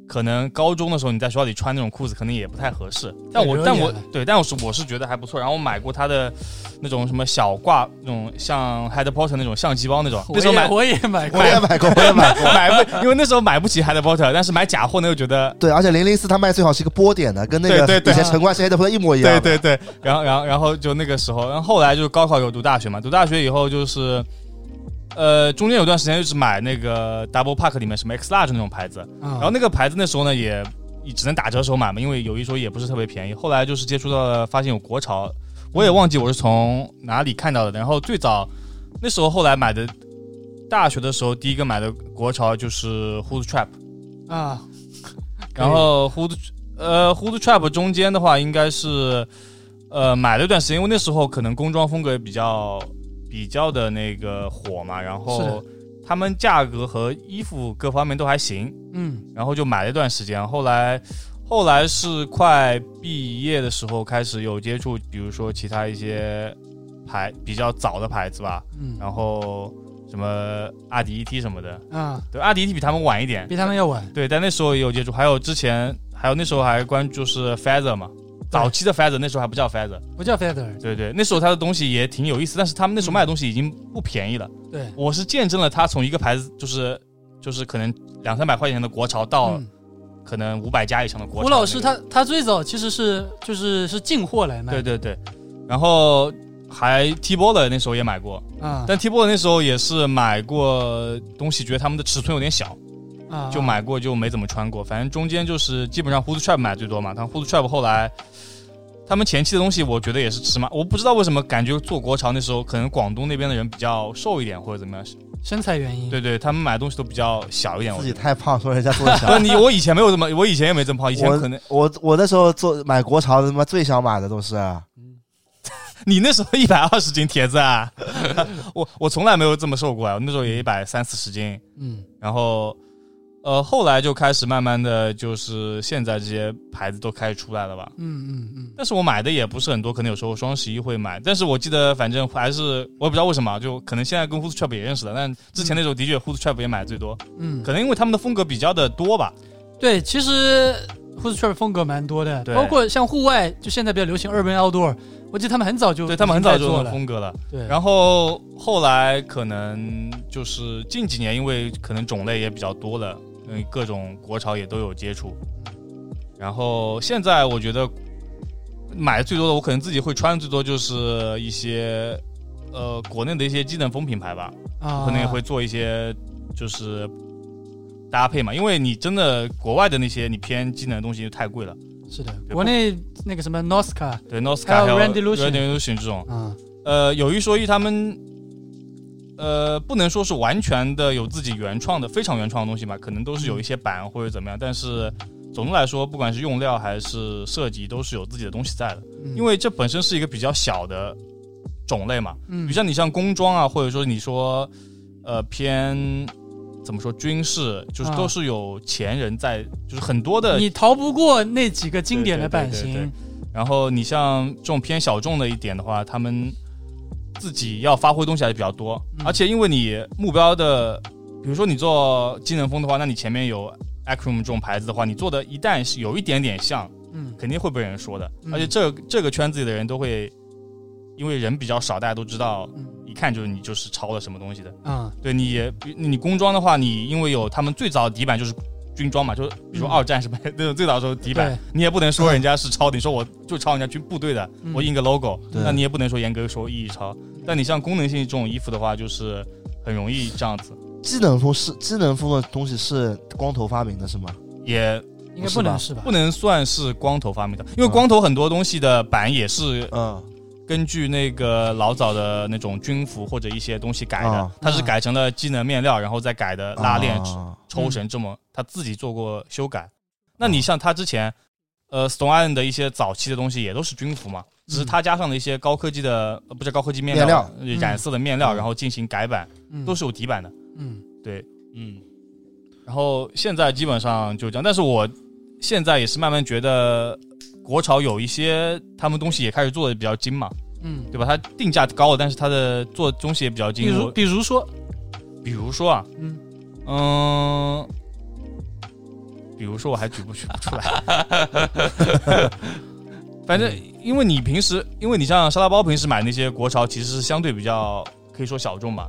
S3: 可能高中的时候你在学校里穿那种裤子，可能也不太合适。但我
S1: 惹
S3: 但
S1: 眼
S3: 我
S1: 了
S3: 对，但我是我是觉得还不错。然后我买过他的那种什么小挂那种像 Head Porter 那种相机包那种，
S1: 我
S3: 那时候
S1: 也
S3: 买
S1: 我也 买过
S2: 我，也买过，我也买过。
S3: 买不，因为那时候买不起 Head Porter，但是买假货呢又觉得
S2: 对，而且零零四它卖最好是一个波点的，跟那个
S3: 对对对
S2: 以前陈冠希黑的朋友一模一样的。
S3: 对对对，然后然后然后就那个时候，然后后来就是高考有读大学嘛，读大学以后就是，呃，中间有段时间就是买那个 Double Pack 里面什么 X Large 那种牌子，
S2: 啊
S1: 然
S3: 然后那个牌子那时候呢也也只能打折时候买嘛，因为有一时候也不是特别便宜。后来就是接触到了，发现有国潮，我也忘记我是从哪里看到的。然后最早那时候后来买的，大学的时候第一个买的国潮就是 Hood Trap。
S1: 啊，
S3: 然后 Hood 呃 Hood Trap 中间的话，应该是呃买了一段时间，因为那时候可能工装风格也比较比较的那个火嘛，然
S1: 是的
S3: 后他们价格和衣服各方面都还行，
S1: 嗯
S3: 然后就买了一段时间，后来。后来是快毕业的时候开始有接触，比如说其他一些牌比较早的牌子吧，
S1: 嗯
S3: 然后什么阿迪 ET 什么的，
S1: 啊，
S3: 对，阿迪 ET 比他们晚一点，
S1: 比他们要晚。
S3: 对，但那时候也有接触，还有之前还有那时候还关注是 Feather 嘛，早期的 Feather 那时候还不叫 Feather，
S1: 不叫 feather，
S3: 对对，那时候它的东西也挺有意思，但是他们那时候卖的东西已经不便宜了，
S1: 对，嗯
S3: 我是见证了它从一个牌子就是就是可能两三百块钱的国潮到
S1: 嗯
S3: 可能五百加以上的国潮、
S1: 吴老师他他最早其实是就是是进货来卖，
S3: 对对对，然后还 T b o l 那时候也买过，
S1: 啊，
S3: 但 T b o l 那时候也是买过东西，觉得他们的尺寸有点小，
S1: 啊
S3: 就买过就没怎么穿过。反正中间就是基本上 Hood Trap 买最多嘛，但 Hood Trap 后来他们前期的东西，我觉得也是尺码，我不知道为什么感觉做国潮那时候可能广东那边的人比较瘦一点或者怎么样，
S1: 身材原因。
S3: 对对，他们买东西都比较小一点。我
S2: 嗯自
S3: 觉
S2: 己
S3: 得
S2: 太胖，说人家做的小
S3: 不。是你，我以前没有这么，我以前也没这么 胖，以前可能
S2: 我我那时候做买国潮的他妈最想买的都是，啊
S3: 你那时候一百二十斤，铁子啊！ 我我从来没有这么瘦过啊，我那时候也一百三四十斤，
S1: 嗯，
S3: 然后呃后来就开始慢慢的就是现在这些牌子都开始出来了吧。
S1: 嗯嗯嗯，
S3: 但是我买的也不是很多，可能有时候双十一会买，但是我记得反正还是我也不知道为什么，就可能现在跟 Hood Trap 也认识了，但之前那时候的确 Hood Trap 也买的最多，
S1: 嗯，
S3: 可能因为他们的风格比较的多吧。
S1: 对，其实 Hood Trap 风格蛮多的，
S3: 对
S1: 包括像户外，就现在比较流行 Urban Outdoor，我记得他们很早就
S3: 对他们很早就
S1: 已经
S3: 有
S1: 在做
S3: 这种
S1: 了，
S3: 风格了，
S1: 对，
S3: 然后后来可能就是近几年，因为可能种类也比较多了，嗯，各种国潮也都有接触。然后现在我觉得买最多的，我可能自己会穿的最多就是一些呃国内的一些机能风品牌吧，
S1: 啊，
S3: 可能也会做一些就是搭配嘛，因为你真的国外的那些你偏机能的东西就太贵了，
S1: 是的，
S3: 对
S1: 国内那个什么 Norska
S3: 对 North
S1: 还
S3: a
S1: 有
S3: 还有
S1: Randy Lucian
S3: Randy Lucian 这种，
S1: 啊，
S3: 呃，有一说一，他们呃不能说是完全的有自己原创的、非常原创的东西吧，可能都是有一些版或者怎么样，但是总的来说，不管是用料还是设计，都是有自己的东西在的，
S1: 嗯
S3: 因为这本身是一个比较小的种类嘛。
S1: 嗯
S3: 比如像你像工装啊，或者说你说呃偏。怎么说军事就是
S1: 啊
S3: 都是有钱人在，就是很多的
S1: 你逃不过那几个经典的版
S3: 对对对
S1: 型，
S3: 然后你像这种偏小众的一点的话，他们自己要发挥东西还是比较多，
S1: 嗯
S3: 而且因为你目标的，比如说你做机能风的话，那你前面有 Acroom 这种牌子的话，你做的一旦是有一点点像，
S1: 嗯
S3: 肯定会被人说的，
S1: 嗯
S3: 而且这这个圈子里的人都会，因为人比较少，大家都知道，
S1: 嗯
S3: 一看就是你就是抄了什么东西的。
S1: 啊，
S3: 对你也，比你工装的话，你因为有他们最早的底板就是军装嘛，就是比如说
S1: 嗯
S3: 二战什么那种最早的时候底板
S1: 对，
S3: 你也不能说人家是抄的，你说我就抄人家军部队的，
S1: 嗯
S3: 我印个 logo，
S2: 对
S3: 那你也不能说严格说意义抄。但你像功能性这种衣服的话，就是很容易这样子，
S2: 机能风是机能风的东西是光头发明的是吗？
S3: 也
S1: 应该不能是吧
S3: 不？能算是光头发明的，因为光头很多东西的版也是
S2: 嗯，
S3: 根据那个老早的那种军服或者一些东西改的
S2: 啊，
S3: 它是改成了机能面料，然后再改的拉链
S2: 啊
S1: 嗯
S3: 抽绳这么，他自己做过修改。
S1: 哦
S3: 那你像他之前，呃，Stone Island 的一些早期的东西也都是军服嘛，只是
S1: 嗯
S3: 他加上了一些高科技的，呃不是高科技面
S2: 面料
S3: 呃染色的面料，
S2: 嗯
S3: 然后进行改版，
S1: 嗯
S3: 都是有底板的。
S1: 嗯
S3: 对，
S2: 嗯，
S3: 然后现在基本上就这样。但是我现在也是慢慢觉得，国潮有一些他们东西也开始做的比较精嘛，
S1: 嗯，
S3: 对吧？它定价高了，但是它的做的东西也比较
S1: 比
S3: 精。
S1: 如
S3: 我
S1: 比如说，
S3: 比如说啊，
S1: 嗯
S3: 嗯，比如说我还举不举不出来， 反正因为你平时，因为你像沙拉包平时买那些国潮，其实是相对比较可以说小众吧，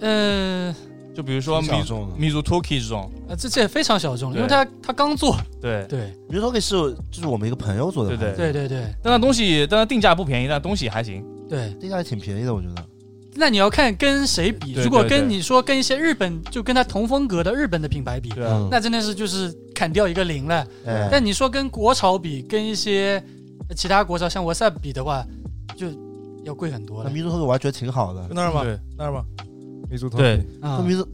S1: 呃，
S3: 就比如说
S2: 挺小众的
S3: Mizu Mizu Toki 这种，
S1: 啊这这也非常小众，因为
S3: 对
S1: 他他刚做，
S3: 对。
S1: 对
S2: 比如说给是就是我们一个朋友做的
S3: 对
S2: 牌子，
S3: 对
S1: 对对对
S3: 但它东西，但它定价不便宜，但东西还行。
S1: 对，
S2: 定价也挺便宜的，我觉得。
S1: 那你要看跟谁比，
S3: 对
S1: 如果
S3: 对对
S1: 跟你说跟一些日本就跟他同风格的日本的品牌比，
S3: 对啊，
S1: 那真的是就是砍掉一个零了。
S2: 嗯哎，
S1: 但你说跟国潮比，跟一些呃其他国潮像 WhatsApp 比的话，就要贵很多
S2: 那
S1: 了
S2: 民族我还觉得挺好的
S4: 就。那儿吗？
S3: 对
S4: 那儿吗？民族头
S3: 对，
S2: 那
S1: 啊！
S2: 民族，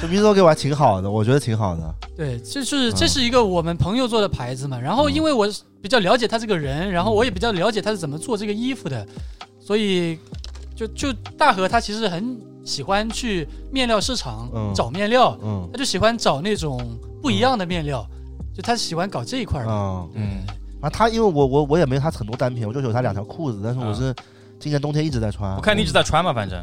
S2: 这民族给我还挺好的，我觉得挺好的。
S1: 对，就是
S2: 嗯
S1: 这是一个我们朋友做的牌子嘛。然后
S2: 嗯
S1: 因为我比较了解他这个人，然后我也比较了解他是怎么做这个衣服的，所以就就大河他其实很喜欢去面料市场
S2: 嗯
S1: 找面料，
S2: 嗯
S1: 他就喜欢找那种不一样的面料，就他喜欢搞这一块儿的。
S2: 嗯，
S3: 嗯，
S2: 反正他因为我我我也没他很多单品，我就是有他两条裤子，但是我是今年冬天一直在穿。
S3: 我看你一直在穿嘛，反正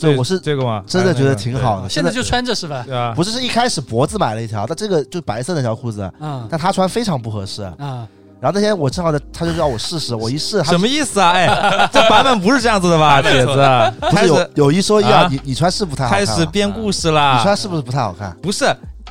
S2: 对，我是
S4: 这个嘛，
S2: 真的觉得挺好
S3: 啊
S2: 的。
S1: 现在就穿着是吧？
S4: 对啊，
S2: 不是是一开始脖子买了一条，但这个就白色那条裤子，
S1: 啊
S2: 但他穿非常不合适。
S1: 啊，
S2: 然后那天我正好在，他就让我试试，我一试，他
S4: 什么意思啊？哎，这版本不是这样子 的吧，铁子？啊
S2: 不
S4: 开
S2: 是有
S4: 始
S2: 有一说一啊
S4: 啊，
S2: 你你穿是不太好看
S4: 开
S2: 啊，
S4: 始
S2: 你
S4: 编故事啦
S2: 穿，是不是不太好看？
S4: 不是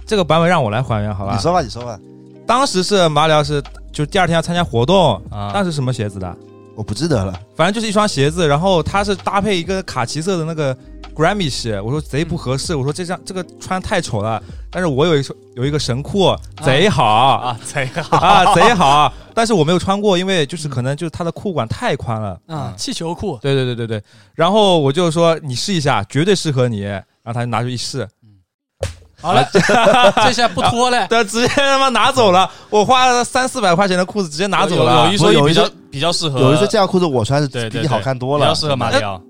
S4: 这个版本让我来还原好吧
S2: 你？说吧，你说吧，
S4: 当时是马里奥是就第二天要参加活动，
S3: 啊，
S4: 那是什么鞋子的？
S2: 我不记得了。
S4: 反正就是一双鞋子，然后它是搭配一个卡其色的那个 Grammy 鞋，我说贼不合
S2: 嗯
S4: 适，我说这张这个穿太丑了。但是我有一双有一个神裤，贼好啊
S3: 啊贼好
S4: 啊，贼好，但是我没有穿过，因为就是可能就是它的裤管太宽了。
S1: 啊，气球裤，
S4: 对对对对对，然后我就说你试一下，绝对适合你。然后他就拿出一试，
S1: 好 了，这下不脱了。嗯
S4: 但直接他妈拿走了，我花了三四百块钱的裤子直接拿走
S3: 有
S4: 了
S3: 有一。说
S2: 不是有一
S3: 一比较
S2: 说
S3: 比较适合，
S2: 有一说这条裤子我穿是
S3: 对对
S2: 比
S3: 对
S2: 你好看多
S3: 比
S2: 了，
S3: 较适合马里奥，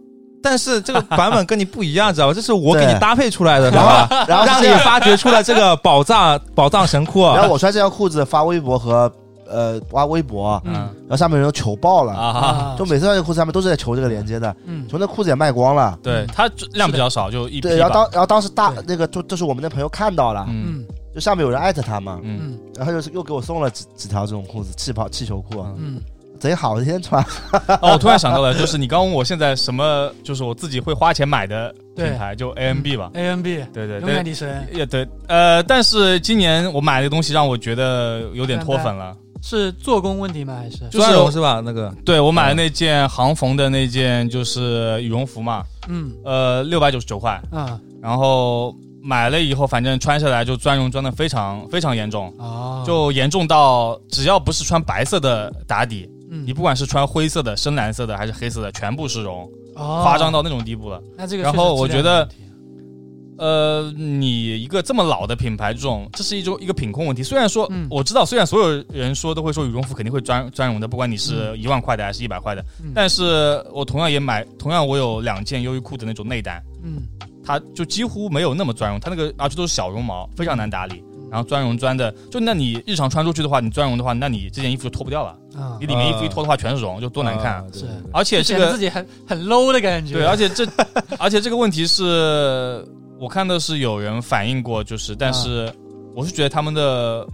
S4: 但是这个版本跟你不一样，知道吧？这是我给你
S2: 对
S4: 搭配出来 的，知
S2: 然
S4: 道吧？
S2: 后然后
S4: 让
S2: 是
S4: 你
S2: 这样
S4: 发掘出了这个宝藏 宝藏神啊库。
S2: 然后我穿这条裤子发微博和呃发微博，
S1: 嗯
S2: 然后下面人都求爆了，
S3: 啊，
S2: 就每次穿这个裤子下面都是在求这个链接的，
S1: 嗯
S2: 求那裤子也卖光了。
S3: 对它量比较少，就一批
S2: 对，然后
S3: 吧，
S2: 当然后当时大
S1: 对
S2: 那个就就是我们的朋友看到了，
S3: 嗯
S1: 嗯
S2: 就下面有人艾特他嘛，
S3: 嗯，
S1: 嗯
S2: 然后又是又给我送了几几条这种裤子，气泡气球裤，啊
S3: 嗯
S1: 嗯，
S2: 贼好，天天穿。
S3: 哦，我突然想到了，就是你刚问我现在什么，就是我自己会花钱买的品牌，就 AMB 吧，
S1: A N B，
S3: 对对
S1: 勇敢
S3: 对。
S1: 女神
S3: 也对，呃，但是今年我买的东西让我觉得有点脱粉了，
S1: 是做工问题吗？还是
S3: 就
S4: 钻绒
S3: 是
S4: 是吧？那个
S3: 对我
S1: 嗯
S3: 买的那件航缝的那件就是羽绒服嘛，
S1: 嗯
S3: 呃，六百九十九块，
S1: 啊
S3: 然后买了以后，反正穿下来就钻绒钻的非常非常严重，
S1: 哦，
S3: 就严重到只要不是穿白色的打底，
S1: 嗯
S3: 你不管是穿灰色的、深蓝色的还是黑色的，全部是绒，
S1: 哦
S3: 夸张到那种地步了。
S1: 那这个
S3: 然
S1: 确实
S3: 后我
S1: 质量
S3: 觉
S1: 有
S3: 得
S1: 问题
S3: 呃，你一个这么老的品牌，这种这是一种一个品控问题。虽然说、
S1: 嗯
S3: 我知道，虽然所有人说都会说羽绒服肯定会钻钻绒的，不管你是一万块的还是一百块的，
S1: 嗯
S3: 但是我同样也买，同样我有两件优衣库的那种内单，
S1: 嗯
S3: 它就几乎没有那么钻绒，它那个而且都是小绒毛，非常难打理。
S1: 嗯
S3: 然后钻绒钻的，就那你日常穿出去的话，你钻绒的话，那你这件衣服就脱不掉了。
S1: 啊
S3: 你，里面衣服一脱的话，全是绒，就多难看。
S4: 啊对对对
S3: 而且
S1: 显
S3: 这
S1: 得
S3: 个
S1: 自己很很 low 的感觉。
S3: 对，而且这，而且这个问题是我看到是有人反映过，就是，
S1: 嗯
S3: 但是我是觉得他们的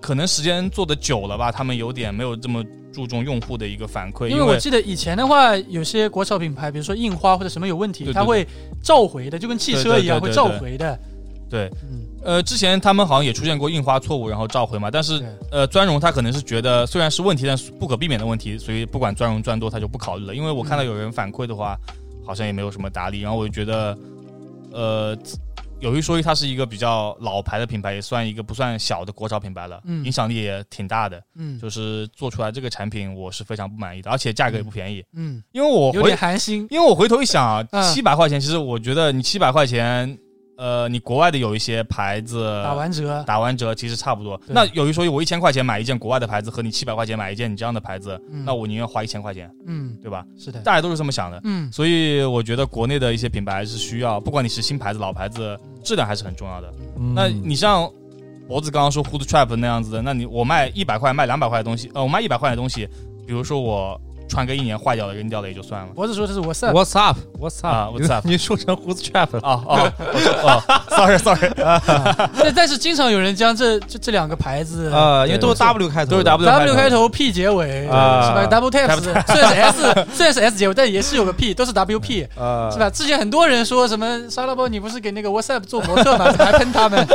S3: 可能时间做的久了吧，他们有点没有这么注重用户的一个反馈，
S1: 因为我记得以前的话，有些国潮品牌，比如说印花或者什么有问题，
S3: 对对
S1: 它会召回的，就跟汽车一样
S3: 对
S1: 会
S3: 对对
S1: 召回的。
S3: 对，
S1: 嗯，
S3: 呃，之前他们好像也出现过印花错误，然后召回嘛，但是
S1: 对
S3: 呃，钻绒它可能是觉得虽然是问题，但是不可避免的问题，所以不管钻绒钻多，它就不考虑了。因为
S1: 嗯
S3: 我看到有人反馈的话，好像也没有什么打理，然后我就觉得，呃，有一说一，它是一个比较老牌的品牌，也算一个不算小的国潮品牌了，
S1: 嗯
S3: 影响力也挺大的。
S1: 嗯
S3: 就是做出来这个产品，我是非常不满意的，而且价格也不便宜。
S1: 嗯，
S3: 因为我
S1: 有
S3: 回
S1: 点寒心。
S3: 因为我回头一想啊，
S1: 嗯
S3: 七百块钱，其实我觉得你七百块钱，呃，你国外的有一些牌子
S1: 打完折，
S3: 打完折其实差不多。
S1: 对
S3: 那有一说一，我一千块钱买一件国外的牌子，和你七百块钱买一件你这样的牌子，
S1: 嗯
S3: 那我宁愿花一千块钱，
S1: 嗯，
S3: 对吧？
S1: 是的，
S3: 大家都是这么想的。
S1: 嗯
S3: 所以我觉得国内的一些品牌是需要，不管你是新牌子、老牌子，质量还是很重要的。
S4: 嗯
S3: 那你像脖子刚刚说 Hood Trap 那样子的，那你我卖一百块、卖两百块的东西，呃，我卖一百块的东西，比如说我穿个一年坏掉了、扔掉了也就算了。
S1: 脖子说这是我色。
S4: What's up? What's up?
S3: 啊，What's up？
S4: 你 说成 Who's Trap 了？
S3: 哦哦哦，sorry sorry，
S1: 但但是经常有人将这这这两个牌子
S3: 啊
S4: 呃，因为都是
S3: 对
S4: W 开头，
S3: 都是 W
S1: W 开，头，P 结尾，是
S4: 啊
S1: 吧？Double Taps，虽然是 S，虽然是 S 结尾，但也是有个 P，都是
S3: 啊
S1: WP，
S4: 呃，
S1: 是吧？之前很多人说什么沙拉包，你不是给那个 WhatsApp 做模特吗？怎么还喷他们？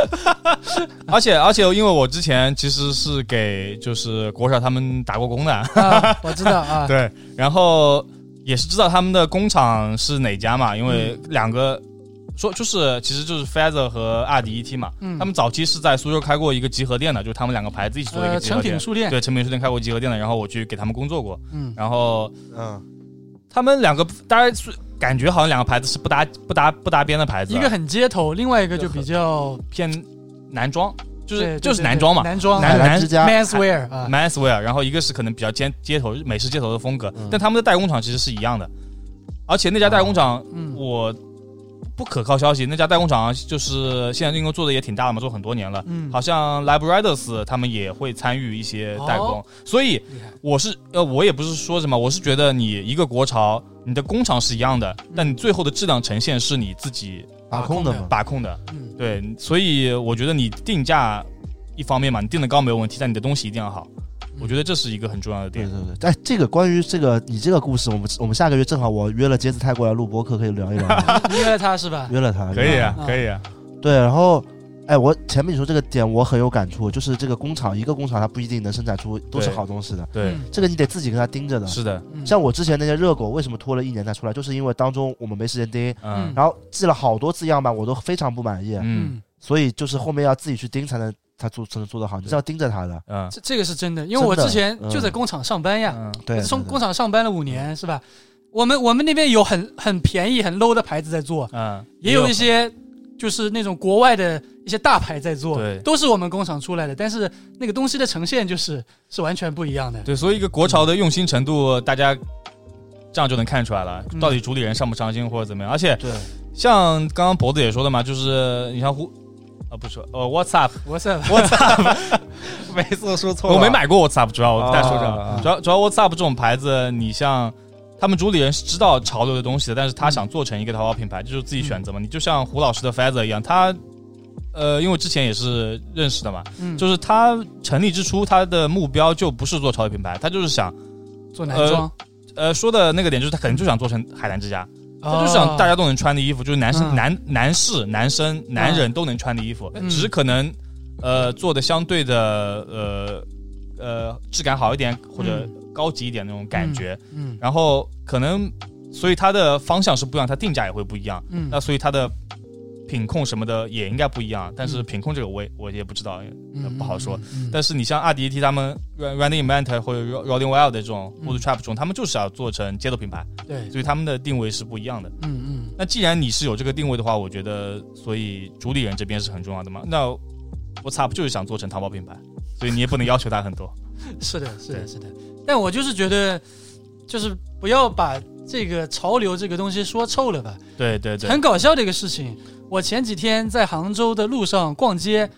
S3: 而且而且，因为我之前其实是给就是国少他们打过工的，
S1: 啊，我知道啊，
S3: 对，然后也是知道他们的工厂是哪家嘛，因为
S1: 嗯
S3: 两个说就是其实就是 Feather 和阿迪 ET 嘛，
S1: 嗯
S3: 他们早期是在苏州开过一个集合店的，就是他们两个牌子一起做一
S1: 呃，
S3: 个集
S1: 成
S3: 合店，
S1: 品书店，
S3: 对，成品书店开过集合店的，然后我去给他们工作过，
S1: 嗯，
S3: 然后
S2: 嗯，
S3: 他们两个当然是感觉好像两个牌子是不搭不搭不搭边的牌子
S1: 一
S3: 啊，
S1: 个很街头，另外一个就比较
S3: 偏男装，就
S1: 对
S3: 是
S1: 对
S3: 就是
S1: 对
S3: 男装嘛，
S1: 男装
S3: 男
S2: 海澜
S3: 男
S2: 之家，
S1: menswear 啊，
S3: Manswear，然后一个是可能比较街街头美式街头的风格，
S2: 嗯
S1: 啊
S3: 但他们的代工厂其实是一样的，而且那家代工厂、
S1: 嗯
S3: 我不可靠消息，那家代工厂就是现在英国做的也挺大的嘛，做很多年了。
S1: 嗯，
S3: 好像 Libridus 他们也会参与一些代工，
S1: 哦
S3: 所以
S1: 厉害，
S3: 我是呃，我也不是说什么，我是觉得你一个国潮，你的工厂是一样的，
S1: 嗯
S3: 但你最后的质量呈现是你自己
S2: 把控的嘛，
S3: 把啊控的，
S1: 嗯，
S3: 对，所以我觉得你定价一方面嘛，你定的高没有问题，但你的东西一定要好，
S1: 嗯
S3: 我觉得这是一个很重要的
S2: 对
S3: 点。
S2: 对对，哎，这个关于这个你这个故事，我们我们下个月正好我约了杰子泰过来录播客，可以聊一 聊。
S1: 你约了他是吧？
S2: 约了他，
S3: 可以啊
S1: 嗯，
S3: 可以啊，
S2: 对，然后，哎，我前面你说这个点我很有感触，就是这个工厂一个工厂它不一定能生产出都是
S3: 对
S2: 好东西的，
S3: 对，
S1: 嗯，
S2: 这个你得自己跟他盯着的。
S3: 是的，
S1: 嗯
S2: 像我之前那些热狗为什么拖了一年才出来，就是因为当中我们没时间盯，
S3: 嗯
S2: 然后寄了好多次样板，我都非常不满意，
S3: 嗯
S1: 嗯，
S2: 所以就是后面要自己去盯才能才做才能做得好，你是要盯着他的。
S3: 嗯
S1: 这这个是真的，因为我
S2: 真的
S1: 之前
S2: 嗯
S1: 就在工厂上班呀，
S3: 嗯，
S2: 对，
S1: 从工
S2: 厂
S1: 厂上班了五年是吧？我们我们那边有很很便宜很 low 的牌子在做，
S3: 嗯，
S1: 也有一些就是那种国外的一些大牌在做，
S3: 对
S1: 都是我们工厂出来的，但是那个东西的呈现就是是完全不一样的。
S3: 对，所以一个国潮的用心程度，大家这样就能看出来了，
S1: 嗯
S3: 到底主理人上不上心或者怎么样。而且
S2: 对
S3: 像刚刚脖子也说的嘛，就是你像呼啊，不是呃，WhatsApp，
S1: 我是
S4: 每次都说错了，
S3: 我没买过 WhatsApp，主要我再说这
S4: 啊啊啊
S3: 样，主要主要 WhatsApp 这种牌子，你像。他们主理人是知道潮流的东西的，但是他想做成一个淘宝品
S4: 嗯
S3: 牌，这就是自己选择嘛。你就像胡老师的 Feather 一样，他，呃，因为我之前也是认识的嘛，
S1: 嗯，
S3: 就是他成立之初，他的目标就不是做潮流品牌，他就是想，
S1: 做男
S3: 呃
S1: 装，
S3: 呃，说的那个点就是他可能就想做成海南之家，他就是想大
S1: 家
S3: 家都能穿的衣服，就是男生、
S1: 嗯
S3: 男男士、男生、男人都能穿的衣服，
S1: 哦嗯
S3: 只是可能呃做的相对的呃呃质感好一点或者高级一点那种感觉，
S1: 嗯
S3: 然后可能所以它的方向是不一样，它定价也会不一样，
S1: 嗯
S3: 那所以它的。品控什么的也应该不一样，但是
S1: 嗯
S3: 品控这个我也我也不知道，
S1: 嗯
S3: 不好说。
S1: 嗯嗯
S3: 但是你像 RDT 他们 Randy Invent 或者 Rolling Wild 这种
S1: 嗯
S3: Wood Trap 这种，他们就是要做成街头品牌，
S1: 对，
S3: 所以他们的定位是不一样的。
S1: 嗯嗯
S3: 那既然你是有这个定位的话，我觉得所以主理人这边是很重要的嘛。那 WhatsApp 就是想做成淘宝品牌，所以你也不能要求他很多。
S1: 嗯是的，是的，是的。但我就是觉得，就是不要把这个潮流这个东西说臭了吧。
S3: 对对对，
S1: 很搞笑的一个事情，我前几天在杭州的路上逛街，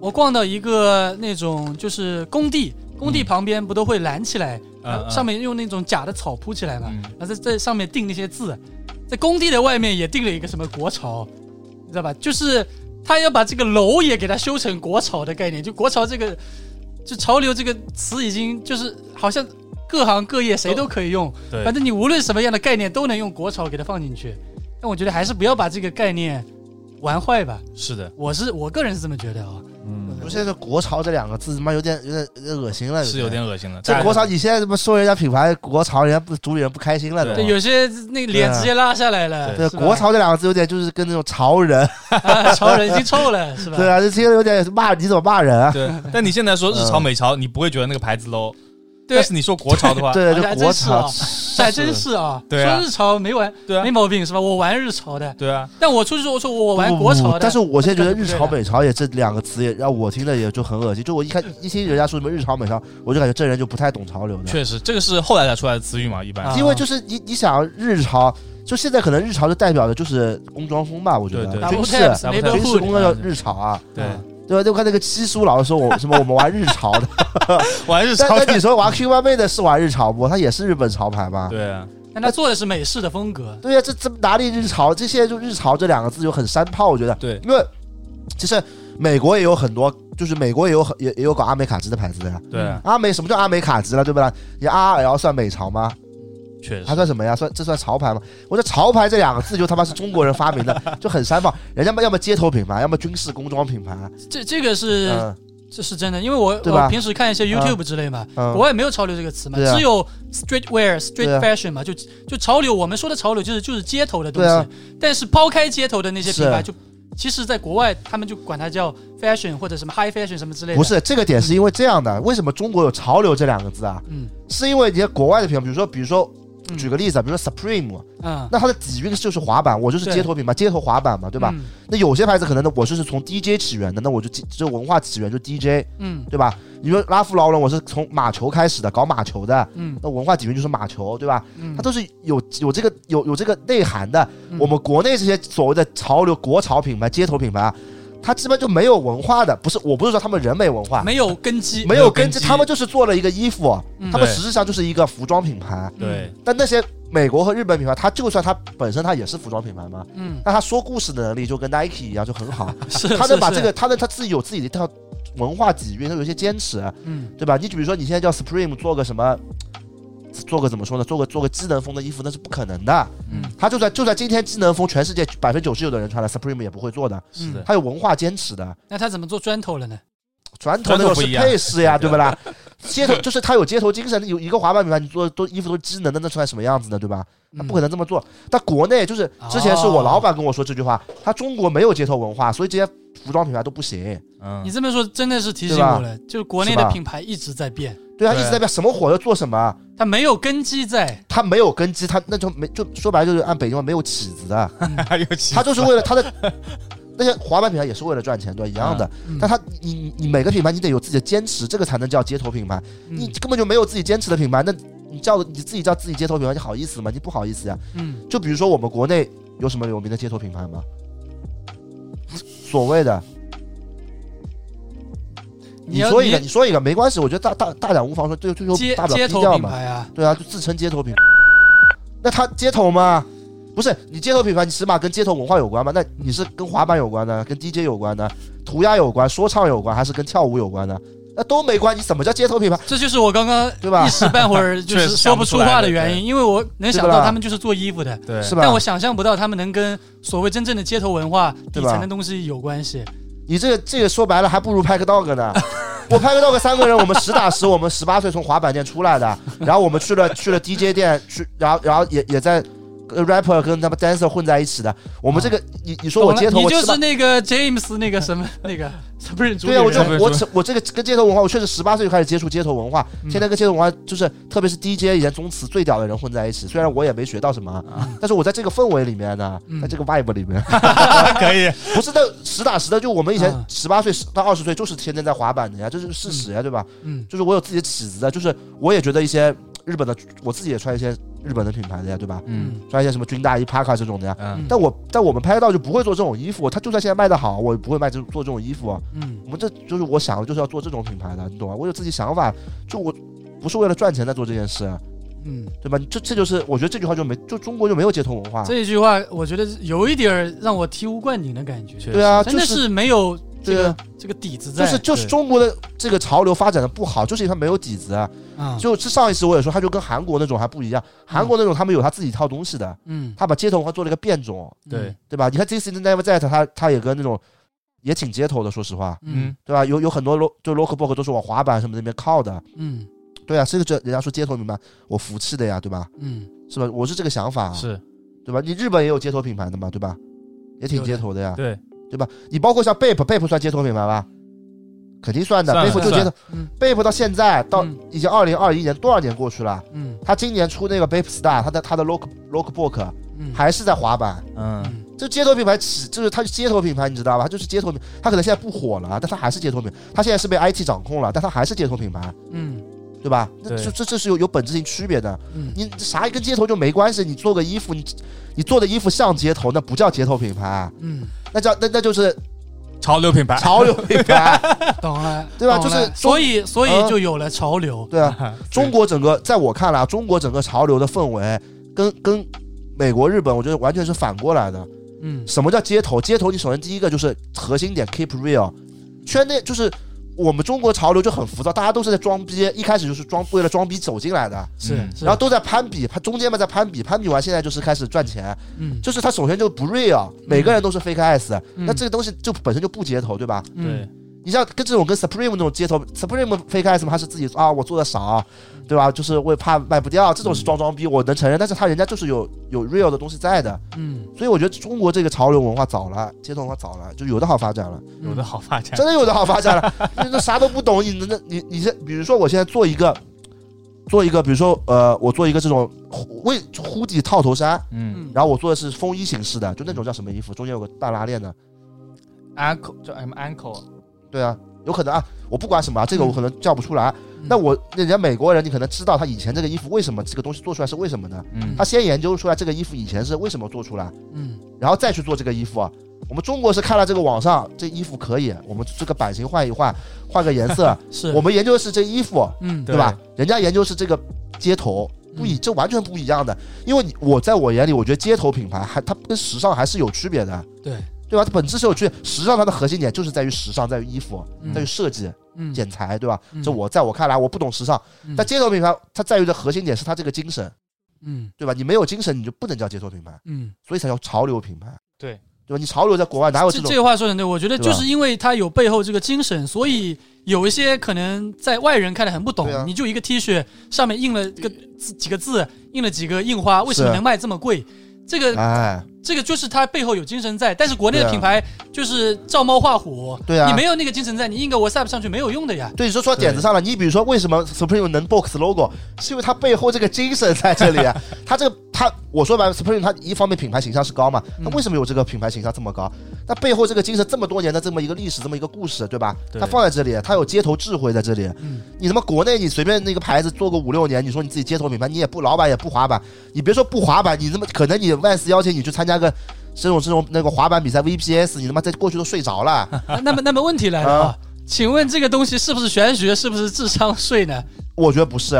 S1: 我逛到一个那种就是工地，工地旁边不都会拦起来，
S3: 嗯
S1: 呃
S3: 嗯
S1: 上面用那种假的草铺起来嘛，啊
S3: 嗯
S1: 然后在在上面钉那些字，在工地的外面也钉了一个什么国潮，你知道吧？就是他要把这个楼也给它修成国潮的概念，就国潮这个，就潮流这个词已经就是好像各行各业谁都可以用，
S3: 对
S1: 反正你无论什么样的概念都能用国潮给它放进去。但我觉得还是不要把这个概念玩坏吧，
S3: 是的，
S1: 我是我个人是这么觉得啊。
S4: 嗯
S2: 我现在“国潮”这两个字，他妈有点有点有点恶心了，
S3: 是有点恶心了。
S2: 这
S3: 大家
S2: 国潮，你现在他妈说人家品牌国潮，人家不主理人不开心了都。
S1: 对，有些那个脸直接拉下来了，
S2: 对
S1: 是吧
S2: 国潮这两个字有点就是跟那种潮人，
S1: 啊，潮人已经臭了，是吧？
S2: 对啊，这听着有点骂你怎么骂人啊？
S3: 对， 但你现在说
S2: 嗯
S3: 日潮、美潮，你不会觉得那个牌子 low。但是你说国潮的话，
S2: 对，
S1: 好
S2: 就
S1: 像还
S2: 国
S1: 真是
S2: 潮
S1: 啊，这还真是啊。
S3: 对啊
S1: 说日潮没玩
S3: 对啊
S1: 没，毛病是吧？我玩日潮的，
S3: 对啊，
S1: 但我出去说我说我
S2: 不
S1: 玩
S2: 不
S1: 国潮
S2: 不
S1: 的，
S2: 哦但是我现在觉得日
S1: 那就
S2: 潮
S1: 不对了
S2: 美潮也这两个词也让我听着也就很恶心，就我一看一听人家说什么日潮美潮，我就感觉这人就不太懂潮流的，
S3: 确实，这个是后来才出来的词语嘛，一般
S1: 啊。
S2: 因为就是你你想日潮，就现在可能日潮就代表的就是工装风吧，我觉
S3: 对
S2: 得军
S3: 对
S1: double
S2: 事
S1: taps
S3: 军事
S1: neighborhood
S2: 军事工作叫日潮啊，
S3: 对，
S2: 对吧？就看那个七叔老是说我什么我们玩日潮 的，
S3: 玩日
S2: 但
S3: 潮的，
S2: 但你说玩 Q 1妹的是玩日潮不？它也是日本潮牌吧？
S3: 对啊，
S1: 但他做的是美式的风格，
S2: 对呀、这这哪里日潮？这现在就日潮这两个字就很山炮，我觉得。
S3: 对
S2: 因为其实美国也有很多，就是美国也有很也也有搞阿美卡兹的牌子的呀。
S3: 对啊，
S2: 阿美什么叫阿美卡兹了，对不啦？你 R L 算美潮吗？
S3: 确
S2: 它
S3: 实，
S2: 算什么呀？算这算潮牌吗？我这潮牌这两个字就他妈是中国人发明的，就很山炮。人家要么街头品牌，要么军事工装品牌。
S1: 这这个是、
S2: 嗯
S1: 这是真的，因为我
S2: 对吧
S1: 我平时看一些 YouTube 之类嘛，
S2: 嗯
S1: 国外没有潮流这个词嘛，
S2: 对啊
S1: 只有 street wear、
S2: 对
S1: street
S2: 啊
S1: fashion 嘛，就就潮流。我们说的潮流就是就是街头的东西，
S2: 对啊
S1: 但是抛开街头的那些品牌，
S2: 是
S1: 就其实在国外他们就管它叫 fashion 或者什么 high fashion 什么之类的。
S2: 不，是这个点，是因为这样的。为什么中国有潮流这两个字啊？
S1: 嗯
S2: 是因为你看国外的品牌，比如说，比如说
S1: 嗯
S2: 举个例子啊，比如说 Supreme，
S1: 嗯，
S2: 那它的底蕴就是滑板，我就是
S1: 对
S2: 街头品牌，街头滑板嘛，对吧？
S1: 嗯？
S2: 那有些牌子可能呢，我就是从 DJ 起源的，那我就记这文化起源就 DJ，
S1: 嗯
S2: 对吧？你说拉夫劳伦，我是从马球开始的，搞马球的，
S1: 嗯
S2: 那文化底蕴就是马球，对吧？
S1: 嗯，
S2: 它都是有有这个有有这个内涵的。
S1: 嗯
S2: 我们国内这些所谓的潮流国潮品牌、街头品牌啊，它基本就没有文化的，不是我不是说他们人没文化，
S1: 没有根基，
S2: 没
S3: 没有
S2: 有根
S3: 根
S2: 基，
S3: 基
S2: 他们就是做了一个衣服，
S1: 嗯
S2: 他们
S3: 对
S2: 实质上就是一个服装品牌。
S3: 对，
S2: 但那些美国和日本品牌，它就算它本身它也是服装品牌嘛，
S1: 嗯，
S2: 那它说故事的能力就跟 Nike 一样啊就很 好，
S1: 是
S2: 它能把
S1: 是
S2: 这
S1: 是
S2: 个它能它自己有自己的一套文化底蕴，它有一些坚持，
S1: 嗯
S2: 对吧？你比如说你现在叫 Supreme 做个什么，做个怎么说呢？做个做个机能风的衣服那是不可能的。
S1: 嗯
S2: 它就算就算今天机能风全世界百分之九十九的人穿了，Supreme 也不会做的，
S3: 是的，
S2: 它有文化坚持的。
S1: 那他怎么做砖头了呢？
S2: 传统那种是配饰呀，对不啦？街头就是它有街头精神，有一个滑板品牌，你做都衣服都是机能的，那出来什么样子呢？对吧？他不可
S1: 能，
S2: 能这么做。但国内就是之前是
S1: 哦
S2: 我老板跟我说这句话，他中国没有街头文化，所以这些服装品牌都不行。
S3: 嗯
S1: 你，这么说真的是提醒
S2: 对吧
S1: 我了，就是国内
S2: 是
S1: 的
S2: 吧
S1: 品牌一直在变，
S2: 对啊，
S3: 对
S2: 一直在变，什么火就做什么，
S1: 它没有根基在，
S2: 他没有根基，他那就没就说白了就是按北京话没有起子 的，
S3: 还有其
S2: 他就是为了他的那些滑板品牌也是为了赚钱，对，一样的。
S1: 嗯
S2: 但他你你你每个品牌你得有自己的坚持，这个才能叫街头品牌。你
S1: 嗯
S2: 根本就没有自己坚持的品牌，那你叫你自己叫自己街头品牌，你好意思吗？你不好意思呀。
S1: 嗯
S2: 就比如说我们国内有什么有名的街头品牌吗？所谓的，
S1: 你
S2: 你
S1: 要
S2: 说一个，
S1: 你
S2: 你说一个，没关系，我觉得大大大胆无妨说，就就
S1: 街
S2: 就大不
S1: 街
S2: 了低
S1: 头
S2: 调
S1: 品
S2: 嘛。
S1: 牌啊，
S2: 对啊，就自称街头品牌，那他街头吗？不是你街头品牌，你起码跟街头文化有关吗？那你是跟滑板有关呢，跟 DJ 有关呢，涂鸦有关，说唱有关，还是跟跳舞有关呢？那都没关，你怎么叫街头品牌？
S1: 这就是我刚刚
S2: 对吧
S1: 一时半会儿 就
S3: 确
S1: 是
S3: 实
S1: 说
S3: 想
S1: 不
S3: 不
S1: 出
S3: 出来
S1: 话
S3: 的
S1: 的原因，因为我能想
S2: 对
S1: 到
S2: 吧
S1: 他们就是做衣服的，
S3: 对，
S2: 是吧？
S1: 但我想象不到他们能跟所谓真正的街头文化底
S2: 对吧
S1: 层的东西有关系。
S2: 你这个这个说白了还不如拍个 dog 呢。我拍个 dog 三个人，我们实打实，我们十八岁从滑板店出来的，然后我们去了去了 DJ 店，去然后然后也也在呃 rapper 跟他们 dancer 混在一起的。我们这个、你你说我街头，
S1: 你
S2: 我
S1: 就是
S2: 吃饭。
S1: 那个 James 那个什么 那个什么人主理
S2: 对啊，我
S1: 人，
S2: 就
S3: 不是
S2: 我
S3: 不
S2: 只我这个跟街头文化，我确实十八岁就开始接触街头文化，
S1: 嗯
S2: 现在跟街头文化就是，特别是 DJ 以前宗祠最屌的人混在一起。虽然我也没学到什么啊，但是我在这个氛围里面呢
S1: 嗯，
S2: 在这个 vibe 里面，
S3: 可以，
S2: 不是那实打实的，就我们以前
S1: 啊
S2: 十八岁到二十岁就是天天在滑板的呀，这是事实呀，对吧？
S1: 嗯
S2: 就是我有自己的起子的，就是我也觉得一些日本的，我自己也穿一些日本的品牌的呀，对吧？
S3: 嗯
S1: 嗯
S2: 穿一些什么军大衣、帕卡这种的呀。
S3: 嗯，
S2: 但我但我们拍到就不会做这种衣服，他就算现在卖的好，我也不会卖这做这种衣服。啊
S1: 嗯
S2: 我们这就是我想的就是要做这种品牌的，你懂吗？我有自己想法，就我不是为了赚钱在做这件事，啊
S1: 嗯，
S2: 对吧？你这这就是我觉得这句话就没就中国就没有街头文化，
S1: 这一句话我觉得有一点儿让我醍醐灌顶的感觉，
S3: 确
S2: 对啊，
S1: 真
S2: 就
S1: 的
S2: 是
S1: 是没有这
S2: 对
S1: 个
S2: 啊
S1: 这个底子在，
S2: 就是就是
S3: 对
S2: 中国的这个潮流发展的不好，就是因为它没有底子啊。
S3: 嗯
S1: 啊
S2: 就是上一次我也说，它就跟韩国那种还不一样，韩国那
S3: 嗯
S2: 种他们有他自己一套东西的，
S1: 嗯
S2: 他把街头文化做了一个变种，
S3: 对，
S2: 对吧？你看 This is Never That，他他也跟那种也挺街头的，说实话，
S1: 嗯
S3: 嗯，
S2: 对吧？有有很多 lo 就 local b o k 都是往滑板什么那边靠的，
S1: 嗯
S2: 对啊，这个这人家说街头品牌，我服气的呀，对吧？
S1: 嗯
S2: 是吧？我是这个想法啊，
S3: 是
S2: 对吧？你日本也有街头品牌的嘛，对吧？也挺街头的呀，
S3: 对，
S2: 对吧？你包括像 Bape，Bape 算街头品牌吧？肯定算的
S3: 算
S2: ，Bape 就
S3: 算
S2: 街头
S1: 嗯
S2: ，Bape 到现在到
S1: 嗯
S2: 已经二零二一年多少年过去了？
S1: 嗯
S2: 他今年出那个 Bape Star，他的他的 Look Look Book
S1: 嗯，
S2: 还是在滑板。
S3: 嗯，
S1: 嗯
S2: 这街头品牌起，就是它是街头品牌，你知道吧？它就是街头品，它可能现在不火了，但它还是街头品。它现在是被 IT 掌控了，但它还是街头品牌，
S1: 嗯
S2: 对吧？那
S3: 对
S2: 这这这是有有本质性区别的。
S1: 嗯
S2: 你啥跟街头就没关系，你做个衣服，你你做的衣服像街头，那不叫街头品牌，
S1: 嗯，
S2: 那叫那那就是
S3: 潮流品牌，
S2: 潮流品牌。
S1: 懂了，
S2: 对吧
S1: 懂
S2: 就是
S1: 了
S2: 中
S1: 所以所以
S2: 嗯
S1: 就有了潮流，
S2: 对啊， 中国整个在我看来啊，中国整个潮流的氛围跟跟美国、日本，我觉得完全是反过来的。
S1: 嗯
S2: 什么叫街头？街头你首先第一个就是核心点 keep real，圈内就是我们中国潮流就很浮躁，大家都是在装逼，一开始就是装为了装逼走进来的，
S1: 是，
S3: 嗯
S1: 是
S2: 然后都在攀比，攀中间嘛在攀比，攀比完现在就是开始赚钱，
S1: 嗯
S2: 就是他首先就不 real，每个人都是 fake ass，、
S1: 嗯
S2: 那这个东西就本身就不街头，对吧？
S1: 嗯
S3: 对，
S2: 你像跟这种跟 Supreme 那种街头，Supreme fake ass 嘛他是自己啊，我做的少，对吧？就是为怕卖不掉，这种是装装逼，我能承认，但是他人家就是有有 real 的东西在的，
S1: 嗯
S2: 所以我觉得中国这个潮流文化早了，街头文化早了，就有的好发展了，
S1: 嗯
S3: 有的好发展，
S2: 真的有的好发展了。你那啥都不懂，你那你你这，比如说我现在做一个做一个，比如说呃，我做一个这种呼为呼地套头衫，
S3: 嗯
S2: 然后我做的是风衣形式的，就那种叫什么衣服，中间有个大拉链的，
S3: ，ankle 叫什么 ankle？
S2: 对啊，有可能啊，我不管什么啊，这个我可能叫不出来。
S1: 嗯
S2: 那我那人家美国人，你可能知道他以前这个衣服为什么这个东西做出来是为什么的，
S3: 嗯
S2: 他先研究出来这个衣服以前是为什么做出来，
S1: 嗯
S2: 然后再去做这个衣服啊。我们中国是看了这个网上这衣服可以，我们这个版型换一换，换个颜色。
S1: 是
S2: 我们研究的是这衣服，
S1: 嗯
S2: 对吧？人家研究是这个街头，不一，这完全不一样的。因为你我在我眼里，我觉得街头品牌还它跟时尚还是有区别的，
S1: 对
S2: 对吧？它本质是有区别。时尚它的核心点就是在于时尚，在于衣服，
S1: 嗯
S2: 在于设计、
S1: 嗯
S2: 剪裁，对吧？
S1: 嗯
S2: 这我在我看来，我不懂时尚。
S1: 嗯
S2: 但街头品牌它在于的核心点是它这个精神，
S1: 嗯
S2: 对吧？你没有精神，你就不能叫街头品牌，
S1: 嗯，
S2: 所以才叫潮流品牌。
S3: 对，
S2: 对吧？你潮流在国外哪有
S1: 这
S2: 这种
S1: 这话说的对，我觉得
S2: 对吧
S1: 就是因为它有背后这个精神，所以有一些可能在外人看的很不懂
S2: 对啊，
S1: 你就一个 T 恤上面印了个字几个字，印了几个印花，为什么
S2: 是啊
S1: 能卖这么贵？这个
S2: 哎，
S1: 这个就是它背后有精神在，但是国内的
S2: 对啊
S1: 品牌就是照猫画虎，
S2: 对啊
S1: 你没有那个精神在，你印个 WhatsApp 上去没有用的呀。
S2: 对，你说说到点子上了。你比如说，为什么 Supreme 能 box logo，是因为它背后这个精神在这里、啊。它这个，它我说白了，Supreme 它一方面品牌形象是高嘛，它为什么有这个品牌形象这么高？它背后这个精神这么多年的这么一个历史，这么一个故事，对吧？
S3: 对
S2: 它放在这里，它有街头智慧在这里。
S1: 嗯
S2: 你他妈国内你随便那个牌子做个五六年，你说你自己街头品牌，你也不老板也不滑板，你别说不滑板，你他妈可能你万斯邀请你去参加个。这种这种那个滑板比赛 VPS，你他妈在过去都睡着了。
S1: 啊那么那么问题来了啊
S2: 啊，
S1: 请问这个东西是不是玄学？是不是智商税呢？
S2: 我觉得不是、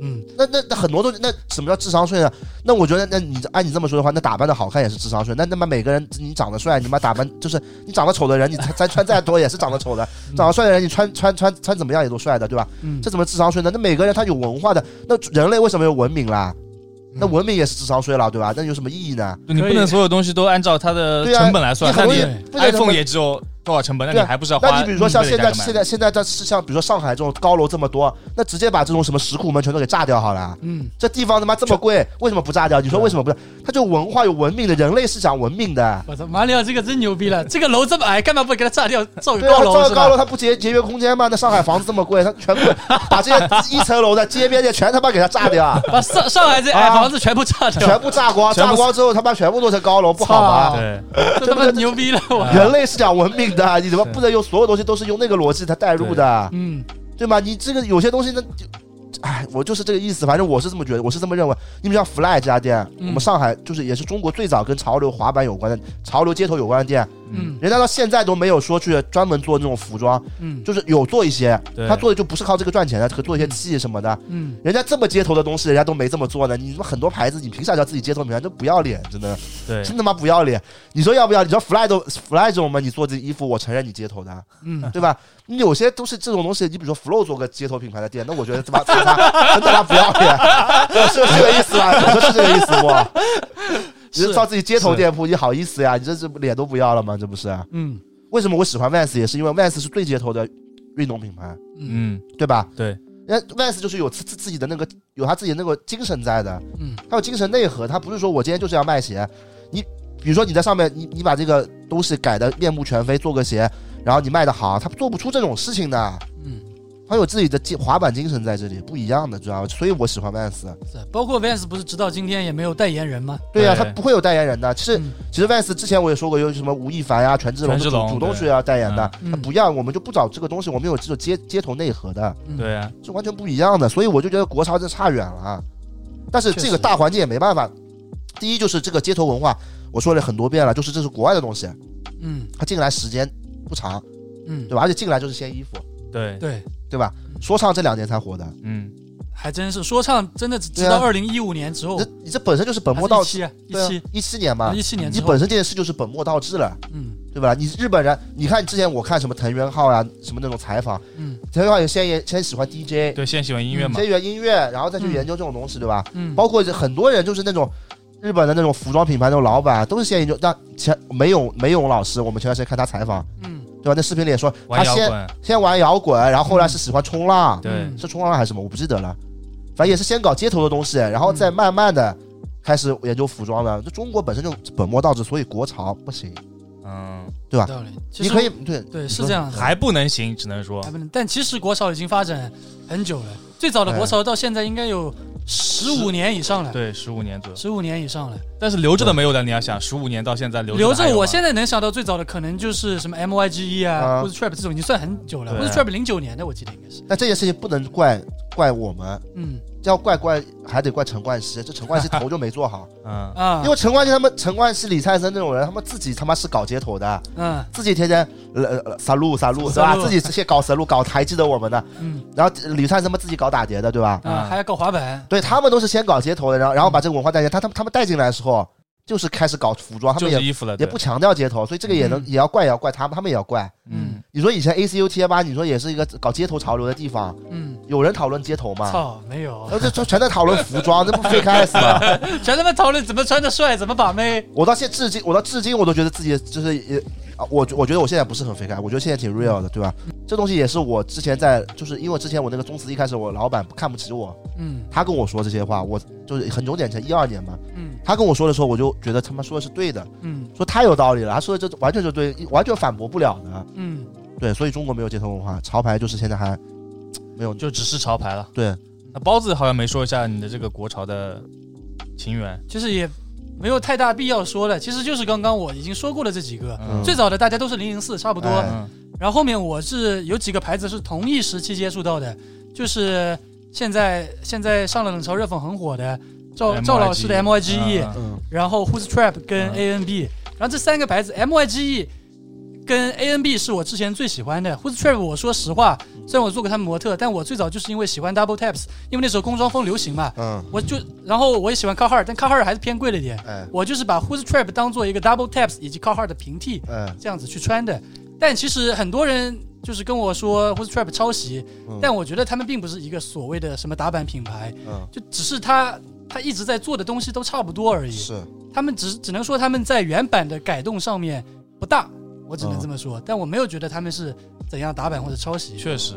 S1: 嗯，
S2: 那那那很多东西，那什么叫智商税呢？那我觉得，那你按你这么说的话，那打扮的好看也是智商税。那那么每个人，你长得帅，你妈打扮就是你长得丑的人，你再再穿再多也是长得丑的； 长得帅的人，你穿穿穿穿怎么样也都帅的，对吧？
S1: 嗯
S2: 这怎么智商税呢？那每个人他有文化的，那人类为什么有文明啦？那文明也是智商税了，对吧？那有什么意义呢？
S3: 就你
S1: 可
S3: 不
S1: 以
S3: 能所有东西都按照它的
S2: 对啊
S3: 成本来
S2: 你
S3: 算，那
S2: 很多
S3: 你
S2: 人不能
S3: iPhone 也只有多少成本，那
S2: 对
S3: 你
S2: 啊
S3: 还不是要
S2: 那
S3: 花？
S2: 你比如说像
S3: 你不
S2: 现
S3: 得
S2: 在
S3: 加个买
S2: 现在现在在是像比如说上海这种高楼这么多，那直接把这种什么石库门全都给炸掉好了。啊
S1: 嗯啊
S2: 这地方他妈这么贵，为什么不炸掉？你说为什么不炸？它就文化有文明的，人类是讲文明的。
S1: 我操，马里奥这个真牛逼了！这个楼这么矮，干嘛不给它炸掉，造个
S2: 对
S1: 高
S2: 啊，它
S1: 楼
S2: 造
S1: 是
S2: 个
S1: 吧
S2: 高楼，它不节节约空间吗？那上海房子这么贵，它 全部把这些一层楼的街边的全他妈给它炸掉，啊
S1: 把上上 海这矮房 子全部炸掉，
S2: 全部炸光，
S3: 全部
S2: 炸光之后他妈全部做成高楼，不好
S1: 操
S2: 吗？
S3: 对，
S1: 这他妈牛逼了！我
S2: 人类是讲文明的，你怎么
S3: 是
S2: 不能用所有东西都是用那个逻辑它代入的，
S1: 嗯
S2: 对吗？你这个有些东西那就。哎，我就是这个意思，反正我是这么觉得，我是这么认为。你比如像 Fly 这家店，
S1: 嗯
S2: 我们上海就是也是中国最早跟潮流滑板有关的、潮流街头有关的店，
S1: 嗯
S2: 人家到现在都没有说去专门做那种服装，
S1: 嗯
S2: 就是有做一些，
S3: 对
S2: 他做的就不是靠这个赚钱的，可做一些器什么的。
S1: 嗯，
S2: 人家这么街头的东西，人家都没这么做呢。你他妈很多牌子，你凭啥叫自己街头品牌？真不要脸，真的，
S3: 对
S2: 真他妈不要脸！你说要不要？你说 fly 都 fly 这种嘛，你做这衣服，我承认你街头的，啊
S1: 嗯，
S2: 对吧？你有些都是这种东西，你比如说 flow 做个街头品牌的店，那我觉得 他妈他妈真他妈不要脸，我是这个意思吧？我说是这个意思 不？你
S1: 是
S2: 就造自己街头店铺，你好意思呀？你这是脸都不要了吗？这不是？啊
S1: 嗯
S2: 为什么我喜欢 Vans 也是因为 Vans 是最街头的运动品牌，
S1: 嗯
S3: 嗯
S2: 对吧？
S3: 对，
S2: 人家 Vans 就是有自自自己的那个有他自己的那个精神在的，
S1: 嗯
S2: 他有精神内核，他不是说我今天就是要卖鞋，你比如说你在上面你你把这个东西改的面目全非做个鞋，然后你卖的好，他做不出这种事情的，
S1: 嗯，
S2: 他有自己的精滑板精神在这里，不一样的，知道吗？所以我喜欢 Vans。
S1: 是。包括 Vans 不是直到今天也没有代言人吗？
S2: 对呀、
S3: 对
S2: 他不会有代言人的。其实
S1: 嗯
S2: 其实 Vans 之前我也说过，有什么吴亦凡呀、权志龙都
S3: 权志
S2: 主
S3: 龙
S2: 主动
S3: 对
S2: 去要代言的，
S1: 嗯
S2: 他不要，我们就不找这个东西，我们有这种街街头内核的。
S3: 对啊，
S2: 是完全不一样的，所以我就觉得国潮真差远了。啊但是这个大环境也没办法，第一就是这个街头文化，我说了很多遍了，就是这是国外的东西，
S1: 嗯
S2: 它进来时间不长，
S1: 嗯
S2: 对，吧？而且进来就是先衣服，
S3: 对，
S1: 对，
S2: 对吧？
S1: 嗯
S2: 说唱这两年才火的，
S3: 嗯，
S1: 还真是说唱真的直
S2: 对啊
S1: 到二零一五年之后
S2: 你这，你这本身就是本末
S1: 哦还
S2: 倒
S1: 是
S2: 置，
S1: 一七
S2: 对
S1: 一
S2: 啊
S1: 七，
S2: 一七年嘛，
S1: 一七年
S2: 你
S1: 之后
S2: 本，身这件事就是本末倒置了，
S1: 嗯
S2: 对吧？你日本人，你看之前我看什么藤原浩呀、什么那种采访，
S1: 嗯
S2: 藤原浩也先也先喜欢 DJ，
S3: 对，先喜欢音乐嘛，
S2: 先学音乐，然后再去
S1: 嗯
S2: 研究这种东西，对吧？
S1: 嗯，
S2: 包括很多人就是那种日本的那种服装品牌那种老板，啊都是先研究。那前梅勇梅勇老师，我们前段时间看他采访，
S1: 嗯
S2: 对吧？那视频里也说他
S3: 玩摇
S2: 先
S3: 滚，
S2: 先玩摇滚，然后后来是喜欢冲浪，
S3: 对
S1: 嗯
S2: 是冲浪还是什么？我不记得了，反正也是先搞街头的东西，然后
S1: 嗯
S2: 再慢慢的。开始研究服装了，就中国本身就本末倒置，所以国潮不行。
S3: 嗯，
S2: 对吧
S1: 道理。其
S2: 你
S1: 实
S2: 可以对
S1: 对
S2: 你
S1: 是
S2: 说
S1: 这样的，
S3: 还不能行，只能说
S1: 还不能。但其实国潮已经发展很久了，最早的国潮到现在应该有十五年以上了，
S3: 对十五年左右。
S1: 十五年以上了。
S3: 但是留着的没有的，你要想十五年到现在留
S1: 留
S3: 着的还
S1: 着，
S3: 有啊
S1: 我
S3: 吗
S1: 现在能想到最早的可能就是什么 M Y G E 啊，
S2: 啊
S1: 或者 Trap 这种已经算很久了。
S3: 对
S1: 或者 Trap 零九年的我记得应该是，
S2: 但这件事情不能怪怪我们，
S1: 嗯
S2: 要怪怪还得怪陈冠希，这陈冠希头就没做好，
S3: 嗯，
S1: 啊
S2: 因，为陈冠希他们陈冠希、李灿森那种人，他们自己他妈是搞街头的，
S1: 嗯
S2: 自己天天呃呃撒路撒路是
S1: 撒
S2: 吧？
S1: 路
S2: 自己这些搞神路搞还记得我们的，
S1: 嗯
S2: 然后李灿森们自己搞打碟的对吧？
S1: 啊，
S3: 嗯
S1: 还要搞滑板，
S2: 对他们都是先搞街头的，然后然后把这个文化带进来。他他们他们带进来的时候，就是开始搞服装，他
S3: 就
S2: 们也
S3: 是衣服了，
S2: 也
S3: 对
S2: 不强调街头，所以这个也能、
S1: 嗯
S2: 也要怪也要怪他们，他们也要怪。
S1: 嗯
S3: 嗯
S2: 你说以前 A C U T A 八，你说也是一个搞街头潮流的地方，
S1: 嗯，
S2: 有人讨论街头吗？
S1: 操，没有，
S2: 呃，这这全在讨论服装，这不 fake ass 吗？
S1: 全他妈讨论怎么穿的帅，怎么把妹，
S2: 我到现至今，我到至今我都觉得自己就是也啊，我我觉得我现在不是很 fake ass，我觉得现在挺 real 的，对吧？这东西也是我之前在，就是因为之前我那个宗祠一开始我老板看不起我，
S1: 嗯
S2: 他跟我说这些话，我就是很久点前一二年嘛，
S1: 嗯
S2: 他跟我说的时候，我就觉得他妈说的是对的，
S1: 嗯
S2: 说太有道理了，他说的这完全就对，完全反驳不了的。
S1: 嗯，
S2: 对，所以中国没有街头文化，潮牌就是现在还没有。
S3: 就只是潮牌了。
S2: 对，
S3: 那包子好像没说一下你的这个国潮的情缘，
S1: 就是也没有太大必要说了，其实就是刚刚我已经说过的这几个。
S3: 嗯
S1: 最早的大家都是零零四，差不多。
S2: 哎
S3: 嗯
S1: 然后后面我是有几个牌子是同一时期接触到的，就是现在现在上了冷潮热粉很火的赵
S3: MYG
S1: 赵老师的 MYGE，、
S3: E 嗯
S2: 嗯，
S1: E，然后 Who's Trap 跟
S3: 嗯
S1: ANB，、然后这三个牌子 MYGE E 跟 ANB 是我之前最喜欢的。Who's Trap 我说实话，虽然我做过他们模特，但我最早就是因为喜欢 Double Taps，因为那时候工装风流行嘛，
S2: 嗯，
S1: 我就然后我也喜欢 Carhartt，但 Carhartt 还是偏贵了一点。
S2: 哎，
S1: 我就是把 Who's Trap 当做一个 Double Taps 以及 Carhartt 的平替，
S2: 哎，
S1: 这样子去穿的。但其实很多人就是跟我说 Who's Trap 抄袭，
S2: 嗯
S1: 但我觉得他们并不是一个所谓的什么打版品牌，
S2: 嗯
S1: 就只是他他一直在做的东西都差不多而已。
S2: 是，
S1: 他们只只能说他们在原版的改动上面不大，我只能这么
S2: 嗯
S1: 说。但我没有觉得他们是怎样打版或者抄袭。
S3: 确实，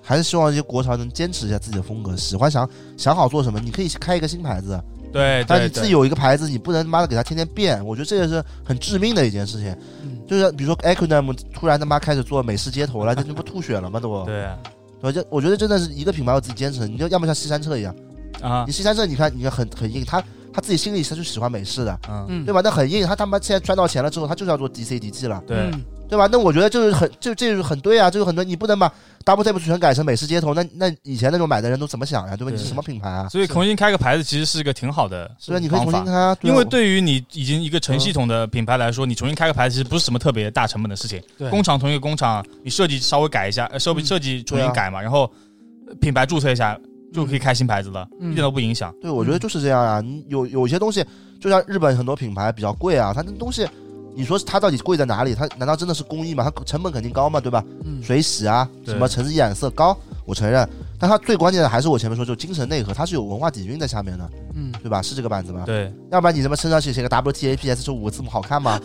S2: 还是希望这些国潮能坚持一下自己的风格，喜欢想想好做什么，你可以开一个新牌子，
S3: 对
S2: 但你
S3: 对
S2: 自己
S3: 对，
S2: 有一个牌子，你不能他妈的给它天天变，我觉得这个是很致命的一件事情。
S1: 嗯，
S2: 就是比如 说 Equinam 突然他妈开始做美式街头了，这这不吐血了吗？都，
S3: 对啊
S2: 对，这我觉得真的是一个品牌要自己坚持，你就要么像西山车一样。
S3: 啊
S2: 你，西山社，你看，你看很很硬，他他自己心里他就喜欢美式的，
S3: 嗯，
S1: 嗯
S2: 对吧？那很硬，他他妈现在赚到钱了之后，他就是要做 DC DG 了，
S3: 对，
S1: 嗯
S2: 对吧？那我觉得就是很就这就是很对啊，就是很对，你不能把 Double Tap 全改成美式街头，那那以前那种买的人都怎么想呀？对吧？
S3: 对
S2: 你是什么品牌啊？
S3: 所以重新开个牌子其实是一个挺好的方法，
S2: 对吧？你可以重新开啊，对啊
S3: 因为对于你已经一个成系统的品牌来说，你重新开个牌子其实不是什么特别大成本的事情。
S1: 对
S3: 工厂同一个工厂，你设计稍微改一下，呃，设计
S1: 嗯
S3: 设计重
S2: 对
S3: 新
S2: 啊
S3: 改嘛，然后呃品牌注册一下就可以开新牌子了，
S1: 嗯
S3: 一点都不影响。
S2: 对，我觉得就是这样啊。你有有些东西，就像日本很多品牌比较贵啊，它那东西。你说它到底贵在哪里？它难道真的是工艺吗？它成本肯定高嘛，对吧？
S1: 嗯
S2: 水洗啊，
S3: 对
S2: 什么城市染色高，我承认。但它最关键的还是我前面说，就精神内核，它是有文化底蕴在下面的，
S1: 嗯
S2: 对吧？是这个板子吗？
S3: 对
S2: 要不然你他妈身上写写个 W T A P S 这五个字母好看 吗？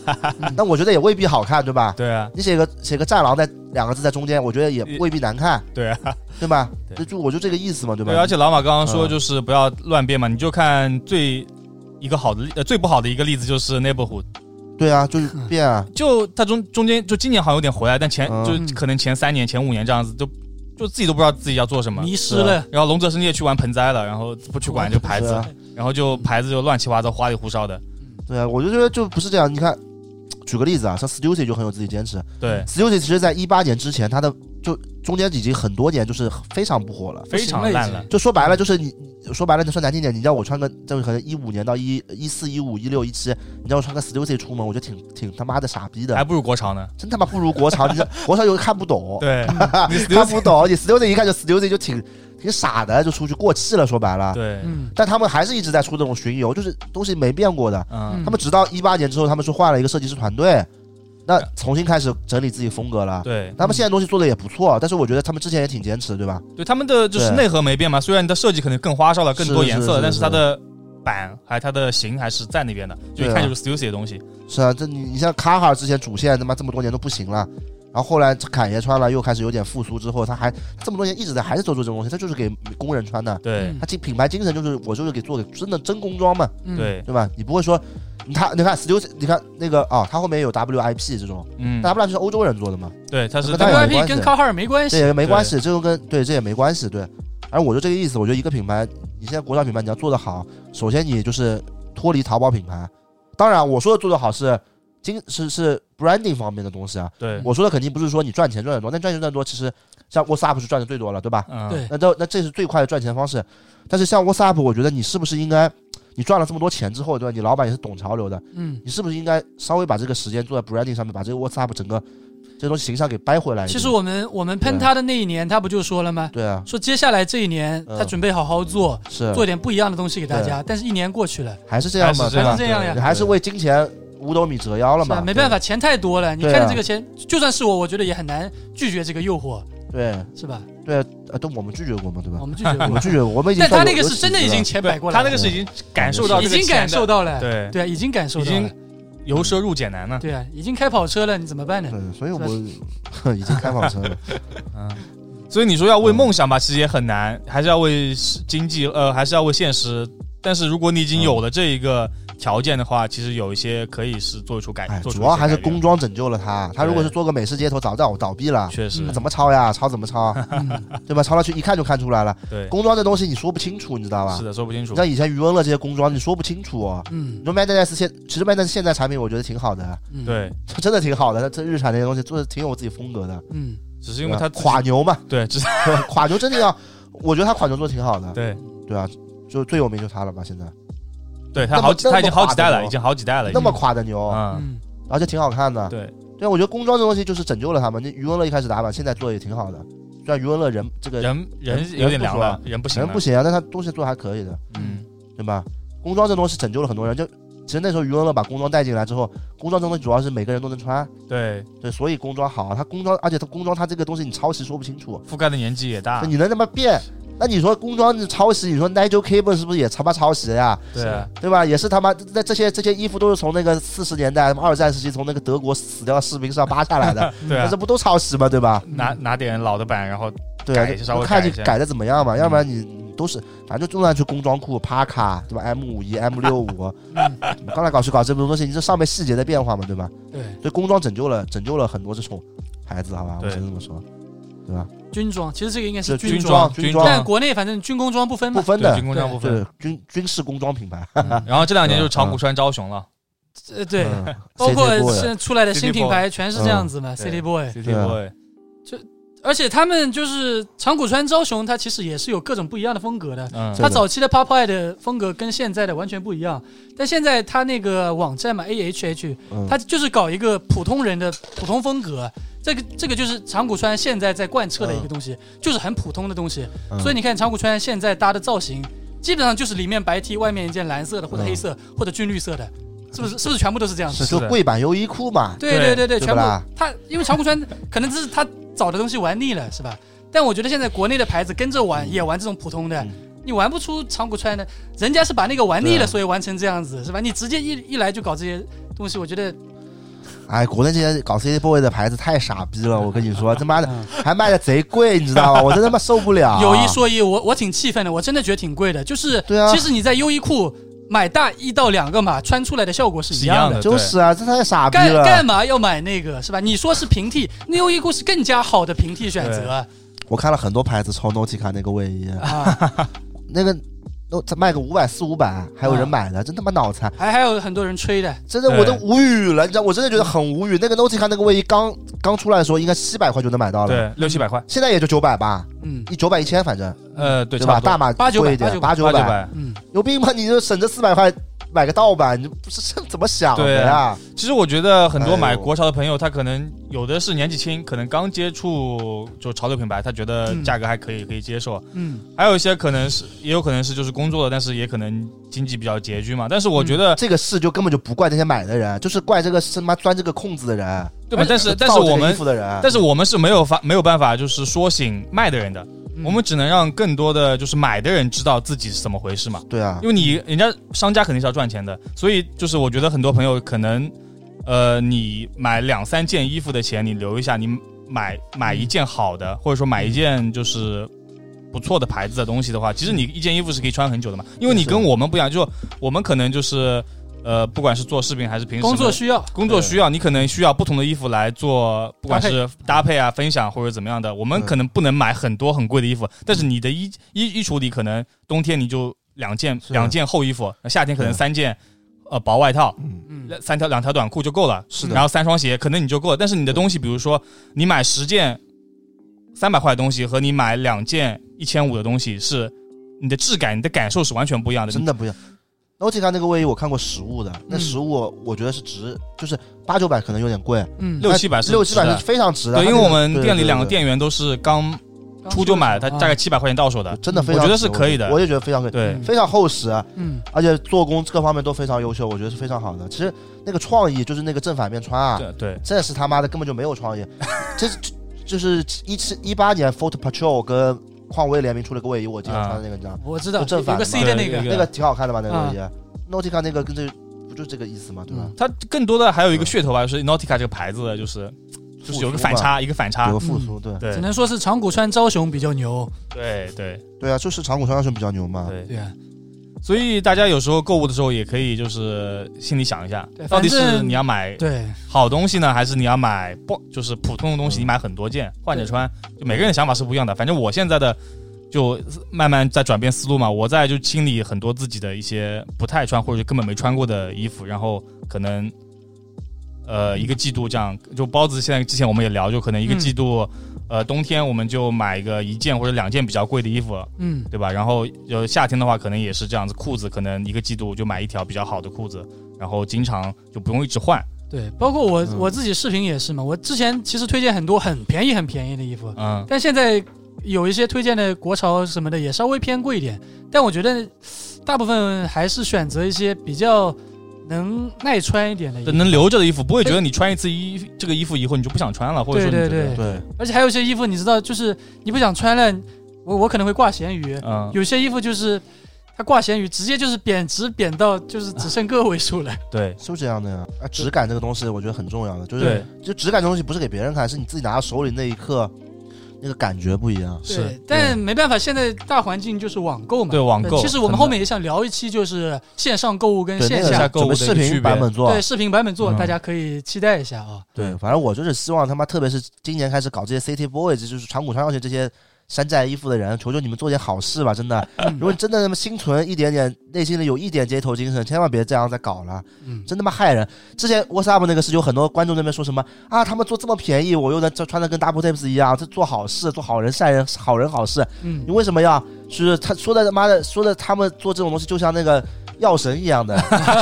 S2: 那我觉得也未必好看，对吧？
S3: 对啊，
S2: 你写个写个战狼在两个字在中间，我觉得也未必难看，
S3: 对啊，
S2: 对吧？
S3: 对
S2: 这就我就这个意思嘛，对吧？
S3: 对。而且老马刚刚说
S2: 嗯
S3: 就是不要乱变嘛，你就看最一个好的例呃最不好的一个例子就是 Neighborhood，
S2: 对啊，就是变 啊，
S3: 就它中中间就今年好像有点回来，但前
S2: 嗯
S3: 就可能前三年前五年这样子就就自己都不知道自己要做什么。啊
S1: 迷失了，
S3: 然后龙泽深夜去玩盆栽了，然后不去管这个牌
S2: 对
S3: 子
S2: 啊，
S3: 然后就牌子就乱七八糟、花里胡哨的。
S2: 对啊，我就觉得就不是这样。你看，举个例子啊，像 Stussy 就很有自己坚持。
S3: 对，
S2: Stussy 其实在一八年之前，他的就中间已经很多年就是非常不火了。
S3: 非常烂了。
S2: 就说白了，就是你说白了，你说难听点，你让我穿个，就是可能一五年到一一四、一五、一六、一七，你让我穿个 Stussy 出门，我觉得挺挺他妈的傻逼
S3: 还
S2: 的，
S3: 不如国潮呢。
S2: 真他妈不如国潮。你 这国潮有的看不懂，
S3: 对，你
S2: 看不懂，你 Stussy 一看就 Stussy 就挺挺傻的，就出去过气了。说白了，
S3: 对，
S1: 嗯
S2: 但他们还是一直在出这种巡游，就是东西没变过的。
S3: 嗯，
S2: 他们直到一八年之后，他们是换了一个设计师团队，那重新开始整理自己风格了。
S3: 对
S2: 他们现在东西做的也不错，但是我觉得他们之前也挺坚持，对吧？
S3: 对，他们的就是
S2: 对
S3: 内核没变嘛，虽然你的设计可能更花哨了，更多
S2: 是
S3: 颜
S2: 是
S3: 色了，
S2: 是
S3: 但是它
S2: 是
S3: 的版还有它的型还是在那边的，就一
S2: 对啊
S3: 看就是 Stussy 的东西。
S2: 是啊，这你你像卡哈之前主线他妈这么多年都不行了，然后后来侃爷穿了又开始有点复苏之后，他还这么多年一直在还是做这种东西，他就是给工人穿的，
S3: 对
S1: 嗯
S2: 他这品牌精神就是我就是给做给真的真工装嘛，
S1: 嗯，
S3: 对，
S2: 对吧？你不会说。你看，你看 Studio，你看那个啊、它后面有 WIP 这种
S3: 嗯，
S2: ，WIP 是欧洲人做的嘛，
S3: 对，它是
S2: 那当然有关
S1: WIP
S2: 系
S1: 跟卡哈尔没关
S2: 这
S1: 系，
S2: 也没关系，这就跟对这也没关系，对。而我就这个意思，我觉得一个品牌，你现在国产品牌你要做得好，首先你就是脱离淘宝品牌。当然，我说的做得好是经是是 branding 方面的东西啊，
S3: 对，
S2: 我说的肯定不是说你赚钱赚得多，但赚钱赚得多，其实像 WhatsApp 是赚的最多了，对吧？
S3: 嗯，
S1: 对
S2: 那都那这是最快的赚钱方式。但是像 WhatsApp，我觉得你是不是应该，你赚了这么多钱之后，对吧？你老板也是懂潮流的，
S1: 嗯。
S2: 你是不是应该稍微把这个时间做在 branding 上面，把这个 WhatsApp 整个这东西形象给掰
S3: 哎
S2: 回来一点？
S1: 其实我们我们喷他的那一年，他不就说了吗？
S2: 对啊，
S1: 说接下来这一年
S2: 嗯
S1: 他准备好好做，
S2: 是
S1: 做点不一样的东西给大家。但是，一年过去了，
S2: 还是这样嘛，
S3: 还是
S2: 对
S1: 还
S2: 吧
S1: 是？这样呀
S2: 你。还是为金钱五斗米折腰了
S1: 是吧啊
S2: 嘛？
S1: 没办法，钱太多了。你
S2: 对啊
S1: 看着这个钱，就算是我，我觉得也很难拒绝这个诱惑，
S2: 对，
S1: 是吧？
S2: 对对，呃，都我们拒绝过嘛，对吧
S1: 我？们拒绝
S2: 我
S1: 过
S2: 们。拒绝，我们已经
S1: 但他
S2: 算
S1: 那
S2: 有
S1: 个
S2: 有
S1: 是
S2: 几
S1: 真的
S2: 次
S1: 已经
S2: 了
S1: 钱
S3: 对
S1: 摆过来
S3: 他
S1: 了，
S3: 那个是已经感受到
S1: 已
S3: 这个
S1: 经感
S3: 钱
S1: 受
S3: 的，
S1: 到了，
S3: 对
S1: 对，已经感受
S3: 已
S1: 到了
S3: 经，由奢入俭难呢。
S1: 对啊，已经开跑车了，你怎么办呢？
S2: 对，所以我
S1: 是吧
S2: 们 已经开跑车 了。
S3: 嗯，所以你说要为梦想吧，其实也很难，还是要为经济，呃，还是要为现实。但是如果你已经有了这一个条件的话，其实有一些可以是做出改，
S2: 哎，
S3: 做出
S2: 主
S3: 一些
S2: 要还是
S3: 改变
S2: 工，装拯救了他。他如果是做个美食街头，早倒倒 闭了。
S3: 确实
S2: 那，怎么抄呀？抄怎么抄？
S1: 嗯
S2: 对吧？抄上去一看就看出来了。
S3: 对，
S2: 工装这东西你说不清楚，你知道吧
S3: 是？的，说不清楚
S2: 你，像以前余文乐这些工装，你说不清楚、哦。你
S1: 嗯
S2: 说 Madness 现，其实 Madness 现在产品我觉得挺好的，
S1: 嗯，
S3: 对，
S2: 真的挺好的。它这日产那些东西做的挺有我自己风格的，
S1: 嗯，
S3: 只是因为他
S2: 对吧垮，牛嘛，
S3: 对，只是
S2: 垮牛真的要，我觉得他垮牛做的挺好的，
S3: 对，
S2: 对啊，就最有名就他了吧？现在
S3: 对
S2: 那么
S3: 他好几，
S2: 那么
S3: 他已经好几代
S2: 垮的
S3: 了，
S2: 哦
S3: 已经好几代了，已
S2: 那
S3: 经
S2: 么嗯垮的牛，
S3: 嗯，
S1: 嗯
S2: 而且挺好看的。
S3: 对，
S2: 对，啊我觉得工装这东西就是拯救了他们。那余文乐一开始打板，现在做的也挺好的。虽然余文乐人这个
S3: 人人
S2: 人
S3: 有点
S2: 不
S3: 凉
S2: 说
S3: 了，人不行
S2: 人
S3: 了
S2: 不，行啊，但他东西做得还可以的，
S3: 嗯，
S2: 对吧？工装这东西拯救了很多人。就其实那时候余文乐把工装带进来之后，工装这东西主要是每个人都能穿，
S3: 对，
S2: 对，所以工装好。啊他工装，而且他工装他这个东西你抄袭说不清楚，
S3: 覆盖的年纪也大
S2: 那，你能那么变？那你说工装你抄袭，你说 Nigel Cabin 是不是也他妈抄袭的呀？
S3: 对啊，
S2: 对吧？也是他妈那这些这些衣服都是从那个四十年代什么二战时期从那个德国死掉的士兵上扒下来 的，
S3: 对
S2: 那
S3: 啊
S2: 这，不都抄袭吗？对吧？
S3: 拿拿点老的版，然后
S2: 对
S3: 改一下稍
S2: 啊，
S3: 微
S2: 就看
S3: 改
S2: 你
S3: 一下嗯
S2: 改的怎么样嘛，要不然你你都是反正就总算去工装裤、帕卡对吧？M 五一、M 六五，
S3: 嗯
S2: 搞来搞去搞这么多东西，你这上面细节的变化嘛，对吧？
S1: 对，
S2: 所以工装拯救了拯救了很多这种牌子，好吧？我
S3: 对
S2: 只能这么说，对吧？
S1: 军装，其实这个应该是
S2: 这
S1: 军
S2: 装
S1: 装，
S2: 军
S3: 军
S1: 但
S2: 装
S3: 装
S1: 国内反正军工装不分
S2: 不
S1: 嘛，
S2: 分
S3: 对
S2: 的
S3: 军，工装部分
S2: 对，军军事工装品牌，
S3: 嗯然后这两年就是长
S2: 嗯
S3: 谷川昭雄了
S1: 呃，对，
S2: 嗯
S1: 包括
S2: CJ Boy
S1: 现在出来的
S3: City
S1: 新品
S3: Boy
S1: 牌全是这样子嘛
S3: 嗯对
S1: ，City Boy，
S3: ，CT
S2: 对啊
S3: boy，
S1: 而且他们就是长谷川昭雄，他其实也是有各种不一样的风格的。
S3: 嗯
S2: 这，
S1: 他
S2: 对的
S1: 早期的 Popeye 的风格跟现在的完全不一样，但现在他那个网站嘛，AHH，
S2: 嗯
S1: 他就是搞一个普通人的普通风格，这个这个就是长谷川现在在贯彻的一个东西，就是很普通的东西。
S2: 嗯
S1: 所以你看长谷川现在搭的造型，基本上就是里面白 T，外面一件蓝色的或者
S2: 嗯
S1: 黑色或者军绿色的，是不是？是不是全部都是这样子？
S2: 就是
S3: 的
S2: 贵版优衣库嘛，
S1: 对
S3: 对
S1: 对对，
S2: 对
S1: 全部
S2: 不啦
S1: 他因为长谷川可能这是他找的东西玩腻了，是吧？但我觉得现在国内的牌子跟着玩、也玩这种普通的，
S2: 嗯
S1: 你玩不出长谷川的，人家是把那个玩腻
S2: 对
S1: 了，
S2: 啊
S1: 所以玩成这样子，是吧？你直接一一来就搞这些东西，我觉得
S2: 哎，国内这些搞 CJ Boy 的牌子太傻逼了，我跟你说，他妈的
S1: 嗯
S2: 还卖的贼贵，你知道吗？我真他妈受不 了。
S1: 有一，说一，我我挺气愤的，我真的觉得挺贵的。就是，
S2: 啊对啊
S1: 其实你在优衣库买大一到两个码，穿出来的效果是
S3: 是
S1: 一
S3: 一
S1: 样
S3: 样
S1: 的。
S3: 的，
S2: 就是啊，这太傻逼
S1: 干干
S2: 了。
S1: 嘛要买那个是吧？你说是平替，那优衣库是更加好的平替选择
S2: 我看了很多牌子抄 Nautica 那个卫衣，
S1: 啊！
S2: 那个都才卖个五百四五百，还有人买的，真他妈脑残！
S1: 还还有很多人吹的，
S2: 真的
S3: 对
S2: 我都无语了，你知道，我真的觉得很无语。那个 Nautica 那个卫衣刚刚出来的时候，应该七百块就能买到了，
S3: 对，六七百块，
S2: 现在也就九百吧，
S1: 嗯
S2: 一九百一千反正
S3: 呃，对，
S2: 吧？
S3: 差不多
S2: 大码
S1: 800
S2: 贵一点，
S1: 800
S2: 八九
S3: 八九
S2: 百，
S3: 百。
S1: 嗯，
S2: 有病吧？你就省这四百块买个盗版，你不是这怎么想的
S3: 对
S2: 呀
S3: 啊？其实我觉得很多
S2: 哎
S3: 买
S2: 呦
S3: 国潮的朋友，他可能有的是年纪轻，可能刚接触就潮流品牌，他觉得
S1: 嗯
S3: 价格还可以，可以接受。
S1: 嗯，
S3: 还有一些可能是，也有可能是就是工作了，但是也可能经济比较拮据嘛。但是我觉得，
S2: 这个事就根本就不怪那些买的人，就是怪这个是他妈钻这个空子的人，
S3: 对吧？但是但是
S2: 造这个
S3: 我
S2: 衣
S3: 们，
S2: 服的啊人，
S3: 但是我们是没有法没有办法就是说醒卖的人的，
S2: 嗯
S3: 我们只能让更多的就是买的人知道自己是怎么回事嘛。
S2: 对啊，
S3: 因为你人家商家肯定是要赚钱的，所以就是我觉得很多朋友可能，呃，你买两三件衣服的钱你留一下，你买买一件好的，或者说买一件就是不错的牌子的东西的话，其实你一件衣服是可以穿很久的嘛，因为你
S2: 是
S3: 跟我们不一样，就我们可能就是。呃，不管是做视频还是平时
S1: 工
S3: 什
S1: 作
S3: 么
S1: 需要，
S3: 工作需要，你可能需要不同的衣服来做，不管是搭配啊、分享或者怎么样的。我们
S2: 嗯
S3: 可能不能买很多很贵的衣服，但是你的衣衣衣橱里可能冬天你就两件
S2: 是
S3: 两件厚衣服，那夏天可能
S2: 对
S3: 三件呃薄外套，
S2: 嗯，
S1: 嗯，
S3: 三条两条短裤就够了。
S2: 是的
S3: 然后三双鞋可能你就够了。但是你的东西，比如说你买十件三百块的东西和你买两件一千五的东西是。你的质感、你的感受是完全不一样的。
S2: 真的不一样。n o t i 那个卫衣我看过实物的，那
S1: 嗯
S2: 实物我觉得是值，就是八九百可能有点贵，
S1: 嗯，
S3: 六七百啊是
S2: 六七
S3: 值
S2: 百
S3: 的
S2: 是非常值的。
S3: 对，因为
S2: 它那
S3: 我们
S2: 对
S3: 店里
S2: 对
S3: 两个
S2: 对
S3: 店员都是刚出就买，他大
S1: 啊
S3: 概七百块钱到手的。
S2: 真的非
S3: 嗯我
S2: 常值，
S3: 觉得是可以的
S2: 我也觉得非常可以，
S3: 对
S1: 嗯，
S2: 非常厚实，
S1: 嗯，
S2: 而且做工各方面都非常优秀，我觉得是非常好的。其实那个创意就是那个正反面穿啊，
S3: 对对，
S2: 这是他妈的根本就没有 创意。这这就是一七一八年 Foot Patrol 跟匡威联名出了个卫衣，我
S3: 啊
S2: 经常穿的那个，你知道吗？
S1: 我知道，
S2: 就正反
S1: 有个
S2: 嘛
S1: C 的那
S3: 对
S1: 个
S3: 对，
S2: 那个挺好看的吧？那个卫衣，Nautica
S3: 啊
S2: 那个跟这不就这个意思吗？对吧？
S3: 它更多的
S2: 嗯
S3: 还有一个噱头吧，就是 Nautica 这个牌子，就是就是有个反差，一个反差
S2: 有个。复苏，对
S3: 啊嗯对
S1: 只能说是长谷川昭雄比较牛，
S3: 对对
S2: 对啊，就是长谷川上雄比较牛嘛。
S3: 对，
S1: 对啊，
S3: 所以大家有时候购物的时候也可以就是心里想一下
S1: 对，
S3: 到底
S1: 反
S3: 是
S1: 正
S3: 你要买
S1: 对，
S3: 好东西呢，还是你要买不就是普通的东西，
S2: 嗯
S3: 你买很多件换着穿，就每个人的想法是不一样的。反正我现在的就慢慢在转变思路嘛，我在就清理很多自己的一些不太穿或者根本没穿过的衣服，然后可能呃一个季度这样，就包子现在之前我们也聊，就可能一个
S1: 嗯
S3: 季度、呃冬天我们就买个一件或者两件比较贵的衣服，
S1: 嗯，
S3: 对吧？然后呃，夏天的话，可能也是这样子，裤子可能一个季度就买一条比较好的裤子，然后经常就不用一直换，
S1: 对，包括我
S2: 嗯
S1: 我自己视频也是嘛，我之前其实推荐很多很便宜很便宜的衣服，
S3: 嗯。
S1: 但现在有一些推荐的国潮什么的也稍微偏贵一点，但我觉得大部分还是选择一些比较能耐穿一点的衣
S3: 对
S1: 服，
S3: 能留着的衣服，不会觉得你穿一次衣这个衣服以后你就不想穿了，或者说你
S1: 对
S3: 觉
S1: 对
S3: 得，
S2: 对，
S1: 而且还有一些衣服你知道，就是你不想穿了，我我可能会挂闲鱼，
S2: 啊
S3: 嗯，
S1: 有些衣服就是它挂闲鱼，直接就是贬值贬到就是只剩个位数 了。
S3: 对
S2: 是不是这样的呀？啊，质感这个东西我觉得很重要的，就是
S3: 对
S2: 就质感这东西不是给别人看，是你自己拿到手里那一刻，那个感觉不一样。
S3: 是，
S1: 但没办法，现在大环境就是网购嘛。
S3: 对网购。
S1: 其实我们后面也想聊一期，就是线上购物跟
S2: 对，那
S1: 线
S2: 个啊
S1: 下
S2: 是
S3: 购物
S2: 准备
S3: 的
S2: 视
S3: 一个
S2: 频
S3: 区别
S2: 版本做
S1: 对，视频版本做，
S3: 嗯
S1: 大家可以期待一下啊。
S2: 对，反正我就是希望他妈，特别是今年开始搞这些 City Boys，就是长谷川上学这些山寨衣服的人，求求你们做点好事吧！真的，
S1: 嗯
S2: 如果你真的他妈心存一点点，内心里有一点街头精神，千万别这样再搞了，
S1: 嗯，
S2: 真他妈害人！之前 WhatsApp 那个是有很多观众那边说什么啊，他们做这么便宜，我又能穿穿的跟 Double Tapes 一样，这做好事，做好人善人，好人好事，
S1: 嗯
S2: 你，为什么要？是他说的他妈的，说的他们做这种东西就像那个药神一 样的， 像死神一样的，药神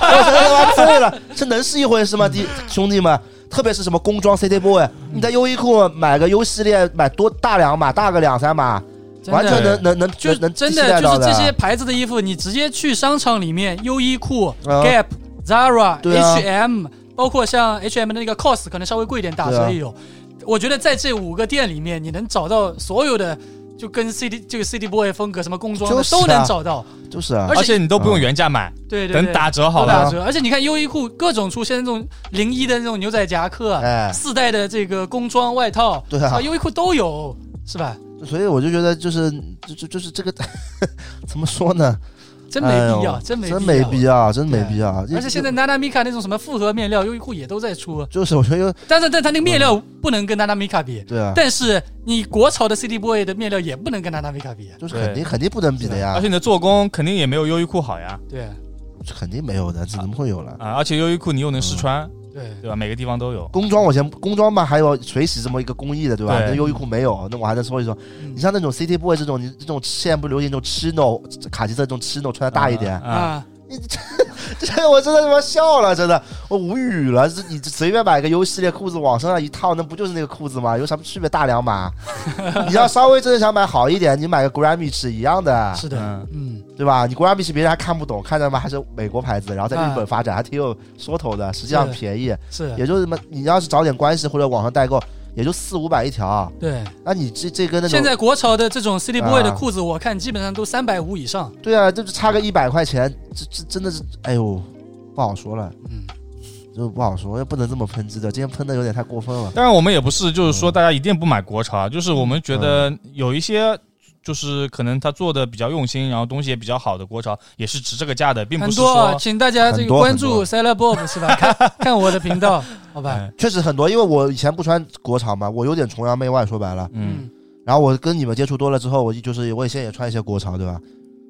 S2: 他妈醉了，这能是一回事吗？弟兄弟们，特别是什么工装 CD boy，你在优衣库买个 U 系列，买多大两码，大个两三码，
S1: 真
S2: 完全
S1: 的。
S2: 能能能
S1: 就
S2: 能能
S1: 真
S2: 替代
S1: 的就
S2: 到
S1: 是
S2: 的啊
S1: 这些牌子的衣服，你直接去商场里面，优衣库、
S2: 嗯
S1: Gap、Zara、
S2: 对啊
S1: H&M，包括像 H&M 的那个 COS，可能稍微贵一点，打
S2: 对啊
S1: 折也有。我觉得在这五个店里面，你能找到所有的，就跟 CD 这个 CD boy 风格什么工装
S2: 就
S1: 的
S2: 是啊
S1: 都能找到。
S2: 就是啊
S1: 而，
S3: 而
S1: 且
S3: 且你都不用原价买，
S1: 对对对，啊
S3: 等打折啊好
S1: 都
S3: 了。
S1: 打折。而且你看优衣库各种出现那种零一的那种牛仔夹克，啊
S2: 哎，
S1: 四代的这个工装外套，
S2: 对啊
S1: 啊，优衣库都有，是吧？
S2: 所以我就觉得就是就就就是这个 怎么说呢？
S1: 真没必要，
S2: 哎呦
S1: 真没
S2: 真没必
S1: 要。
S2: 要，真没必要。
S1: 而且现在 Nana Mika 那种什么复合面料，优衣库也都在出，
S2: 就是我觉得
S1: 但是但它那个面料不能跟 Nana Mika 比，
S2: 对啊，
S1: 但是你国潮的 CD Boy 的面料也不能跟 Nana Mika 比，啊
S2: 就是肯定肯定不能比的呀
S3: 而且。你的做工肯定也没有优衣库好呀，
S1: 对
S2: 肯定没有的，这怎么会有了？
S3: 啊！而且优衣库你又能
S2: 嗯
S3: 试穿，
S1: 对
S3: 对吧？每个地方都有。
S2: 工装我先工装吧，还有水洗这么一个工艺的，对吧？
S3: 对
S2: 那优衣库没有，那我还能说一说。
S1: 嗯
S2: 你像那种 City Boy 这种，你这种现在不流行那种 chino 卡其色这种 chino 穿的大一点，
S3: 啊，
S1: 啊，
S2: 这我真的他妈笑了，真的我无语了。这你随便买个 U 系列裤子往身上一套，那不就是那个裤子吗？有什么区别？大两码。你要稍微真的想买好一点，你买个 Grammy 是一样的，
S1: 是的，
S3: 嗯，
S1: 嗯，
S2: 对吧？你 Grammy 是别人还看不懂，看着嘛还是美国牌子，然后在日本发展还挺有说头的，实际上
S1: 是的
S2: 便宜。
S1: 是啊
S2: 也就是什么，你要是找点关系或者网上代购，也就四五百一条。
S1: 对。
S2: 那你这这跟那种
S1: 现在国潮的这种 CD
S2: 啊
S1: Boy 的裤子，我看基本上都三百五以上，
S2: 对啊，就是差个一百块钱，这这真的是，哎呦，不好说了，
S1: 嗯，
S2: 就不好说，又不能这么喷汁的，今天喷的有点太过分了。嗯
S3: 当然我们也不是就是说大家一定不买国潮啊，就是我们觉得有一些就是可能他做的比较用心，然后东西也比较好的国潮，也是值这个价的，并不
S1: 很
S3: 是
S1: 多啊，
S3: 说
S1: 请大家这
S2: 很
S1: 个
S2: 多
S1: 关
S2: 很
S1: 注
S2: 多
S1: Seller Bob 是吧？看看我的频道，好吧？
S3: 哎
S2: 确实很多，因为我以前不穿国潮嘛，我有点崇洋媚外，说白了。
S3: 嗯，
S2: 然后我跟你们接触多了之后，我就是我也现在也穿一些国潮，对吧？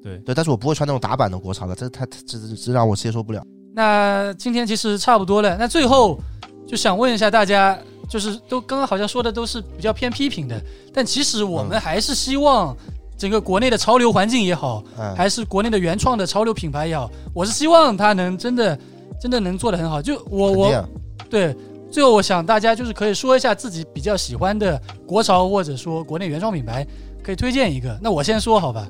S3: 对
S2: 对，但是我不会穿那种打版的国潮的，这太这这这让我接受不了。
S1: 那今天其实差不多了。那最后就想问一下大家，就是都刚刚好像说的都是比较偏批评的，但其实我们还是希望整个国内的潮流环境也好，
S2: 嗯，
S1: 还是国内的原创的潮流品牌也好，我是希望它能真的真的能做得很好。就我
S2: 肯
S1: 我
S2: 定啊
S1: 对，最后我想大家就是可以说一下自己比较喜欢的国潮或者说国内原创品牌，可以推荐一个。那我先说好吧，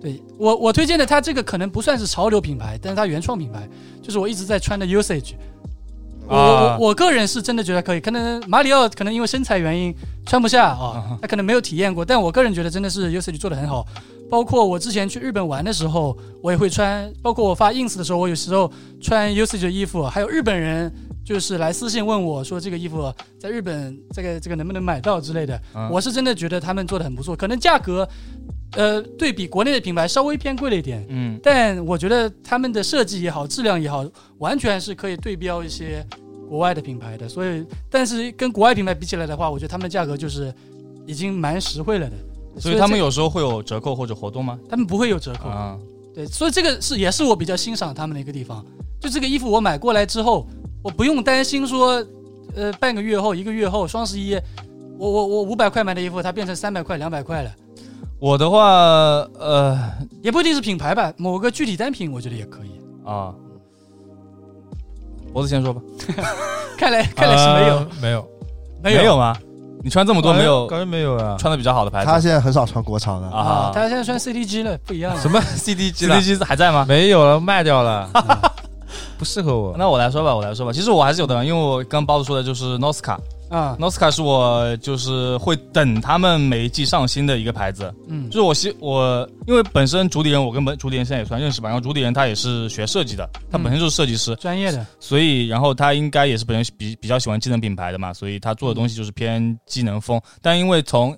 S1: 对我我推荐的它这个可能不算是潮流品牌，但是它原创品牌就是我一直在穿的 Usage。我我
S3: 啊
S1: 我个人是真的觉得可以，可能马里奥可能因为身材原因穿不下啊，他可能没有体验过，但我个人觉得真的是 Usage 做的很好。包括我之前去日本玩的时候，我也会穿，包括我发 ins 的时候，我有时候穿 Usage 的衣服，还有日本人就是来私信问我说这个衣服在日本这个这个能不能买到之类的，
S3: 嗯
S1: 我是真的觉得他们做的很不错，可能价格呃对比国内的品牌稍微偏贵了一点，
S3: 嗯
S1: 但我觉得他们的设计也好，质量也好，完全是可以对标一些国外的品牌的。所以，但是跟国外品牌比起来的话，我觉得他们的价格就是已经蛮实惠了的。
S3: 所以他们
S1: 这
S3: 有时候会有折扣或者活动吗？
S1: 他们不会有折扣。
S3: 啊，
S1: 对，所以这个是也是我比较欣赏他们的一个地方。就这个衣服我买过来之后，我不用担心说，呃，半个月后、一个月后，双十一，我我我五百块买的衣服，它变成三百块、两百块了，
S3: 我的话，呃
S1: 也不一定是品牌吧，某个具体单品我觉得也可以。
S3: 啊，脖子先说吧，
S1: 看来看来是没有、
S4: 呃没有，
S1: 没有呃
S3: 有吗？你穿这么多没有
S4: 感觉没有啊。
S3: 穿的比较好的牌
S2: 他
S3: 子
S2: 现在很少穿国潮了，
S1: 哎啊
S3: 啊，？
S1: 他现在穿 CDG 了，不一样了。
S4: 什么 CDG 了
S3: CDG？还在 吗？
S4: 没有了，卖掉 了，嗯不适合我。
S3: 那我来说吧，我来说吧。其实我还是有的，因为我刚包子说的就是 Noska。
S1: 啊？
S3: Noska 是我就是会等他们每一季上新的一个牌子，
S1: 嗯
S3: 就是我希我因为本身主理人我跟本主理人现在也算认识吧，然后主理人他也是学设计的，他本身就是设计师，
S1: 专业的，
S3: 所以然后他应该也是本身比比较喜欢技能品牌的嘛，所以他做的东西就是偏技能风，但因为从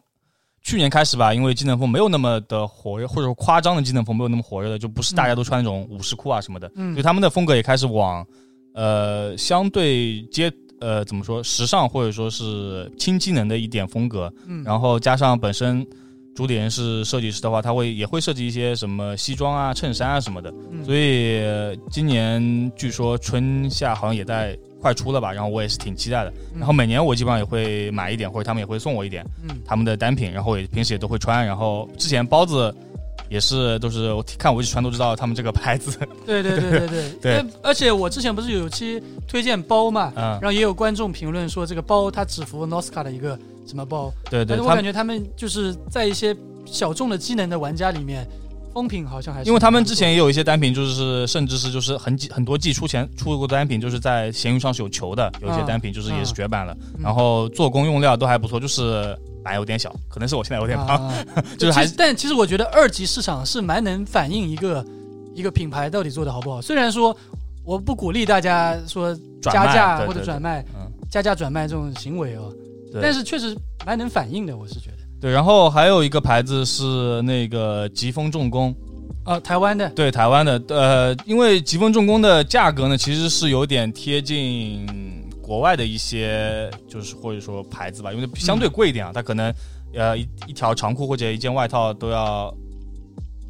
S3: 去年开始吧，因为技能风没有那么的火热，或者说夸张的技能风没有那么火热了，就不是大家都穿那种武士裤啊什么的，所以
S1: 嗯
S3: 他们的风格也开始往呃相对接呃怎么说时尚或者说是轻机能的一点风格，
S1: 嗯
S3: 然后加上本身主理人是设计师的话，他会也会设计一些什么西装啊、衬衫啊什么的，
S1: 嗯
S3: 所以呃今年据说春夏好像也在快出了吧，然后我也是挺期待的。
S1: 嗯
S3: 然后每年我基本上也会买一点，或者他们也会送我一点
S1: 嗯
S3: 他们的单品，然后我也平时也都会穿。然后之前包子也是都是我看我一直穿都知道他们这个牌子，
S1: 对对对对对
S3: 对
S1: 呃而且我之前不是有期推荐包嘛，
S3: 嗯
S1: 然，后也有观众评论说这个包它只服 Noska 的一个什么包，
S3: 对
S1: 但
S3: 对，
S1: 是我
S3: 他
S1: 感
S3: 们
S1: 觉他们就是在一些小众的机能的玩家里面，风评好像还是
S3: 因为他们之前也有一些单品，就是甚至是就是很几很多季出前出过的单品，就是在闲鱼上是有球的，有一些单品就是也是绝版了，
S1: 嗯
S3: 然后做工用料都还不错，就是版有点小，可能是我现在有
S1: 有
S3: 点胖，啊 就是还
S1: 其实但其实我觉得二级市场是蛮能反映一个一个品牌到底做的好不好，虽然说我不鼓励大家说
S3: 转
S1: 加
S3: 卖
S1: 价
S3: 对
S1: 或者
S3: 对
S1: 转卖
S3: 对嗯，
S1: 加价转卖这种行为哦，
S3: 对
S1: 但是确实蛮能反映的，我是觉得。
S3: 对，然后还有一个牌子是那个疾风重工，
S1: 哦，台湾的，
S3: 对啊台湾的，呃，因为疾风重工的价格呢，其实是有点贴近国外的一些，就是或者说牌子吧，因为相对贵一点啊，它可能呃一一条长裤或者一件外套都要，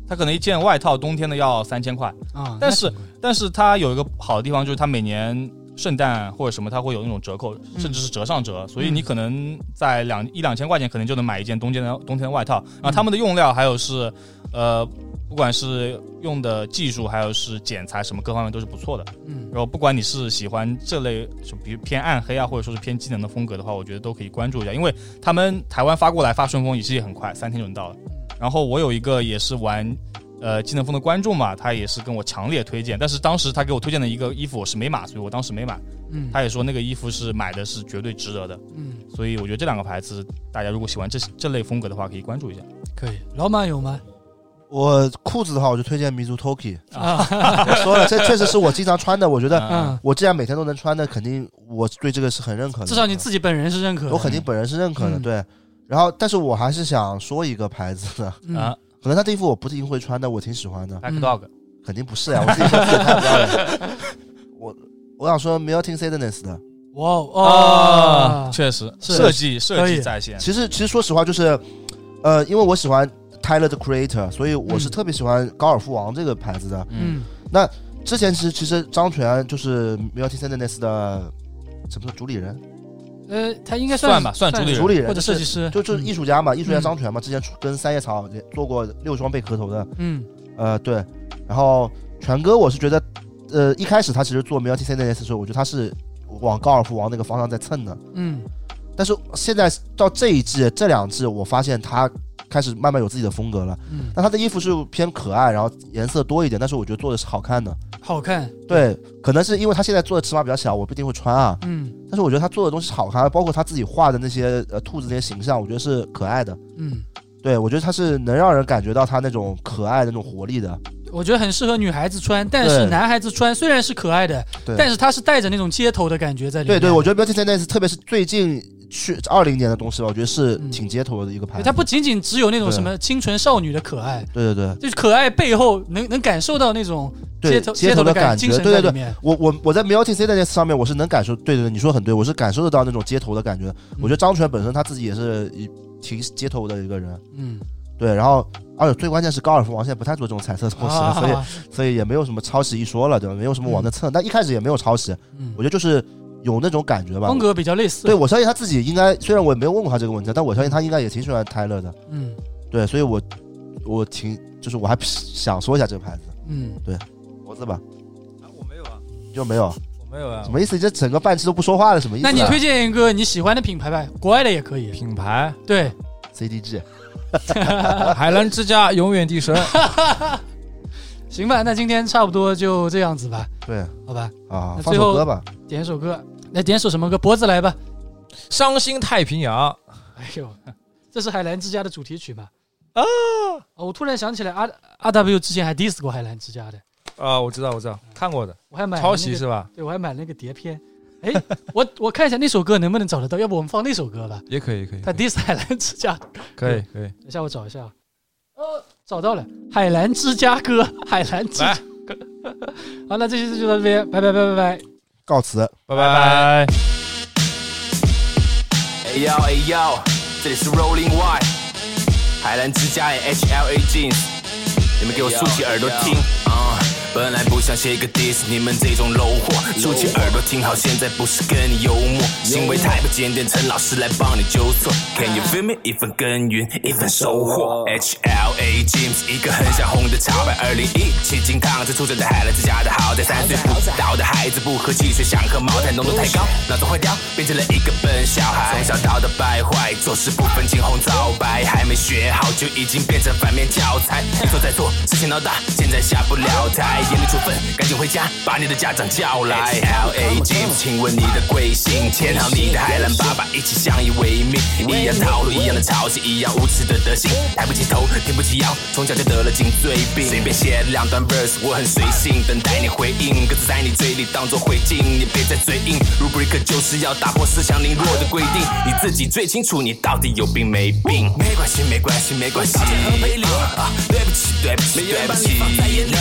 S3: 它可能一件外套冬天的要三千块，
S1: 啊，那
S3: 但是
S1: 挺贵
S3: 但是它有一个好的地方就是它每年。圣诞或者什么，它会有那种折扣，
S1: 嗯
S3: 甚至是折上折，所以你可能在两一两千块钱，可能就能买一件冬天的冬天的外套。
S1: 嗯
S3: 然后他们的用料还有是，呃，不管是用的技术，还有是剪裁什么各方面都是不错的。
S1: 嗯
S3: 然后不管你是喜欢这类，就比如偏暗黑啊，或者说是偏机能的风格的话，我觉得都可以关注一下，因为他们台湾发过来发顺丰也是也很快，三天就能到了。
S1: 嗯
S3: 然后我有一个也是玩。呃，技能风的观众嘛，他也是跟我强烈推荐，但是当时他给我推荐的一个衣服我是没买，所以我当时没买。
S1: 嗯
S3: 他也说那个衣服是买的是绝对值得的，
S1: 嗯，
S3: 所以我觉得这两个牌子，大家如果喜欢这这类风格的话，可以关注一下。
S1: 可以。老马有吗？
S2: 我裤子的话，我就推荐 Mizutoki。
S1: 啊，
S2: 我 说了，这确实是我经常穿的，我觉得
S3: 啊
S1: 嗯，
S2: 我既然每天都能穿的，肯定我对这个是很认可的。
S1: 至少你自己本人是认可的。
S2: 我肯定本人是认可的，
S1: 嗯
S2: 对。然后，但是我还是想说一个牌子的，
S1: 嗯
S3: 啊
S2: 可能他这衣服我不是一定会穿，但我挺喜欢的。
S3: ，Black Dog，
S2: 肯定不是 呀，我自己说自己太不要脸了。我我想说 Melting Sadness 的，
S1: 哇哦，
S3: 啊确实
S1: 是
S3: 设计设
S1: 可
S3: 计
S1: 以
S3: 在线，
S2: 其实其实说实话就是，呃，因为我喜欢 Tyler the Creator，所以我是
S1: 嗯
S2: 特别喜欢高尔夫王这个牌子的。
S3: 嗯，
S2: 之前其实其实张全就是 Melting Sadness 的什么主理人，
S1: 呃，他应该
S3: 算
S1: 是
S3: 吧算主理人
S2: 主理人
S1: 或者
S2: 就是
S1: 设计师，
S2: 就就是艺
S1: 术，
S2: 术家嘛，艺术家
S1: 嗯
S2: 张全嘛，之前出跟三叶草也做过六双贝壳头的，
S1: 嗯
S2: 呃，对。然后全哥，我是觉得，呃，一开始他其实做 Melting Sadness 的时候，我觉得他是往高尔夫王那个方向在蹭的。
S1: 嗯
S2: 但是现在到这一季这两季，我发现他开始慢慢有自己的风格了。
S1: 嗯，
S2: 那他的衣服是偏可爱，然后颜色多一点，但是我觉得做的是好看的。
S1: 好看，
S2: 对，可能是因为他现在做的尺码比较小，我不一定会穿啊。
S1: 嗯
S2: 但是我觉得他做的东西是好看，包括他自己画的那些呃兔子那些形象，我觉得是可爱的。
S1: 嗯，
S2: 对，我觉得他是能让人感觉到他那种可爱的那种活力的。
S1: 我觉得很适合女孩子穿，但是
S2: 对
S1: 男孩子穿虽然是可爱的，
S2: 对
S1: 但是它是带着那种街头的感觉在里
S2: 对
S1: 面。
S2: 对，我觉得 Beauty and Nice，特别是最近去二零年的东西吧，我觉得是挺街头的一个牌
S1: 嗯对
S2: 子。
S1: 它不仅仅只有那种
S2: 对
S1: 什么清纯少女的可爱，
S2: 对对对
S1: 就是可爱背后能能感受到那种
S2: 对，
S1: 街头
S2: 街
S1: 头
S2: 的
S1: 感
S2: 感
S1: 精
S2: 觉，
S1: 神
S2: 对
S1: 在
S2: 对对
S1: 里，面。
S2: 我我我在 Melting C 的那上面，我是能感受，对对对，你说得很对，我是感受得到那种街头的感觉。我觉得
S1: 嗯
S2: 张全本身他自己也是一挺街头的一个人，
S1: 嗯，
S2: 对。然后，而且最关键是高尔夫王现在不太做这种彩色的东西了，所以
S1: 啊
S2: 所以也没有什么抄袭一说了，对吧？没有什么往那蹭，但一开始也没有抄袭，
S1: 嗯
S2: 我觉得就是有那种感觉吧
S1: 风。格比较类似。
S2: 对，我相信他自己应该，虽然我也没有问过他这个问题，但我相信他应该也挺喜欢泰勒的，
S1: 嗯
S2: 对。所以我我挺就是我还想说一下这个牌子，
S1: 嗯，
S2: 脖子吧
S4: 我没有啊，
S2: 就没有
S4: 我没有啊
S2: 什么意思，你这整个半期都不说话了，什么意思啊？
S1: 那你推荐一个你喜欢的品牌吧，国外的也可以。
S3: 品牌
S1: 对，
S2: CDG。
S4: 海澜之家永远帝 神，
S1: 行吧，那今天差不多就这样子吧，
S2: 对
S1: 好吧，
S2: 啊
S1: 那，
S2: 放
S1: 最后
S2: 首歌吧。
S1: 点一首歌，来点首什么歌？脖子来吧。
S4: 伤心太平洋。
S1: 哎呦， 这是海澜之家的主题曲嘛？啊！我突然想起来，阿阿 W 之前还 diss 过海澜之家的，
S4: 啊，我知道，我知道，看过的，
S1: 我还买了
S4: 抄
S1: 那
S4: 袭
S1: 个
S4: 是吧？
S1: 对，我还买了那个碟片。哎，我我看一下那首歌能不能找得到，要不我们放那首歌吧。
S4: 也可以，可以
S1: 他 diss 海澜之家，
S4: 可以，可以。
S1: 等一下我找一下。哦，找到了，海澜之家歌，海澜之家
S4: 来
S1: 歌。 好，那这期就到这边，拜拜拜拜拜。
S2: 告辞。
S3: 拜
S4: 拜
S3: 拜。
S5: 哎呦哎呦，这里是 Rolling Y，海澜之家哎也 HLA Jeans，你们给我竖起耳朵听啊。本来不想写一个 diss，你们这种 low 货，竖起耳朵听好，现在不是跟你幽默，行为太不检点，陈老师来帮你纠错。Can you feel me？一份耕耘，一份收获。HLA Jeans，一个很想红的潮牌，二零一七金烫着出生在海澜之家的豪宅，三岁不到的孩子不喝汽水，想喝茅台，浓度太高，脑子坏掉，变成了一个笨小孩，从小到大败坏，做事不分青红皂白，还没学好就已经变成反面教材，一错再错，事情闹大，现在下不了台，严厉处分，赶紧回家，把你的家长叫来。L A G，请问你的贵姓？签好你的海蓝爸爸，一起相依为命，一样套路，一样的抄袭，一样无耻的德行，抬不起头，挺不起腰，从小就得了颈椎病，随便写两段 verse，我很随性，等待你回应，歌词在你嘴里当做回敬，你别再嘴硬，rubric 就是要打破思想凌弱的规定，你自己最清楚你到底有病没病，没关系，没关系，没关系，啊，对不起，对不起，对不起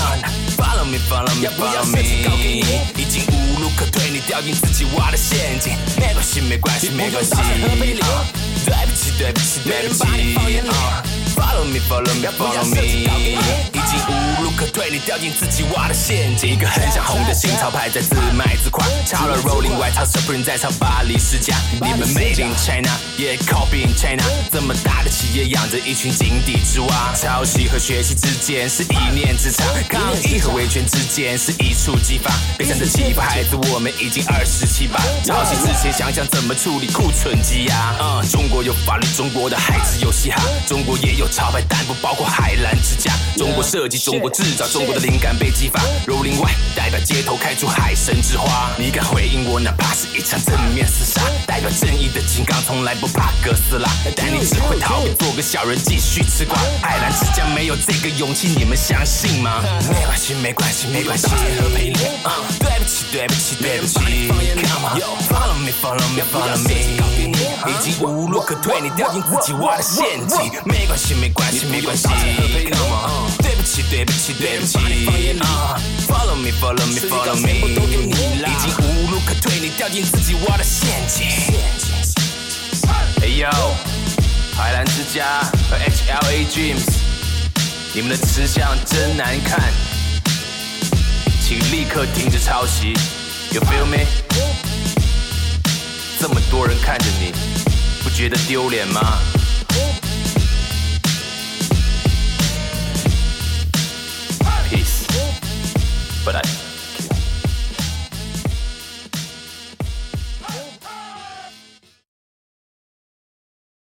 S5: ，follow me，follow me，follow me，已经无路可退，你掉进自己挖的陷阱，没关系，没关系，没关系，啊对不起，对不起，对不起，啊，follow me，follow me，follow me。已经无路可退，你掉进自己挖的陷阱。一个很想红的新潮牌在自卖自夸，抄了 Rolling 外抄 Supreme 再抄巴黎世家。你们 Made in China 也 Copy in China，这么大的企业养着一群井底之蛙。抄袭和学习之间是一念之差，抗议和维权之间是一触即发。别趁着欺负孩子，我们已经二十七八。抄袭之前想想怎么处理库存积压。啊、中国有法律，中国的孩子有嘻哈，中国也有潮牌，但不包括海澜之家。中国社。科技，中国制造，中国的灵感被激发。Rolling White 代表街头开出海参之花，你敢回应我，哪怕是一场正面厮杀。代表正义的金刚从来不怕哥斯拉，但你只会逃避，做个小人继续吃瓜。海澜之家没有这个勇气，你们相信吗？没关系，没关系，没关系，和陪练。啊对不起，对不起，对不起。Come on, follow me, follow me, follow me。已经无路可退，你掉进自己挖的陷阱。没关系，没关系，没关系。Come on，对不起，对不起，对不起。啊，Follow me, follow me, follow me。已经无路可退，你掉进自己挖的陷阱。哎呦，海澜之家和 HLA Dreams，你们的吃相真难看，请立刻停止抄袭。You feel me？这么多人看着你，不觉得丢脸吗？Peace，but I